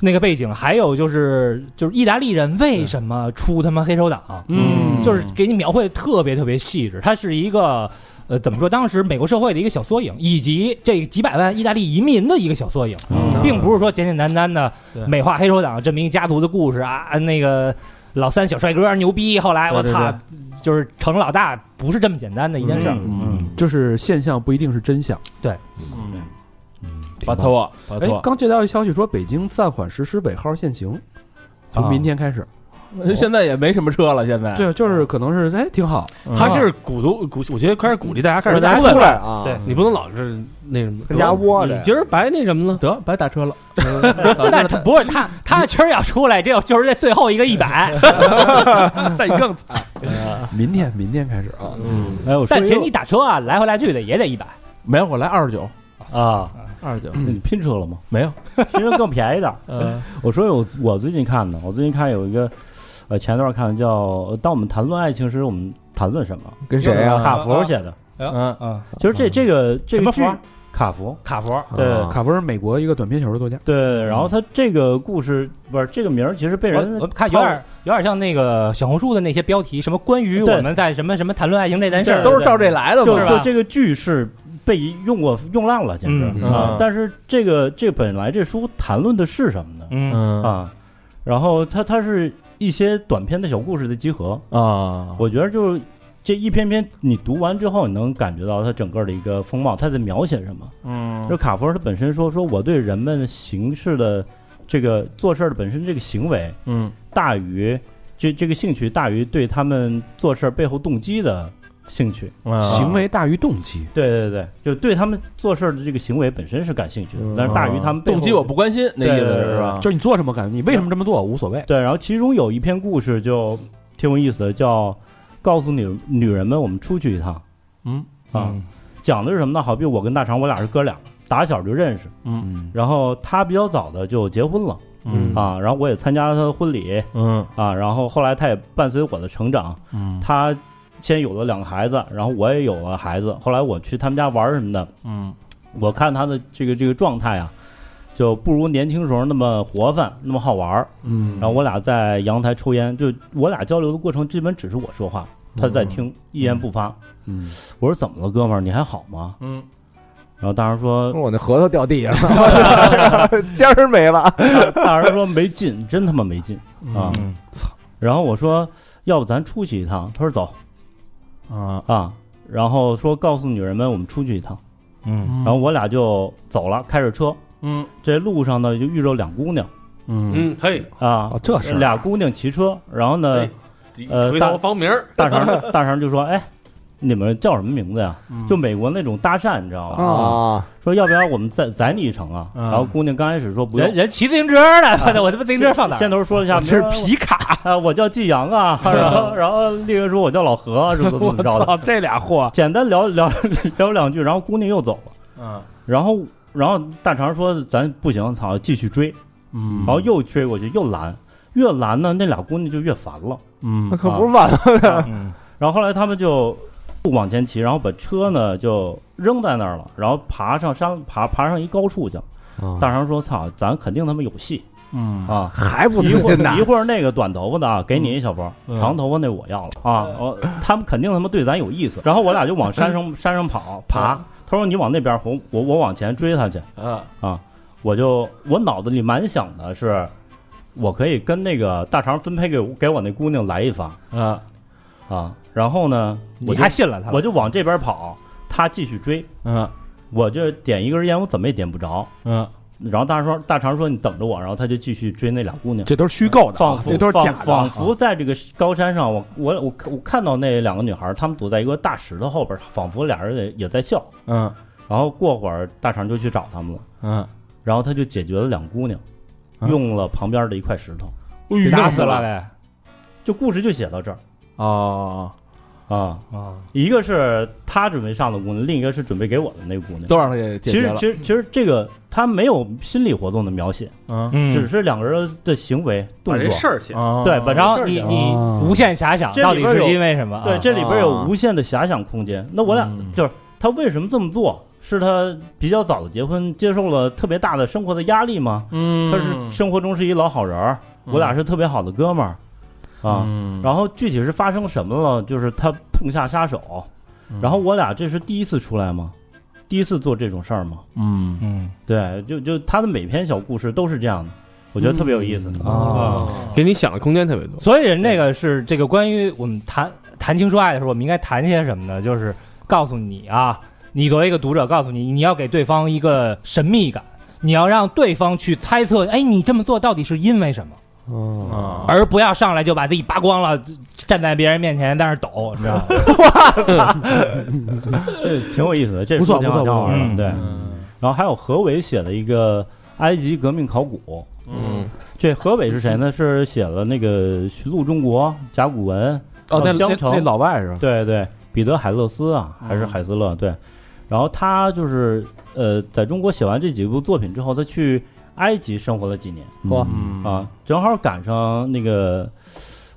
那个背景，还有就是就是意大利人为什么出他妈黑手党，嗯就是给你描绘得特别特别细致，它是一个。呃，怎么说？当时美国社会的一个小缩影，以及这几百万意大利移民的一个小缩影，并不是说简简单单的对美化黑手党这么一个家族的故事啊。啊那个老三小帅哥牛逼，后来我对对操，就是成了老大，不是这么简单的一件事儿。嗯，就是现象不一定是真相。嗯，不错不哎错，，刚接到一消息说北京暂缓实施尾号限行，从明天开始。现在也没什么车了，现在对，就是可能是哎，挺好。他是鼓励鼓，我觉得开始鼓励大家开始大家出出来，嗯来啊，对你不能老是那什么跟家窝着你今儿白那什么了？得 白打车了，那他不是他，他今儿要出来，这就是这最后一个一百，但你更 惨，啊明天，明天开始啊。嗯，哎，我说但一个前提打车啊，来回来去的也得一百。没有我来二十九啊，二十九，你拼车了吗？没有，拼车更便宜的。嗯我说有，我最近看的，我最近看有一个，呃，前段看的叫呃《当我们谈论爱情时，我们谈论什么跟》，谁是啊？卡佛写的。嗯嗯，其实这这个这什么个佛剧卡佛，卡佛，啊对卡夫是美国一个短篇小说作家，对，然后他这个故事不是这个名儿，其实被人我我看有点有点像那个小红书的那些标题，什么关于对我们在什么什么谈论爱情这件事儿，对都是照这来的就吧就这个剧是被用过用烂了，简直嗯啊嗯！但是这个这本来这书谈论的是什么呢？嗯嗯啊，然后它它是一些短篇的小故事的集合，啊，我觉得就是这一篇篇你读完之后，你能感觉到它整个的一个风貌，它在描写什么。嗯就卡佛他本身说说我对人们行事的这个做事儿的本身这个行为嗯大于这这个兴趣大于对他们做事儿背后动机的兴趣。啊行为大于动机。对对对，就对他们做事儿的这个行为本身是感兴趣的，但是大于他们背后动机我不关心，那意对思对对是吧？就是你做什么感觉，你为什么这么做无所谓。对。然后其中有一篇故事就挺有意思的，叫“告诉女女人们，我们出去一趟”。嗯啊，讲的是什么呢？好比我跟大肠，我俩是哥俩，打小就认识。嗯，然后他比较早的就结婚了嗯啊，然后我也参加了他的婚礼嗯啊，然后后来他也伴随我的成长，嗯他先有了两个孩子，然后我也有了孩子。后来我去他们家玩儿什么的，嗯我看他的这个这个状态啊，就不如年轻时候那么活泛，那么好玩儿。嗯然后我俩在阳台抽烟，就我俩交流的过程，基本只是我说话，他在听，一言不发。嗯，我说怎么了，哥们儿，你还好吗？嗯然后当时说，我那核桃掉地上了， 尖儿没了。当时说没劲，真他妈没劲啊！操！然后我说，要不咱出去一趟？他说走啊啊。然后说告诉女人们，我们出去一趟。嗯然后我俩就走了，开着车。嗯这路上呢，就遇着两姑娘嗯，嗯嘿，啊哦，，这是俩姑娘骑车，然后呢哎，回头方名儿大肠 大肠就说：“哎，你们叫什么名字呀？”就美国那种搭讪，你知道吗？啊，说要不然我们载载你一程啊？然后姑娘刚开始说不用人，人骑自行车呢，我的我他妈自行车放哪儿？先头说了一下，是皮卡啊，我叫季阳 啊，然后然后那个说我叫老何，啊是怎么怎么着的，操，这俩货，简单聊聊 聊两句，然后姑娘又走了，嗯然后然后大肠说咱不行，操，继续追，嗯然后又追过去，又拦，越拦呢，那俩姑娘就越烦了，嗯那可不是晚了。然后后来他们就不往前骑，然后把车呢就扔在那儿了，然后爬上山爬爬上一高处去了。大肠说：“操，咱肯定他妈有戏嗯啊！还不一死会心呐儿一！会儿那个短头发的啊，给你一小包，嗯长头发那我要了啊！哦，他们肯定他妈对咱有意思。然后我俩就往山上山上跑爬。他说你往那边，我我我往前追他去。啊我就我脑子里满想的是，我可以跟那个大肠分配给我给我那姑娘来一发啊啊。然后呢，我你就还信了他？我就往这边跑，他继续追，嗯我就点一根烟，我怎么也点不着。嗯然后大肠说大肠说你等着我，然后他就继续追那俩姑娘。这都是虚构的仿啊，佛这都是假的仿啊仿。佛在这个高山上，我我我我看到那两个女孩，她们躲在一个大石头后边，仿佛俩人也也在笑。嗯然后过会儿大肠就去找她们了，嗯，然后他就解决了两姑娘，嗯用了旁边的一块石头。打死了呗。就故事就写到这儿哦，啊，啊，一个是他准备上的姑娘，另一个是准备给我的那个姑娘。都让他给解其决实了。其实其实这个他没有心理活动的描写，嗯嗯只是两个人的行为动把作这。事儿写，啊，对把然后你这你啊无限遐想，这到里底边是有因为什么？对，啊这里边有无限的遐想空间。那我俩嗯就是他为什么这么做？是他比较早的结婚，接受了特别大的生活的压力吗？嗯他是生活中是一老好人儿，我俩是特别好的哥们儿啊。嗯然后具体是发生什么了？就是他痛下杀手，嗯然后我俩这是第一次出来吗？第一次做这种事儿吗？嗯，嗯，对，就就他的每篇小故事都是这样的，我觉得特别有意嗯思嗯啊，给你想的空间特别多。嗯所以人这个是这个关于我们谈谈情说爱的时候，我们应该谈些什么呢？就是告诉你啊，你作为一个读者，告诉你，你要给对方一个神秘感，你要让对方去猜测，哎，你这么做到底是因为什么？啊而不要上来就把自己扒光了，站在别人面前在那儿抖，你知道吗？这挺有意思的，这不错书挺好不错挺好玩不错的。对，然后还有何伟写了一个埃及革命考古，嗯，这何伟是谁呢？是写了那个《寻路中国》甲骨文，哦，那江那城那老外是吧？对对，彼得海勒斯啊，还嗯是海斯勒对。然后他就是呃，在中国写完这几部作品之后，他去埃及生活了几年哇嗯啊，正好赶上那个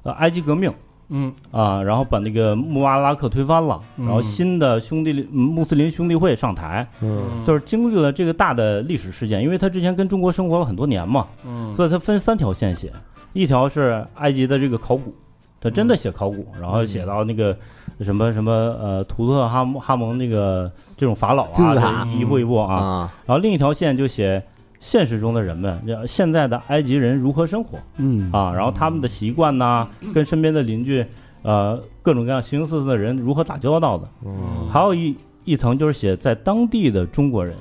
呃埃及革命。嗯啊，然后把那个穆巴拉克推翻了，然后嗯新的兄弟嗯穆斯林兄弟会上台，嗯就是经历了这个大的历史事件，因为他之前跟中国生活了很多年嘛，嗯所以他分三条线写，一条是埃及的这个考古，他真的写考古，然后写到那个什么什么呃图特哈姆哈蒙那个这种法老金字啊塔，一步一步啊，啊，然后另一条线就写现实中的人们，要现在的埃及人如何生活。嗯啊，然后他们的习惯呐、跟身边的邻居，呃，各种各样形形色色的人如何打交道的。还有一一层就是写在当地的中国人，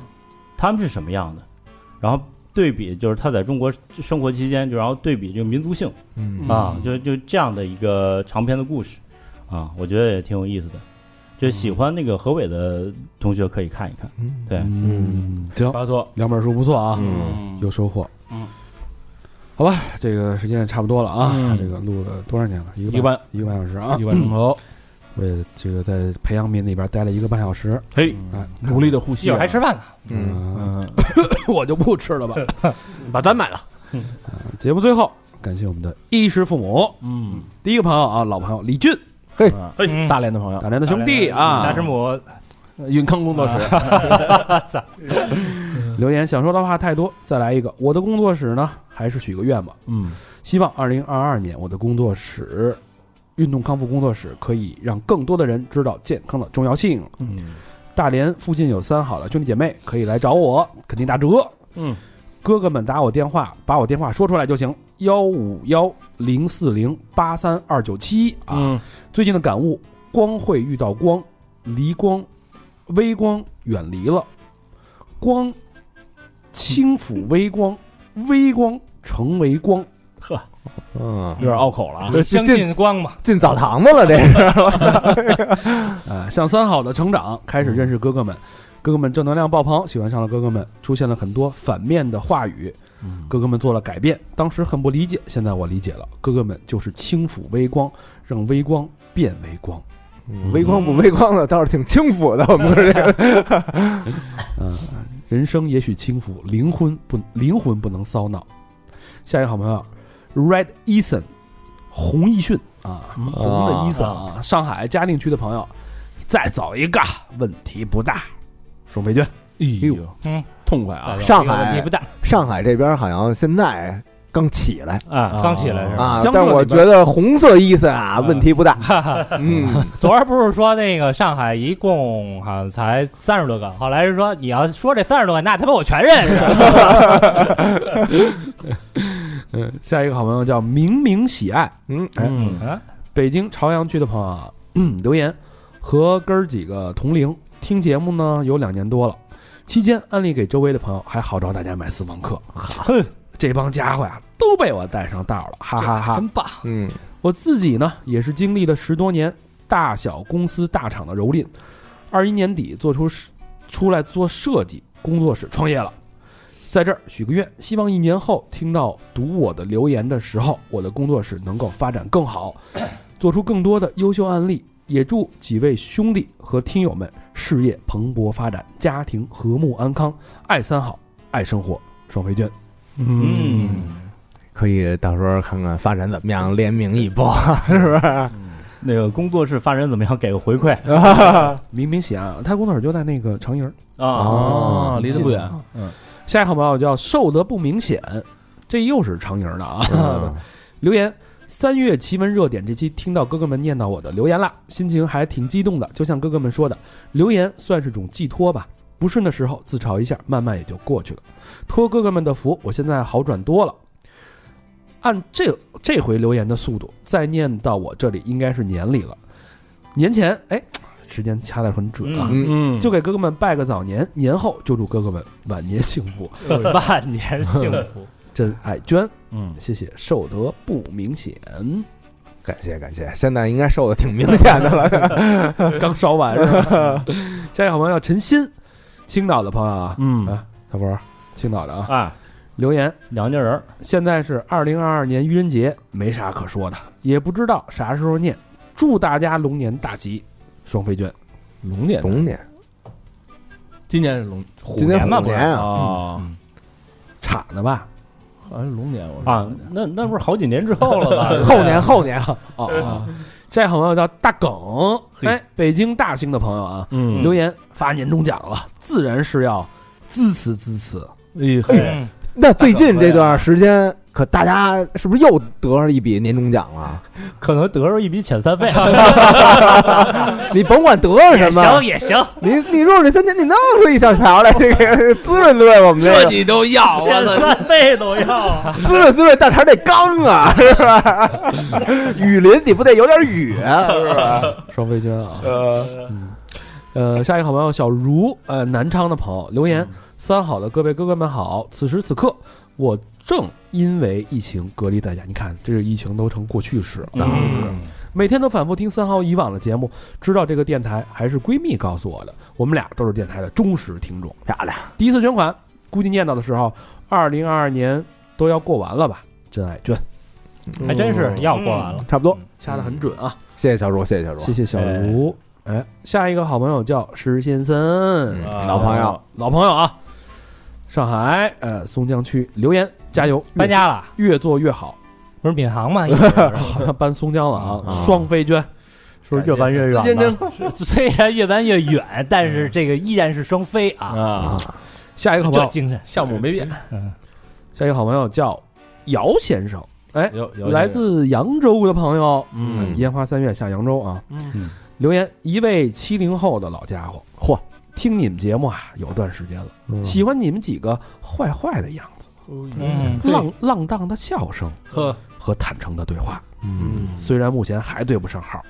他们是什么样的，然后对比就是他在中国生活期间，就然后对比这个民族性嗯啊，就就这样的一个长篇的故事啊，我觉得也挺有意思的。就喜欢那个何伟的同学可以看一看，对，嗯，行，巴托，两本书不错啊，嗯有收获。嗯，好吧，这个时间也差不多了啊，嗯这个录了多少年了？一一个个半半一个半小时啊一，万钟头，我也这个在培养皿里边待了一个半小时，嘿，哎，努力的呼吸，啊一会儿还吃饭呢。嗯，啊嗯， 我就不吃了吧。把单买了，节目最后，感谢我们的衣食父母，嗯第一个朋友啊，老朋友李俊，嗯大连的朋友，大连的兄弟大啊师，母，永康工作室， 留言想说的话太多，再来一个。我的工作室呢，还是许个愿吧，嗯希望二零二二年我的工作室，运动康复工作室可以让更多的人知道健康的重要性。嗯大连附近有三好的兄弟姐妹可以来找我，肯定打折。嗯，哥哥们打我电话，把我电话说出来就行，幺五幺零四零八三二九七啊。嗯最近的感悟：光会遇到光，离光，微光远离了，光轻抚微光，微光成为光。嗯，有点拗口了啊，相信光嘛，进澡堂子了，这是啊呃，向三好的成长，开始认识哥哥们，哥哥们正能量爆棚，喜欢上了哥哥们，出现了很多反面的话语，嗯哥哥们做了改变，当时很不理解，现在我理解了，哥哥们就是轻抚微光，让微光变为光。微光不微光的，倒是挺轻浮的。我们这个嗯，人生也许轻浮，灵魂不灵魂不能骚闹。下一个好朋友，Red Eason，红奕迅啊，嗯红的 Eason 啊，上海嘉定区的朋友，再找一个，问题不大。双飞娟，哎呦，嗯，痛快啊，上问题海不，大上海这边好像现在刚起来啊，哦刚起来是吧？啊香，但港我那边觉得红色衣色啊问题不大。嗯，昨儿不是说那个上海一共好像才三十多个，后来是说你要说这三十多个，那他妈我全认识。嗯，下一个好朋友叫明明喜爱，嗯，哎北京朝阳区的朋友啊 留言，和哥儿几个同龄，听节目呢有两年多了，期间安利给周围的朋友，还号召大家买私房课。哼，这帮家伙呀、都被我带上道了，哈哈哈真棒！嗯，我自己呢，也是经历了十多年大小公司、大厂的蹂躏，二一年底做出是出来做设计工作室创业了。在这儿许个愿，希望一年后听到读我的留言的时候，我的工作室能够发展更好，做出更多的优秀案例，也祝几位兄弟和听友们事业蓬勃发展，家庭和睦安康，爱三好，爱生活。双飞娟，嗯，可以到时候看看发展怎么样，联名一波，是不是？那个工作室发展怎么样？给个回馈明明显啊，他工作室就在那个长营儿啊！哦离得不远。嗯，下一个好朋友叫瘦得不明显，这又是长营儿的啊。嗯 留言。三月奇闻热点这期听到哥哥们念叨我的留言啦，心情还挺激动的。就像哥哥们说的，留言算是种寄托吧。不顺的时候自嘲一下，慢慢也就过去了。托哥哥们的福，我现在好转多了。按这这回留言的速度，再念到我这里应该是年里了。年前，哎，时间掐得很准 啊。嗯就给哥哥们拜个早年，年后就祝哥哥们晚年幸福。万年幸福。真爱娟，嗯，谢谢，瘦得不明显，感谢感谢，现在应该瘦的挺明显的了。 刚烧完是吧？ 下一个好朋友陈鑫，青岛的朋友啊，嗯啊，小博，青岛的啊，哎，留言娘家人儿，现在是二零二二年愚人节，没啥可说的，也不知道啥时候念。祝大家龙年大吉，双飞娟。龙年，龙年，今年是龙虎今年虎嘛不是年啊啊，岔呢吧？好像是龙年，我说啊，那那不是好几年之后 了吧？后年后年啊，哦哦，下一个好朋友叫大耿，哎，北京大兴的朋友啊，嗯留言发年终奖了，自然是要支持支持。哎嘿，嗯那最近这段时间，可大家是不是又得上一笔年终奖了？可能得着一笔遣 散费，你甭管得上也什 行么，也行， 你你入这三天，你弄出一小条来，这个滋润滋润我们这个，你都要遣 散费都 要。滋润滋润大肠这刚啊，是吧？雨林你不得有点雨啊，是吧？双飞娟啊，嗯，呃，下一个好朋友小茹，呃，南昌的朋友留言：三好的各位哥哥们好，此时此刻我正因为疫情隔离在家，你看这是疫情都成过去式了，嗯每天都反复听三好以往的节目，知道这个电台还是闺蜜告诉我的，我们俩都是电台的忠实听众。漂亮，第一次捐款，估计念叨的时候，二零二二年都要过完了吧？真爱捐，嗯还真是要过完了。差不多。掐得很准啊！谢谢小茹，谢谢小茹，谢谢小茹。哎，下一个好朋友叫石先生，嗯老朋友，老朋友啊，上海呃松江区留言加油，搬家了，越越做越好，不是闵行吗？好像搬松江了啊，双飞娟，是不是越搬越远呢？ 虽然越搬越远，但是这个依然是双飞啊，啊，下一个好朋这友，精神。项目没变，下一个好朋友叫姚先生，哎，有有来自扬州的朋友，呃嗯烟花三月下扬州啊，嗯，留言一位七零后的老家伙，嚯，听你们节目啊有段时间了，嗯嗯喜欢你们几个坏坏的样子，嗯，浪浪荡的笑声呵，和坦诚的对话。嗯，虽然目前还对不上号，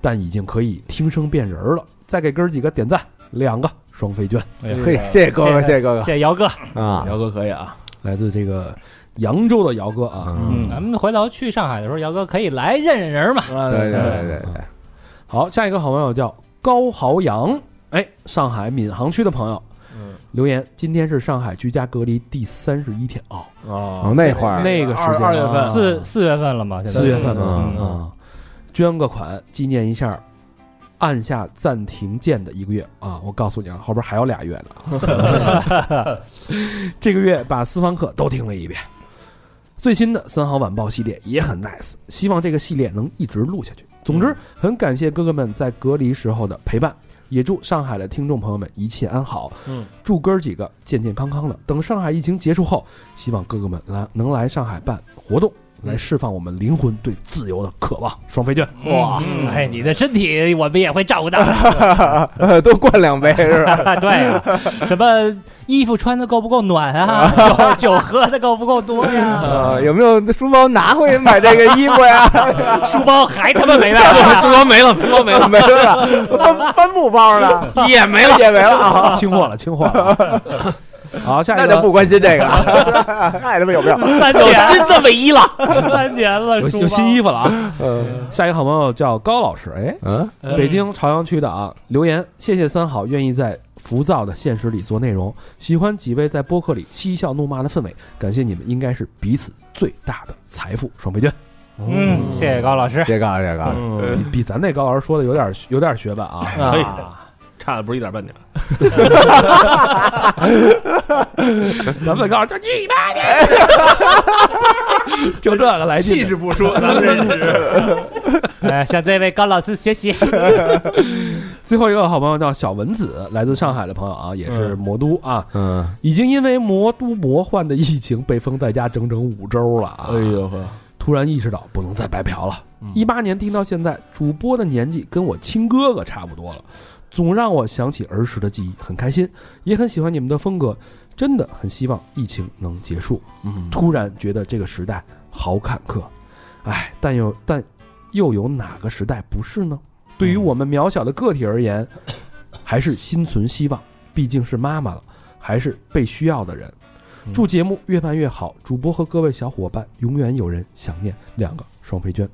但已经可以听声辨人儿了。再给哥儿几个点赞，两个双飞券，哎啊嘿，谢谢哥哥，谢谢哥谢谢姚哥，哥啊！姚哥可以啊，来自这个扬州的姚哥啊。嗯咱们回头去上海的时候，姚哥可以来认认人嘛。对对对对好，下一个好朋友叫高豪阳，哎，上海闵行区的朋友，嗯留言：今天是上海居家隔离第三十一天哦，哦哦，那会儿那个时间啊二二月份四四月份了嘛，现在四月份嘛嗯嗯啊，捐个款纪念一下。按下暂停键的一个月啊，我告诉你啊，后边还有俩月呢。 这个月把私房课都听了一遍，最新的三好晚报系列也很 nice，希望这个系列能一直录下去。总之，很感谢哥哥们在隔离时候的陪伴，也祝上海的听众朋友们一切安好。嗯，祝哥儿几个健健康康的。等上海疫情结束后，希望哥哥们来能来上海办活动，来释放我们灵魂对自由的渴望。双飞 券，哇，哎，你的身体我们也会照顾到的。对，呃多灌两杯是吧？对啊，什么衣服穿的够不够暖啊？酒酒喝的够不够多呀？啊，有没有书包拿回去买这个衣服呀？ 书包还他妈没带，猪包没了，猪包没 了，没了，帆帆布包呢？也没了，也没了啊！清货了，清货了啊。 好，下那一就个不关心这个了，爱他妈有没有？三年新的唯一了，三年了，有书包有新衣服了 啊。下一个好朋友叫高老师，哎，嗯，北京朝阳区的啊，留言谢谢三好愿意在浮躁的现实里做内容，喜欢几位在播客里嬉笑怒骂的氛围，感谢你们应该是彼此最大的财富。双飞娟，嗯，谢谢高老师。别干了，别干了，比比咱那高老师说的有点有点学问啊。可以，差的不是一 点半点。咱们高老师就你妈的，就这个来气劲。势不输，咱们认识。 呃，向这位高老师学习。 最后一个好朋友叫小蚊子，来自上海的朋友啊，嗯也是魔都啊，嗯，已经因为魔都魔幻的疫情被封在家整整五周了啊。哎呦呵，嗯突然意识到不能再白嫖了。一八年听到现在，主播的年纪跟我亲哥哥差不多了，总让我想起儿时的记忆，很开心，也很喜欢你们的风格，真的很希望疫情能结束。嗯，突然觉得这个时代好坎坷，哎，但又但又有哪个时代不是呢？对于我们渺小的个体而言， 还是心存希望，毕竟是妈妈了，还是被需要的人。祝节目越办越好，主播和各位小伙伴永远有人想念。两个双飞娟，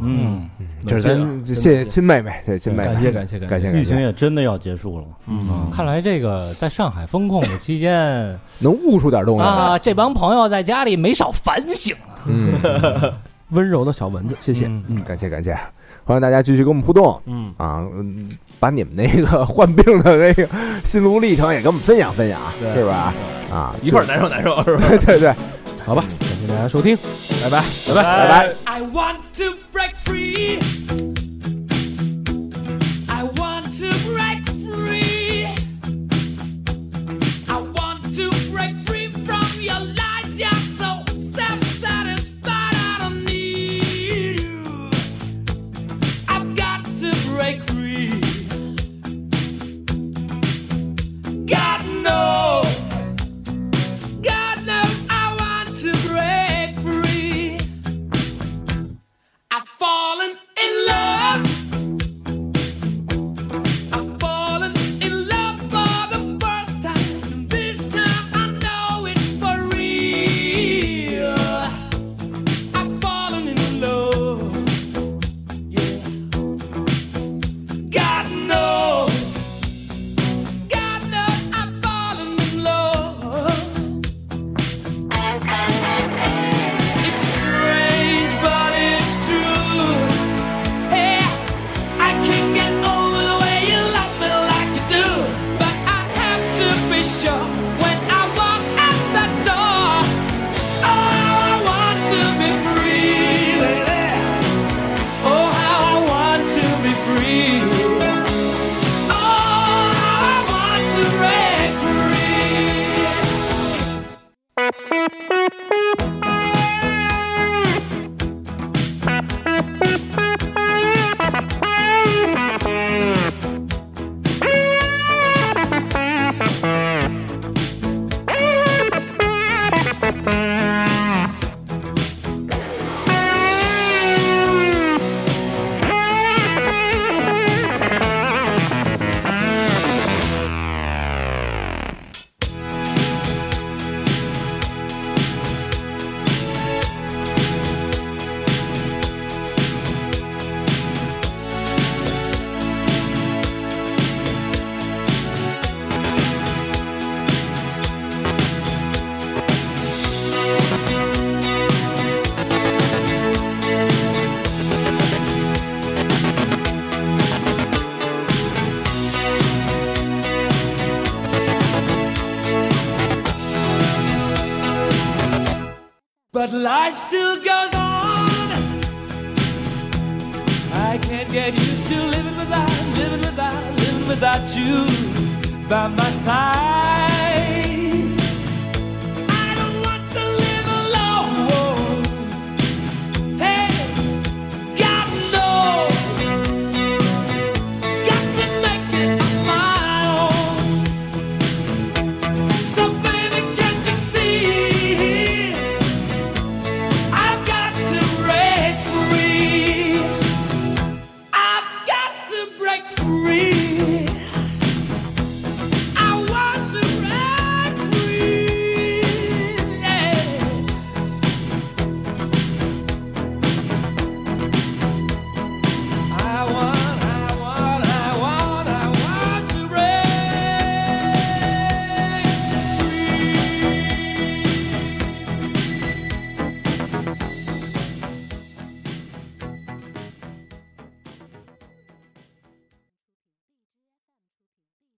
嗯，这是咱啊谢谢亲妹妹，谢谢亲妹妹，感谢感谢感感谢，谢嗯疫感情谢，也真的要结束了。嗯，看来这个在上海封控的期间能悟出点东西来，啊，这帮朋友在家里没少反省。 嗯，温柔的小蚊子，谢谢。嗯感谢感谢，欢迎大家继续跟我们互动，嗯啊，嗯把你们那个患病的那个心路历程也跟我们分享分享，是吧？啊，一块儿难受难受是吧？对 对对，好吧，感谢大家收听，拜拜。拜拜拜拜。 I want to break free. I want to break free. I want to break free from your lies. You're so self satisfied. I don't need you. I've got to break free. God knows. God knows I want to break free. I've fallen in love. I've fallen in love for the first time. And This time I know it's for real. I've fallen in love. Yeah. God knows. God knows I've fallen in love. It's strange, but it's true. Hey, I can't get over the way you love me like you do. But I have to be sure when I walk out the door. Oh, how I want to be free, lady. Oh, how I want to be free. Oh, how I want to break free. But life still goes on. I can't get used to living without, living without, living without you by my side.